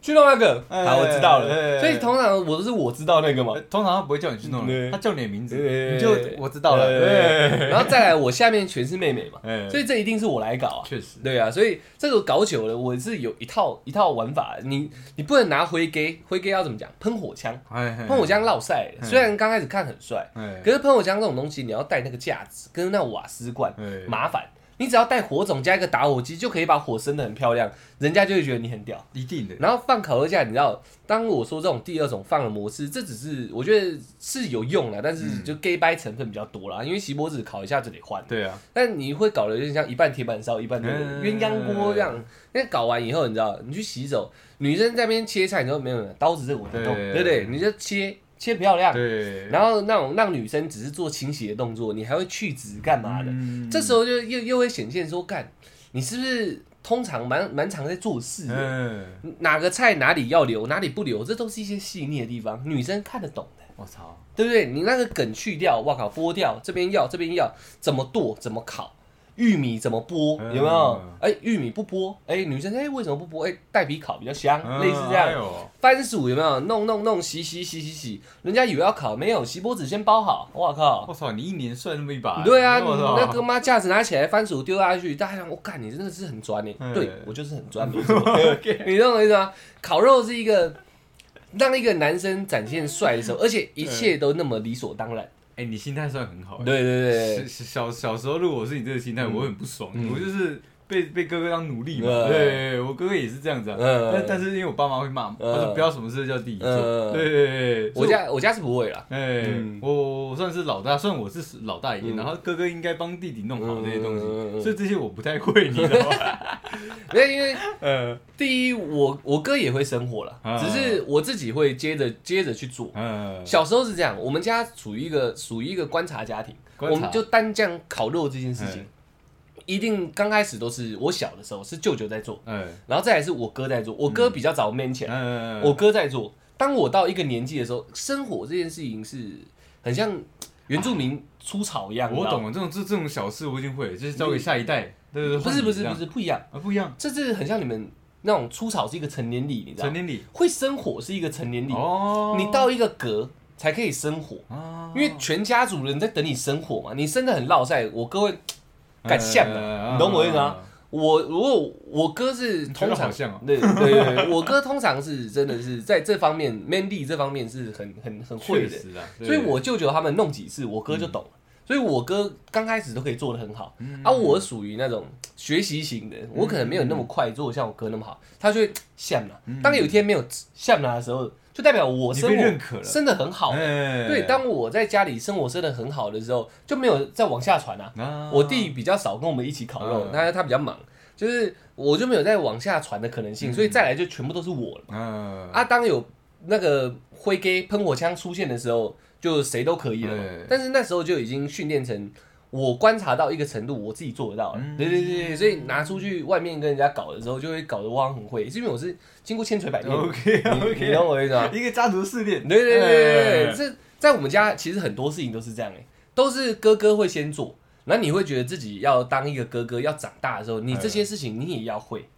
[SPEAKER 1] 去弄那个，
[SPEAKER 3] 哎
[SPEAKER 1] 好，我知道
[SPEAKER 3] 哎
[SPEAKER 1] 了。
[SPEAKER 3] 哎
[SPEAKER 1] 所以通常我都是我知道那个嘛
[SPEAKER 3] 呃，通常他不会叫你去弄
[SPEAKER 1] 对
[SPEAKER 3] 人，他叫你的名字，
[SPEAKER 1] 对哎
[SPEAKER 3] 你就我知道了。对，
[SPEAKER 1] 然后再来我下面全是妹妹嘛，
[SPEAKER 3] 哎
[SPEAKER 1] 所以这一定是我来搞啊。
[SPEAKER 3] 确实，
[SPEAKER 1] 对啊，所以这个搞久了，我是有一套一套玩法。你你不能拿灰给，灰给要怎么讲？喷火枪，
[SPEAKER 3] 哎
[SPEAKER 1] 喷火枪落晒了。
[SPEAKER 3] 嗯
[SPEAKER 1] 虽然刚开始看很帅，
[SPEAKER 3] 哎
[SPEAKER 1] 可是喷火枪这种东西，你要带那个架子跟那瓦斯罐，
[SPEAKER 3] 哎
[SPEAKER 1] 麻烦。你只要带火种加一个打火机，就可以把火升的很漂亮，人家就会觉得你很屌。
[SPEAKER 3] 一定的，
[SPEAKER 1] 然后放烤肉架，你知道，当我说这种第二种放的模式，这只是我觉得是有用啦，但是
[SPEAKER 3] 嗯
[SPEAKER 1] 就 gay 掰成分比较多啦，因为锡箔纸烤一下就得换。
[SPEAKER 3] 对啊，
[SPEAKER 1] 但你会搞得有点像一半铁板烧，一半那个
[SPEAKER 3] 嗯
[SPEAKER 1] 鸳鸯锅这样。那搞完以后，你知道，你去洗手，女生在那边切菜，你说没有没有，刀子这个我能动，
[SPEAKER 3] 对
[SPEAKER 1] 对不对？你就切切漂亮，
[SPEAKER 3] 对。
[SPEAKER 1] 然后那种让女生只是做清洗的动作，你还会去脂干嘛的？
[SPEAKER 3] 嗯
[SPEAKER 1] 这时候就又又会显现说，干，你是不是通常蛮蛮常在做事的？
[SPEAKER 3] 嗯，
[SPEAKER 1] 哪个菜哪里要留，哪里不留，这都是一些细腻的地方，女生看得懂的，
[SPEAKER 3] 我操，
[SPEAKER 1] 对不对？你那个梗去掉，哇靠，剥掉这边要这边要，怎么剁怎么烤，玉米怎么剥，
[SPEAKER 3] 嗯
[SPEAKER 1] 有没有？哎，玉米不剥，哎，女生哎为什么不剥？哎，带皮烤比较香，类似这
[SPEAKER 3] 哎
[SPEAKER 1] 样。
[SPEAKER 3] 呦
[SPEAKER 1] 番薯有没有弄弄弄洗洗洗洗洗？人家以为要烤，没有，锡箔纸先包好。哇靠！
[SPEAKER 3] 哎我操，你一年算那么一把，
[SPEAKER 1] 对啊，
[SPEAKER 3] 我操
[SPEAKER 1] 那个妈架子拿起来，番薯丢下去，大家想，我哦干，你真的是很专呢、
[SPEAKER 3] 嗯
[SPEAKER 1] 对我就是很 专，没错你懂我意思吗？烤肉是一个让一个男生展现帅的时候，而且一切都那么理所当然。
[SPEAKER 3] 哎，你心态算很好，
[SPEAKER 1] 对对对
[SPEAKER 3] 小小小时候，如果我是你这个心态，我会很不爽。
[SPEAKER 1] 嗯
[SPEAKER 3] 我就是被被哥哥当奴隶嘛。
[SPEAKER 1] 嗯
[SPEAKER 3] 对，我哥哥也是这样子、啊。
[SPEAKER 1] 嗯
[SPEAKER 3] 但但是因为我爸妈会骂我，
[SPEAKER 1] 嗯
[SPEAKER 3] 他说不要什么事叫弟弟做。
[SPEAKER 1] 嗯
[SPEAKER 3] 对对对，对
[SPEAKER 1] 对，我。家我家是不会啦。
[SPEAKER 3] 所以哎、
[SPEAKER 1] 嗯
[SPEAKER 3] 我我我算是老大，算我是老大爷，
[SPEAKER 1] 嗯
[SPEAKER 3] 然后哥哥应该帮弟弟弄好这些东西，
[SPEAKER 1] 嗯嗯嗯嗯
[SPEAKER 3] 所以这些我不太会，你知道吗？
[SPEAKER 1] 没有，因为
[SPEAKER 3] 嗯
[SPEAKER 1] 第一，我我哥也会生火了，
[SPEAKER 3] 嗯
[SPEAKER 1] 只是我自己会接着接着去做。
[SPEAKER 3] 嗯，
[SPEAKER 1] 小时候是这样，我们家属于一个属于一个观察家庭，
[SPEAKER 3] 观察嗯
[SPEAKER 1] 我们就单讲烤肉这件事情，一定刚开始都是我小的时候是舅舅在做，
[SPEAKER 3] 嗯
[SPEAKER 1] 然后再来是我哥在做，我哥比较早 man 起来，
[SPEAKER 3] 嗯，
[SPEAKER 1] 我哥在做。当我到一个年纪的时候，生火这件事情是很像原住民出草一样，
[SPEAKER 3] 嗯我懂
[SPEAKER 1] 你
[SPEAKER 3] 了，这种这这种小事我已经会了，就是交给下一代，对对对，
[SPEAKER 1] 知道吗。不是
[SPEAKER 3] 换
[SPEAKER 1] 不
[SPEAKER 3] 你
[SPEAKER 1] 是
[SPEAKER 3] 这样
[SPEAKER 1] 不是不一样，
[SPEAKER 3] 啊，不一样，
[SPEAKER 1] 这是很像你们那种出草是一个成年礼，你知道
[SPEAKER 3] 成
[SPEAKER 1] 吗？
[SPEAKER 3] 年礼
[SPEAKER 1] 会生火是一个成年礼，
[SPEAKER 3] 哦，
[SPEAKER 1] 你到一个格才可以生火。
[SPEAKER 3] 啊
[SPEAKER 1] 因为全家族人在等你生火嘛，你生的很落晒，我哥会敢
[SPEAKER 3] 像
[SPEAKER 1] 像的，你懂我意思吗？？我如果我哥是
[SPEAKER 3] 觉
[SPEAKER 1] 通
[SPEAKER 3] 得好
[SPEAKER 1] 常
[SPEAKER 3] 像哦
[SPEAKER 1] 对对对，对我哥通常是真的是在这方面 Mandy 这方面是很很很会
[SPEAKER 3] 确
[SPEAKER 1] 的，
[SPEAKER 3] 实啊，对嗯
[SPEAKER 1] 所以我舅舅他们弄几次，我哥就懂了。所以我哥刚开始都可以做的很好，啊，我属于那种学习型
[SPEAKER 3] 嗯
[SPEAKER 1] 的，我可能没有那么快做得像我哥那么好，他就会像啦。当有一天没有像啦的时候，就代表我
[SPEAKER 3] 嗯你
[SPEAKER 1] 生
[SPEAKER 3] 被
[SPEAKER 1] 活
[SPEAKER 3] 认可了
[SPEAKER 1] 生的很好，
[SPEAKER 3] 哎
[SPEAKER 1] 对，当我在家里生活生的很好的时候，就没有再往下传啊。
[SPEAKER 3] 啊
[SPEAKER 1] 我弟比较少跟我们一起烤肉
[SPEAKER 3] 嗯，
[SPEAKER 1] 他他比较忙，就是我就没有再往下传的可能性，所以再来就全部都是我了。
[SPEAKER 3] 嗯
[SPEAKER 1] 啊，当有那个灰给喷火枪出现的时候，就谁都可以了嘛
[SPEAKER 3] 对。
[SPEAKER 1] 但是那时候就已经训练成。我观察到一个程度，我自己做得到了。对对对，对所以拿出去外面跟人家搞的时候，就会搞得我好像很会，是因为我是经过千锤百炼的。
[SPEAKER 3] ，OK
[SPEAKER 1] 你你懂
[SPEAKER 3] OK，
[SPEAKER 1] 我意思吗？
[SPEAKER 3] 一个家族试炼，
[SPEAKER 1] 对对对对对，
[SPEAKER 3] 哎
[SPEAKER 1] 这在我们家其实很多事情都是这样哎、都是哥哥会先做，然后你会觉得自己要当一个哥哥，要长大的时候，你这些事情你也要会，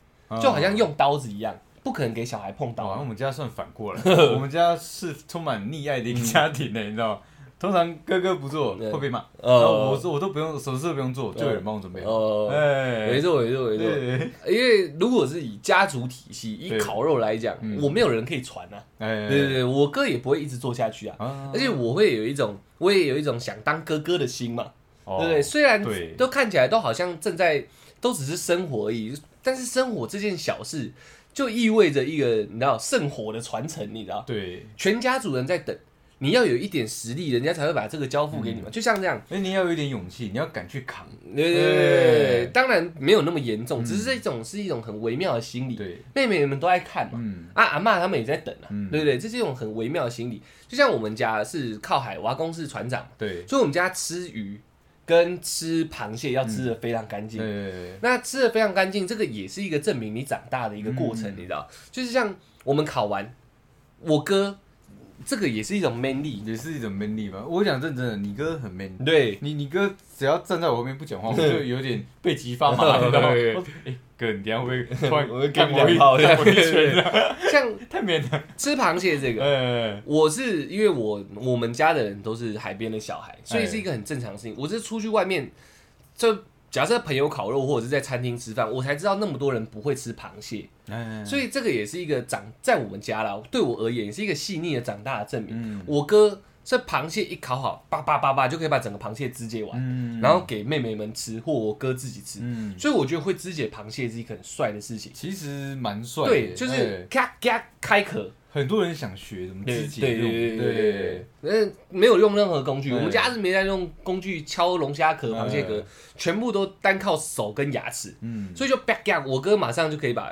[SPEAKER 1] 就好像用刀子一样，不可能给小孩碰
[SPEAKER 3] 好像
[SPEAKER 1] 刀。
[SPEAKER 3] 啊我们家算反过 来，我们家是充满溺爱的一个家庭呢，你知道吗？通常哥哥不做
[SPEAKER 1] 嗯对
[SPEAKER 3] 会被骂，
[SPEAKER 1] 呃
[SPEAKER 3] 然后我说我都不用，什么事都不用做，就有人帮我准备好。
[SPEAKER 1] 呃，没
[SPEAKER 3] 哎，
[SPEAKER 1] 错没错没错，
[SPEAKER 3] 对，
[SPEAKER 1] 因为如果是以家族体系以
[SPEAKER 3] 对
[SPEAKER 1] 烤肉来讲
[SPEAKER 3] 嗯，
[SPEAKER 1] 我没有人可以传啊，
[SPEAKER 3] 哎，
[SPEAKER 1] 对对对，我哥也不会一直做下去啊，
[SPEAKER 3] 啊，
[SPEAKER 1] 而且我会有一种，我也有一种想当哥哥的心嘛，
[SPEAKER 3] 哦
[SPEAKER 1] 对不对？虽然
[SPEAKER 3] 对
[SPEAKER 1] 都看起来都好像正在都只是生活而已，但是生活这件小事就意味着一个你知道圣火的传承，你知道，
[SPEAKER 3] 对，
[SPEAKER 1] 全家族人在等，你要有一点实力，人家才会把这个交付给你们。就像这样，
[SPEAKER 3] 哎，你要有一点勇气，你要敢去扛。
[SPEAKER 1] 对对对对
[SPEAKER 3] 对
[SPEAKER 1] 当然没有那么严重，
[SPEAKER 3] 嗯
[SPEAKER 1] 只是这种是一种很微妙的心理。
[SPEAKER 3] 对，
[SPEAKER 1] 妹妹们都爱看嘛，
[SPEAKER 3] 嗯，
[SPEAKER 1] 啊，阿妈他们也在等啊，
[SPEAKER 3] 嗯
[SPEAKER 1] 对不对？这是一种很微妙的心理。就像我们家是靠海，我阿公是船长嘛，
[SPEAKER 3] 对，
[SPEAKER 1] 所以我们家吃鱼跟吃螃蟹要吃的非常干
[SPEAKER 3] 嗯
[SPEAKER 1] 净。
[SPEAKER 3] 对，
[SPEAKER 1] 那吃的非常干净，这个也是一个证明你长大的一个过程，
[SPEAKER 3] 嗯
[SPEAKER 1] 你知道？就是像我们考完，我哥这个也是一种 man 力，
[SPEAKER 3] 也是一种 man 力吧。我讲认真的，你哥很 man，
[SPEAKER 1] 对，
[SPEAKER 3] 你你哥只要站在我后面 不讲话，我就有点背脊发麻，你知道吗？
[SPEAKER 1] 对
[SPEAKER 3] 我哎哥，你等一下会不会突 然
[SPEAKER 1] 我会
[SPEAKER 3] 干
[SPEAKER 1] 干
[SPEAKER 3] 我一
[SPEAKER 1] 两炮
[SPEAKER 3] 干我一拳 啊？
[SPEAKER 1] 像
[SPEAKER 3] 太 man 了。
[SPEAKER 1] 吃螃蟹这个。
[SPEAKER 3] 呃，
[SPEAKER 1] 我是因为我我们家的人都是海边的小
[SPEAKER 3] 哎
[SPEAKER 1] 孩，所以是一个很正常的事情。我是出去外面，就假设朋友烤肉或者是在餐厅吃饭，我才知道那么多人不会吃螃蟹。
[SPEAKER 3] 哎，
[SPEAKER 1] 所以这个也是一个长在我们家啦，对我而言也是一个细腻的长大的证明。
[SPEAKER 3] 嗯
[SPEAKER 1] 我哥这螃蟹一烤好，叭叭叭叭就可以把整个螃蟹肢解完，
[SPEAKER 3] 嗯
[SPEAKER 1] 然后给妹妹们吃或我哥自己吃。
[SPEAKER 3] 嗯，
[SPEAKER 1] 所以我觉得会肢解螃蟹是一个很帅的事情。
[SPEAKER 3] 其实蛮帅的，
[SPEAKER 1] 对，就
[SPEAKER 3] 哎
[SPEAKER 1] 是咔咔开壳，
[SPEAKER 3] 很多人想学怎么肢解
[SPEAKER 1] 对
[SPEAKER 3] 这种，
[SPEAKER 1] 对对
[SPEAKER 3] 对
[SPEAKER 1] 对，嗯，没有用任何工具，
[SPEAKER 3] 对
[SPEAKER 1] 我们家是没在用工具敲龙虾壳、螃蟹壳
[SPEAKER 3] 嗯，
[SPEAKER 1] 全部都单靠手跟牙齿，
[SPEAKER 3] 嗯
[SPEAKER 1] 所以就啪啪，我哥马上就可以把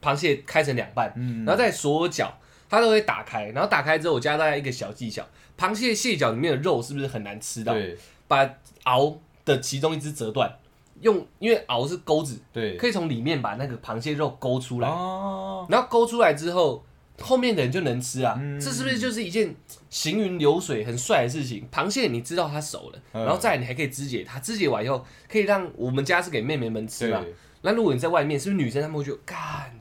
[SPEAKER 1] 螃蟹开成两半，
[SPEAKER 3] 嗯，
[SPEAKER 1] 然后再锁脚，它都会打开。然后打开之后，我加大家一个小技巧：螃蟹蟹脚里面的肉是不是很难吃到？
[SPEAKER 3] 对
[SPEAKER 1] 把螯的其中一只折断，用因为螯是钩子，
[SPEAKER 3] 对，
[SPEAKER 1] 可以从里面把那个螃蟹肉勾出来。
[SPEAKER 3] 哦，
[SPEAKER 1] 然后勾出来之后，后面的人就能吃啊。
[SPEAKER 3] 嗯
[SPEAKER 1] 这是不是就是一件行云流水、很帅的事情？螃蟹你知道它熟了，
[SPEAKER 3] 嗯
[SPEAKER 1] 然后再来你还可以肢解它，肢解完以后可以让我们家是给妹妹们吃嘛。
[SPEAKER 3] 对，
[SPEAKER 1] 那如果你在外面，是不是女生她们会觉得，干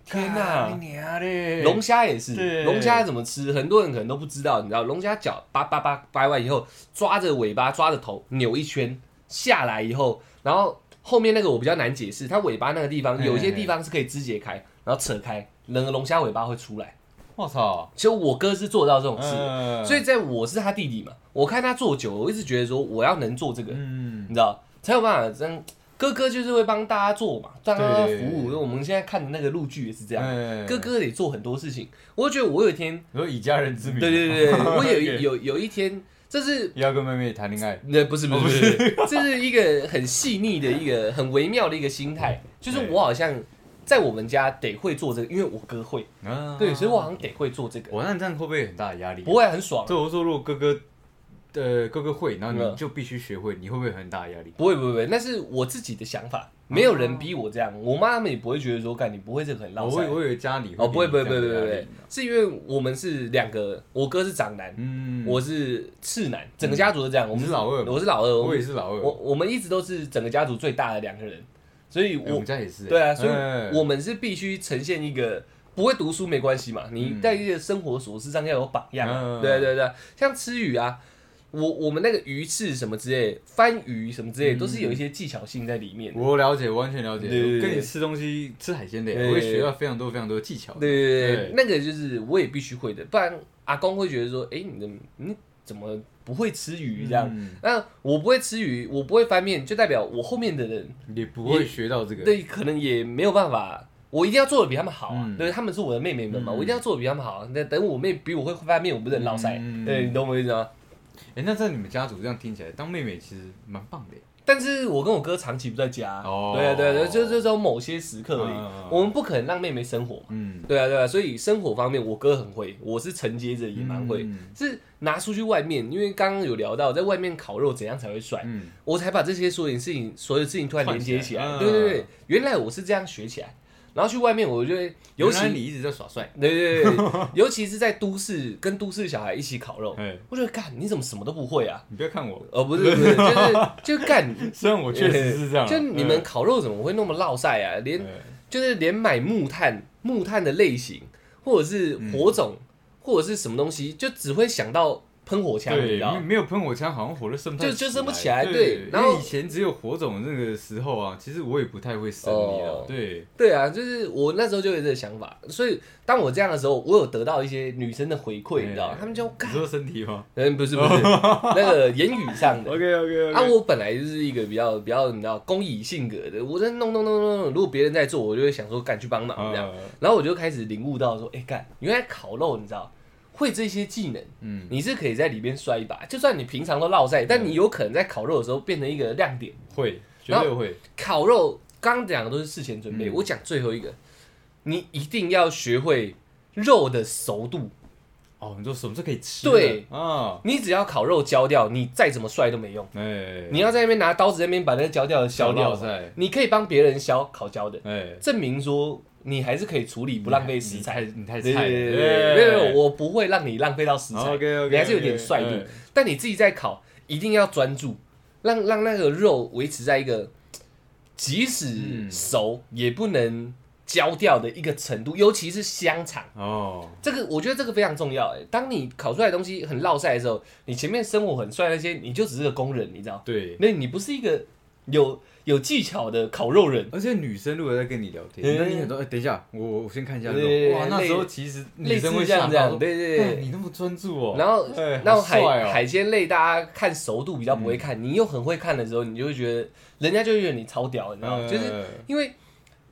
[SPEAKER 1] 天哪、
[SPEAKER 3] 干你娘嘞，
[SPEAKER 1] 龙虾也
[SPEAKER 3] 对
[SPEAKER 1] 是，龙虾怎么吃，很多人可能都不知道。你知道，龙虾脚叭叭叭掰完以后，抓着尾巴，抓着头扭一圈下来以后，然后后面那个我比较难解释，它尾巴那个地方
[SPEAKER 3] 嘿
[SPEAKER 1] 有一些地方是可以肢解开，然后扯开，那个龙虾尾巴会出来。
[SPEAKER 3] 我操，
[SPEAKER 1] 其实我哥是做到这种事，
[SPEAKER 3] 嗯
[SPEAKER 1] 所以在我是他弟弟嘛，我看他做久了，我一直觉得说我要能做这个，
[SPEAKER 3] 嗯
[SPEAKER 1] 你。知道，才有办法这样。哥哥就是会帮大家做嘛，帮大家服务。
[SPEAKER 3] 对
[SPEAKER 1] 我们现在看的那个陆剧也是这样，
[SPEAKER 3] 哎
[SPEAKER 1] 哥，哥得做很多事情。我就觉得我有一天，
[SPEAKER 3] 你说以家人之名，
[SPEAKER 1] 对对对对， 我有
[SPEAKER 3] OK
[SPEAKER 1] 有有一天，这是
[SPEAKER 3] 要跟妹妹谈恋爱，
[SPEAKER 1] 那不是不是不是，这是一个很细腻的一个很微妙的一个心态，就是我好像在我们家得会做这个，因为我哥会，
[SPEAKER 3] 啊
[SPEAKER 1] 对，所以我好像得会做这个，
[SPEAKER 3] 我那这样会不会有很大的压力？
[SPEAKER 1] 不，会很爽，
[SPEAKER 3] 所以我说如果哥哥，呃，哥哥会，然后你
[SPEAKER 1] 嗯
[SPEAKER 3] 就必须学会，你会不会有很大的压力？
[SPEAKER 1] 不会不会不会，那是我自己的想法，没有人逼我这样，我妈他们也不会觉得说，干你不会这个很
[SPEAKER 3] 我
[SPEAKER 1] 浪
[SPEAKER 3] 会，
[SPEAKER 1] 漫。
[SPEAKER 3] 我以为家里
[SPEAKER 1] 哦，不会不会不会不会，不
[SPEAKER 3] 给你这样的压
[SPEAKER 1] 会
[SPEAKER 3] 力，
[SPEAKER 1] 是因为我们是两个，我哥是长男，
[SPEAKER 3] 嗯，
[SPEAKER 1] 我是次男，整个家族都这样，我
[SPEAKER 3] 我
[SPEAKER 1] 们
[SPEAKER 3] 们是老二嘛，
[SPEAKER 1] 我是老二，
[SPEAKER 3] 我也是老二，
[SPEAKER 1] 我我们一直都是整个家族最大的两个人，所以
[SPEAKER 3] 哎我
[SPEAKER 1] 我
[SPEAKER 3] 们家也是，
[SPEAKER 1] 对啊，所
[SPEAKER 3] 哎
[SPEAKER 1] 以我们是必须呈现一个不会读书没关系嘛，你在一个生活琐事上要有榜样啊
[SPEAKER 3] 嗯，
[SPEAKER 1] 对啊对啊对啊，像吃鱼啊，我我们那个鱼翅什么之类，翻鱼什么之类，
[SPEAKER 3] 嗯
[SPEAKER 1] 都是有一些技巧性在里面。
[SPEAKER 3] 我了解，完全了解，
[SPEAKER 1] 对对对
[SPEAKER 3] 跟你吃东西吃海鲜的，
[SPEAKER 1] 对
[SPEAKER 3] 我会学到非常多非常多的技巧，
[SPEAKER 1] 对对
[SPEAKER 3] 对
[SPEAKER 1] 对，那个就是我也必须会的，不然阿公会觉得说，哎，你的你怎么不会吃鱼这样？
[SPEAKER 3] 嗯
[SPEAKER 1] 那我不会吃鱼，我不会翻面，就代表我后面的人
[SPEAKER 3] 也不会学到这个，
[SPEAKER 1] 对，可能也没有办法，我一定要做的比他们好啊。
[SPEAKER 3] 嗯
[SPEAKER 1] 对，他们是我的妹妹们嘛，
[SPEAKER 3] 嗯
[SPEAKER 1] 我一定要做的比他们好、啊。那等我妹比我会翻面，我不是很老塞？
[SPEAKER 3] 嗯
[SPEAKER 1] 对， 你懂我意思吗？
[SPEAKER 3] 哎，那在你们家族这样听起来，当妹妹其实蛮棒的耶，
[SPEAKER 1] 但是我跟我哥长期不在家，
[SPEAKER 3] 哦
[SPEAKER 1] 对啊对啊对啊，就就只有某些时刻而已。
[SPEAKER 3] 嗯
[SPEAKER 1] 我们不可能让妹妹生活嘛，
[SPEAKER 3] 嗯，
[SPEAKER 1] 对啊对啊，所以生活方面我哥很会，我是承接着也蛮会，
[SPEAKER 3] 嗯
[SPEAKER 1] 是拿出去外面，因为刚刚有聊到在外面烤肉怎样才会帅，
[SPEAKER 3] 嗯，
[SPEAKER 1] 我才把这些所有事情所有事情突然连接起来，
[SPEAKER 3] 串起来嗯
[SPEAKER 1] 对对对，原来我是这样学起来。然后去外面，我觉得尤其
[SPEAKER 3] 原来你一直在耍帅，
[SPEAKER 1] 对对对 对，尤其是在都市跟都市小孩一起烤肉，
[SPEAKER 3] 哎，
[SPEAKER 1] 我觉得干你怎么什么都不会啊？
[SPEAKER 3] 你不要看我，
[SPEAKER 1] 哦，不 是不是，就是就干，呃
[SPEAKER 3] 虽然我确实是这样啊，
[SPEAKER 1] 就你们烤肉怎么会那么落晒啊？
[SPEAKER 3] 哎
[SPEAKER 1] 连就是连买木炭、木炭的类型，或者是火
[SPEAKER 3] 嗯
[SPEAKER 1] 种，或者是什么东西，就只会想到喷火枪，你
[SPEAKER 3] 对
[SPEAKER 1] 知道
[SPEAKER 3] 没
[SPEAKER 1] 吗？
[SPEAKER 3] 没有喷火枪，好像火都升不
[SPEAKER 1] 就就升不起来对
[SPEAKER 3] 对，
[SPEAKER 1] 然
[SPEAKER 3] 因为
[SPEAKER 1] 后
[SPEAKER 3] 以前只有火种那个时候啊，其实我也不太会升你
[SPEAKER 1] 哦
[SPEAKER 3] 了，对，
[SPEAKER 1] 对啊，就是我那时候就有这个想法，所以当我这样的时候，我有得到一些女生的回馈，
[SPEAKER 3] 哎
[SPEAKER 1] 你知道吗？她们就
[SPEAKER 3] 你
[SPEAKER 1] 干，
[SPEAKER 3] 说身 体吗
[SPEAKER 1] 嗯，不是不是，那个言语上 的。
[SPEAKER 3] ？OK OK
[SPEAKER 1] 啊，我本来就是一个比较比较你知道公益性格的，我在弄弄弄弄弄，如果别人在做，我就会想说干去帮忙这
[SPEAKER 3] 嗯呃
[SPEAKER 1] 样。然后我就开始领悟到说，哎、干，原来烤肉你知道会这些技能，
[SPEAKER 3] 嗯，
[SPEAKER 1] 你是可以在里面摔一把，就算你平常都落赛，但你有可能在烤肉的时候变成一个亮点。
[SPEAKER 3] 会，绝
[SPEAKER 1] 然后
[SPEAKER 3] 对会，
[SPEAKER 1] 烤肉刚刚讲的都是事前准备，
[SPEAKER 3] 嗯
[SPEAKER 1] 我讲最后一个，你一定要学会肉的熟度。
[SPEAKER 3] 哦，你说什么是可以吃的？
[SPEAKER 1] 对
[SPEAKER 3] 啊，
[SPEAKER 1] 你只要烤肉焦掉，你再怎么摔都没用。
[SPEAKER 3] 哎，
[SPEAKER 1] 你要在那啊边拿刀子在那边把那个焦掉的削掉
[SPEAKER 3] 小，菜，
[SPEAKER 1] 你可以帮别人削烤焦的，
[SPEAKER 3] 哎，
[SPEAKER 1] 证明说你还是可以处理不浪费食材。
[SPEAKER 3] 你太
[SPEAKER 1] 对
[SPEAKER 3] 菜了，
[SPEAKER 1] 对对对，没
[SPEAKER 3] 哎
[SPEAKER 1] 有没有，我不会让你浪费到食材。
[SPEAKER 3] OK OK，
[SPEAKER 1] 你还是有点帅
[SPEAKER 3] 嗯
[SPEAKER 1] 度，但你自己在烤，一定要专注，让让那个肉维持在一个即使
[SPEAKER 3] 嗯
[SPEAKER 1] 熟也不能焦掉的一个程度，尤其是香肠。
[SPEAKER 3] 哦，
[SPEAKER 1] 这个我觉得这个非常重要、欸。当你烤出来的东西很落晒的时候，你前面生活很帅那些，你就只是个工人，你知道？
[SPEAKER 3] 对，
[SPEAKER 1] 那你不是一个有有技巧的烤肉人。
[SPEAKER 3] 而且女生如果在跟你聊天，
[SPEAKER 1] 嗯
[SPEAKER 3] 那你很多，哎，等一下，我我先看一下
[SPEAKER 1] 对对
[SPEAKER 3] 肉，
[SPEAKER 1] 对
[SPEAKER 3] 哇，那
[SPEAKER 1] 类
[SPEAKER 3] 时候其实女
[SPEAKER 1] 类似
[SPEAKER 3] 生
[SPEAKER 1] 这
[SPEAKER 3] 会吓
[SPEAKER 1] 样这
[SPEAKER 3] 到
[SPEAKER 1] 样，
[SPEAKER 3] 说，
[SPEAKER 1] 对对
[SPEAKER 3] 哎
[SPEAKER 1] 对。
[SPEAKER 3] 你那么专注哦，
[SPEAKER 1] 然后
[SPEAKER 3] 哎好
[SPEAKER 1] 那种海、
[SPEAKER 3] 帅哦嗯
[SPEAKER 1] 海鲜类，大家看熟度比较不会看，你又很会看的时候，你就会觉得人家就会觉得你超屌，你知道吗？
[SPEAKER 3] 呃
[SPEAKER 1] 就是因为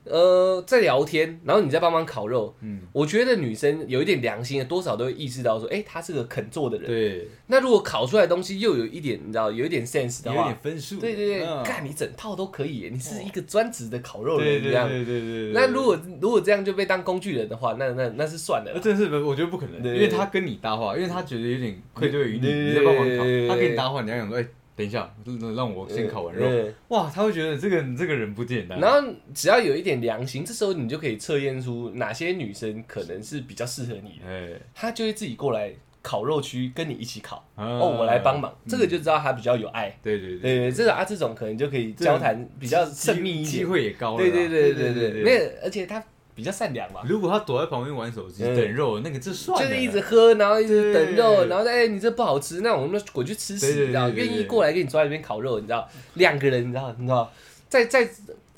[SPEAKER 1] 呃在聊天，然后你在帮忙烤肉，
[SPEAKER 3] 嗯，
[SPEAKER 1] 我觉得女生有一点良心的，多少都会意识到说，哎、她是个肯做的人。
[SPEAKER 3] 对，
[SPEAKER 1] 那如果烤出来的东西又有一点，你知道，有一点 sense 的
[SPEAKER 3] 有
[SPEAKER 1] 话
[SPEAKER 3] 点，分数，
[SPEAKER 1] 啊对对对，
[SPEAKER 3] 嗯
[SPEAKER 1] 干、你整套都可以耶，你是一个专职的烤肉
[SPEAKER 3] 对
[SPEAKER 1] 人这
[SPEAKER 3] 哦对
[SPEAKER 1] 样。
[SPEAKER 3] 对对对对。
[SPEAKER 1] 那如果如果这样就被当工具人的话，那那那是算了
[SPEAKER 3] 那
[SPEAKER 1] 啦。
[SPEAKER 3] 真的是不，我觉得不可能，
[SPEAKER 1] 对
[SPEAKER 3] 因为他跟你搭话，因为他觉得有点愧对于你，
[SPEAKER 1] 对对
[SPEAKER 3] 你在帮忙
[SPEAKER 1] 对
[SPEAKER 3] 烤
[SPEAKER 1] 对对，
[SPEAKER 3] 他跟你搭话，你还想说，哎，等一下，让让我先烤完肉，
[SPEAKER 1] 嗯
[SPEAKER 3] 哇，他会觉得这个你这个人不简单。
[SPEAKER 1] 然后只要有一点良心，这时候你就可以测验出哪些女生可能是比较适合你的，
[SPEAKER 3] 哎，
[SPEAKER 1] 她就会自己过来烤肉区跟你一起烤。
[SPEAKER 3] 哦
[SPEAKER 1] 哦，我来帮。忙，
[SPEAKER 3] 嗯
[SPEAKER 1] 这个就知道她比较有爱。
[SPEAKER 3] 对对对，
[SPEAKER 1] 对，这种啊，这种可能就可以交谈比较缜密一
[SPEAKER 3] 机机
[SPEAKER 1] 点。
[SPEAKER 3] 会也高了
[SPEAKER 1] 对
[SPEAKER 3] 啦。
[SPEAKER 1] 对对对对
[SPEAKER 3] 对
[SPEAKER 1] 对，没有，而且她比较善良嘛，
[SPEAKER 3] 啊如果他躲在旁边玩手机
[SPEAKER 1] 嗯
[SPEAKER 3] 等肉，那个这算
[SPEAKER 1] 就
[SPEAKER 3] 了
[SPEAKER 1] 是一直喝，然后一直等肉，
[SPEAKER 3] 对
[SPEAKER 1] 然后再哎你这不好吃，那我们就滚去吃
[SPEAKER 3] 对
[SPEAKER 1] 屎，
[SPEAKER 3] 对
[SPEAKER 1] 你知道？
[SPEAKER 3] 对对
[SPEAKER 1] 愿
[SPEAKER 3] 对
[SPEAKER 1] 意过来给你抓里面烤肉，你知道？两个人，你知道？你知道？在在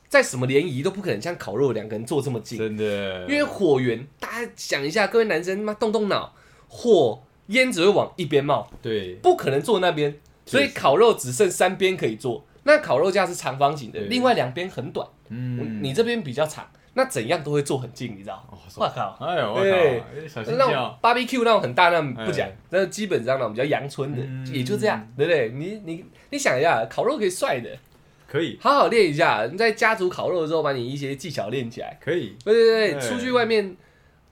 [SPEAKER 1] 在什么联谊都不可能像烤肉两个人坐这么近。
[SPEAKER 3] 真的，
[SPEAKER 1] 因为火源，大家想一下，各位男生妈动动脑，火烟只会往一边冒，
[SPEAKER 3] 对
[SPEAKER 1] 不可能坐那边，所以
[SPEAKER 3] 确实
[SPEAKER 1] 烤肉只剩三边可以坐。那烤肉架是长方形的，
[SPEAKER 3] 对
[SPEAKER 1] 另外两边很短，
[SPEAKER 3] 嗯
[SPEAKER 1] 你这边比较长，那怎样都会坐很近，你知道？
[SPEAKER 3] 哦
[SPEAKER 1] 我靠！
[SPEAKER 3] 哎呦我
[SPEAKER 1] 对
[SPEAKER 3] 靠，小心
[SPEAKER 1] 那种
[SPEAKER 3] 叫
[SPEAKER 1] barbecue 那种很大那种不
[SPEAKER 3] 哦哎
[SPEAKER 1] 讲，那基本上那种比较阳春的、
[SPEAKER 3] 嗯
[SPEAKER 1] 也就这样，对不对？你你你想一下，烤肉可以帅的，
[SPEAKER 3] 可以
[SPEAKER 1] 好好练一下。你在家族烤肉的时候，把你一些技巧练起来，
[SPEAKER 3] 可以
[SPEAKER 1] 对对对，
[SPEAKER 3] 对
[SPEAKER 1] 出去外面，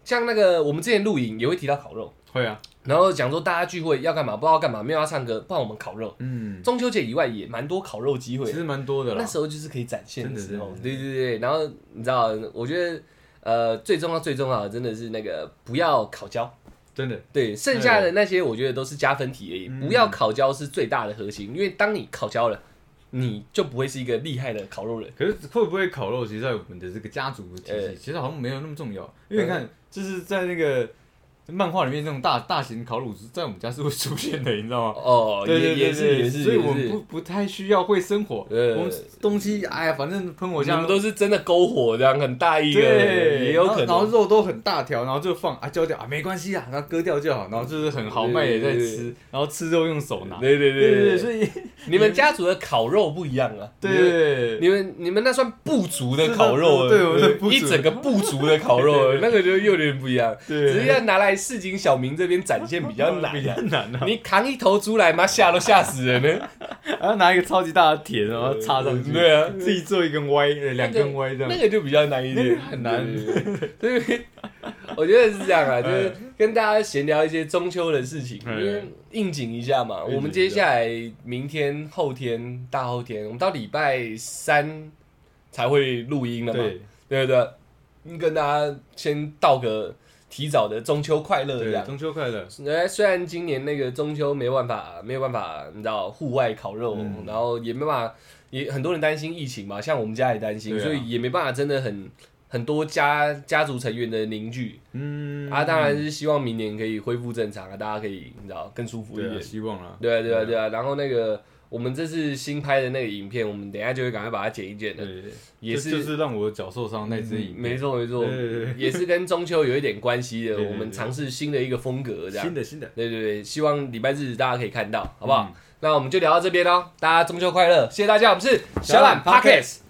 [SPEAKER 1] 像那个我们之前露营也会提到烤肉，
[SPEAKER 3] 会啊，
[SPEAKER 1] 然后讲说大家聚会要干嘛，不知道干嘛，没有要唱歌，不然我们烤肉。
[SPEAKER 3] 嗯，
[SPEAKER 1] 中秋节以外也蛮多烤肉机
[SPEAKER 3] 其
[SPEAKER 1] 会，
[SPEAKER 3] 实蛮多的啦
[SPEAKER 1] 那。时候就是可以展现的时候。
[SPEAKER 3] 真的真
[SPEAKER 1] 对
[SPEAKER 3] 的
[SPEAKER 1] 对对，然后你知道，我觉得呃最重要最重要的真的是那个不要烤焦。
[SPEAKER 3] 真的，
[SPEAKER 1] 对，剩下的那些我觉得都是加分题而已，
[SPEAKER 3] 嗯
[SPEAKER 1] 不要烤焦是最大的核心，因为当你烤焦了，你就不会是一个厉害的烤肉人。
[SPEAKER 3] 可是会不会烤肉，其实在我们的这个家族体
[SPEAKER 1] 呃
[SPEAKER 3] 系，其实好像没有那么重要，因为你看，就是在那个漫画里面，这种大大型烤乳猪在我们家是会出现的，你知道吗？
[SPEAKER 1] 哦，
[SPEAKER 3] 对
[SPEAKER 1] 也
[SPEAKER 3] 对
[SPEAKER 1] 也
[SPEAKER 3] 对
[SPEAKER 1] 是
[SPEAKER 3] 对，
[SPEAKER 1] 也是，
[SPEAKER 3] 所以
[SPEAKER 1] 也
[SPEAKER 3] 我
[SPEAKER 1] 是
[SPEAKER 3] 们不不太需要会生火，
[SPEAKER 1] 呃
[SPEAKER 3] 我们东西哎呀，反正喷火
[SPEAKER 1] 我
[SPEAKER 3] 枪
[SPEAKER 1] 们都是真的篝火这样，很大一个，
[SPEAKER 3] 对，
[SPEAKER 1] 也有可
[SPEAKER 3] 然后然后
[SPEAKER 1] 能。
[SPEAKER 3] 肉都很大条，然后就放啊，焦掉啊，没关系啊，然后割掉就好，然后就是很豪迈也在
[SPEAKER 1] 对对
[SPEAKER 3] 吃，然后吃肉用手拿，
[SPEAKER 1] 对对
[SPEAKER 3] 对对对，
[SPEAKER 1] 对
[SPEAKER 3] 所
[SPEAKER 1] 对，
[SPEAKER 3] 以
[SPEAKER 1] 你们家族的烤肉不一样啊。
[SPEAKER 3] 对对对
[SPEAKER 1] 你们，你们你们那算部族的烤肉了，
[SPEAKER 3] 是的对我们是部族
[SPEAKER 1] 一整个部族的烤 肉了，那个就又有点不一样，
[SPEAKER 3] 对，
[SPEAKER 1] 只是要拿来市井小民这边展现比较 难
[SPEAKER 3] 比较
[SPEAKER 1] 啊。
[SPEAKER 3] 难啊，
[SPEAKER 1] 你扛一头猪来，妈吓都吓死人了。
[SPEAKER 3] 还要拿一个超级大的铁，然后 插上去，
[SPEAKER 1] 对啊，
[SPEAKER 3] 自己做一根 Y，呃两根 Y 这
[SPEAKER 1] 那
[SPEAKER 3] 样，
[SPEAKER 1] 个就比较难一
[SPEAKER 3] 那
[SPEAKER 1] 点，
[SPEAKER 3] 个很难哎
[SPEAKER 1] 对。对对 所以我觉得是这样啊，就是跟大家闲聊一些中秋的事情，因
[SPEAKER 3] 嗯
[SPEAKER 1] 为应景一下嘛。
[SPEAKER 3] 应景一下
[SPEAKER 1] 我们接下来明天、后天、大后天，我们到礼拜三才会录音了嘛，
[SPEAKER 3] 对，
[SPEAKER 1] 对不对？跟大家先道个提早的中秋快乐这
[SPEAKER 3] 对，
[SPEAKER 1] 样。
[SPEAKER 3] 中秋快乐，
[SPEAKER 1] 哎，虽然今年那个中秋没办法，没有办法，你知道户外烤肉，
[SPEAKER 3] 嗯
[SPEAKER 1] 然后也没办法，也很多人担心疫情嘛，像我们家也担心，
[SPEAKER 3] 对啊
[SPEAKER 1] 所以也没办法，真的很很多家家族成员的凝聚、
[SPEAKER 3] 嗯
[SPEAKER 1] 啊，当然是希望明年可以恢复正常啊，大家可以你知道更舒服一
[SPEAKER 3] 对啊，
[SPEAKER 1] 点，
[SPEAKER 3] 希望啦，
[SPEAKER 1] 对啊对啊对啊，然后那个我们这次新拍的那个影片，我们等一下就会赶快把它剪一剪的，
[SPEAKER 3] 对，
[SPEAKER 1] 也嗯
[SPEAKER 3] 这就是让我脚受伤那只影
[SPEAKER 1] 没错没错
[SPEAKER 3] 对对对，
[SPEAKER 1] 也是跟中秋有一点关系的，
[SPEAKER 3] 对对对
[SPEAKER 1] 我们尝试新的一个风格这样
[SPEAKER 3] 新。的新的，
[SPEAKER 1] 对对对，希望礼拜日大家可以
[SPEAKER 3] 嗯
[SPEAKER 1] 看到，好不好？那我们就聊到这边喽，大家中秋快乐，谢谢大家，我们是小懒
[SPEAKER 3] 小懒
[SPEAKER 1] Pockets。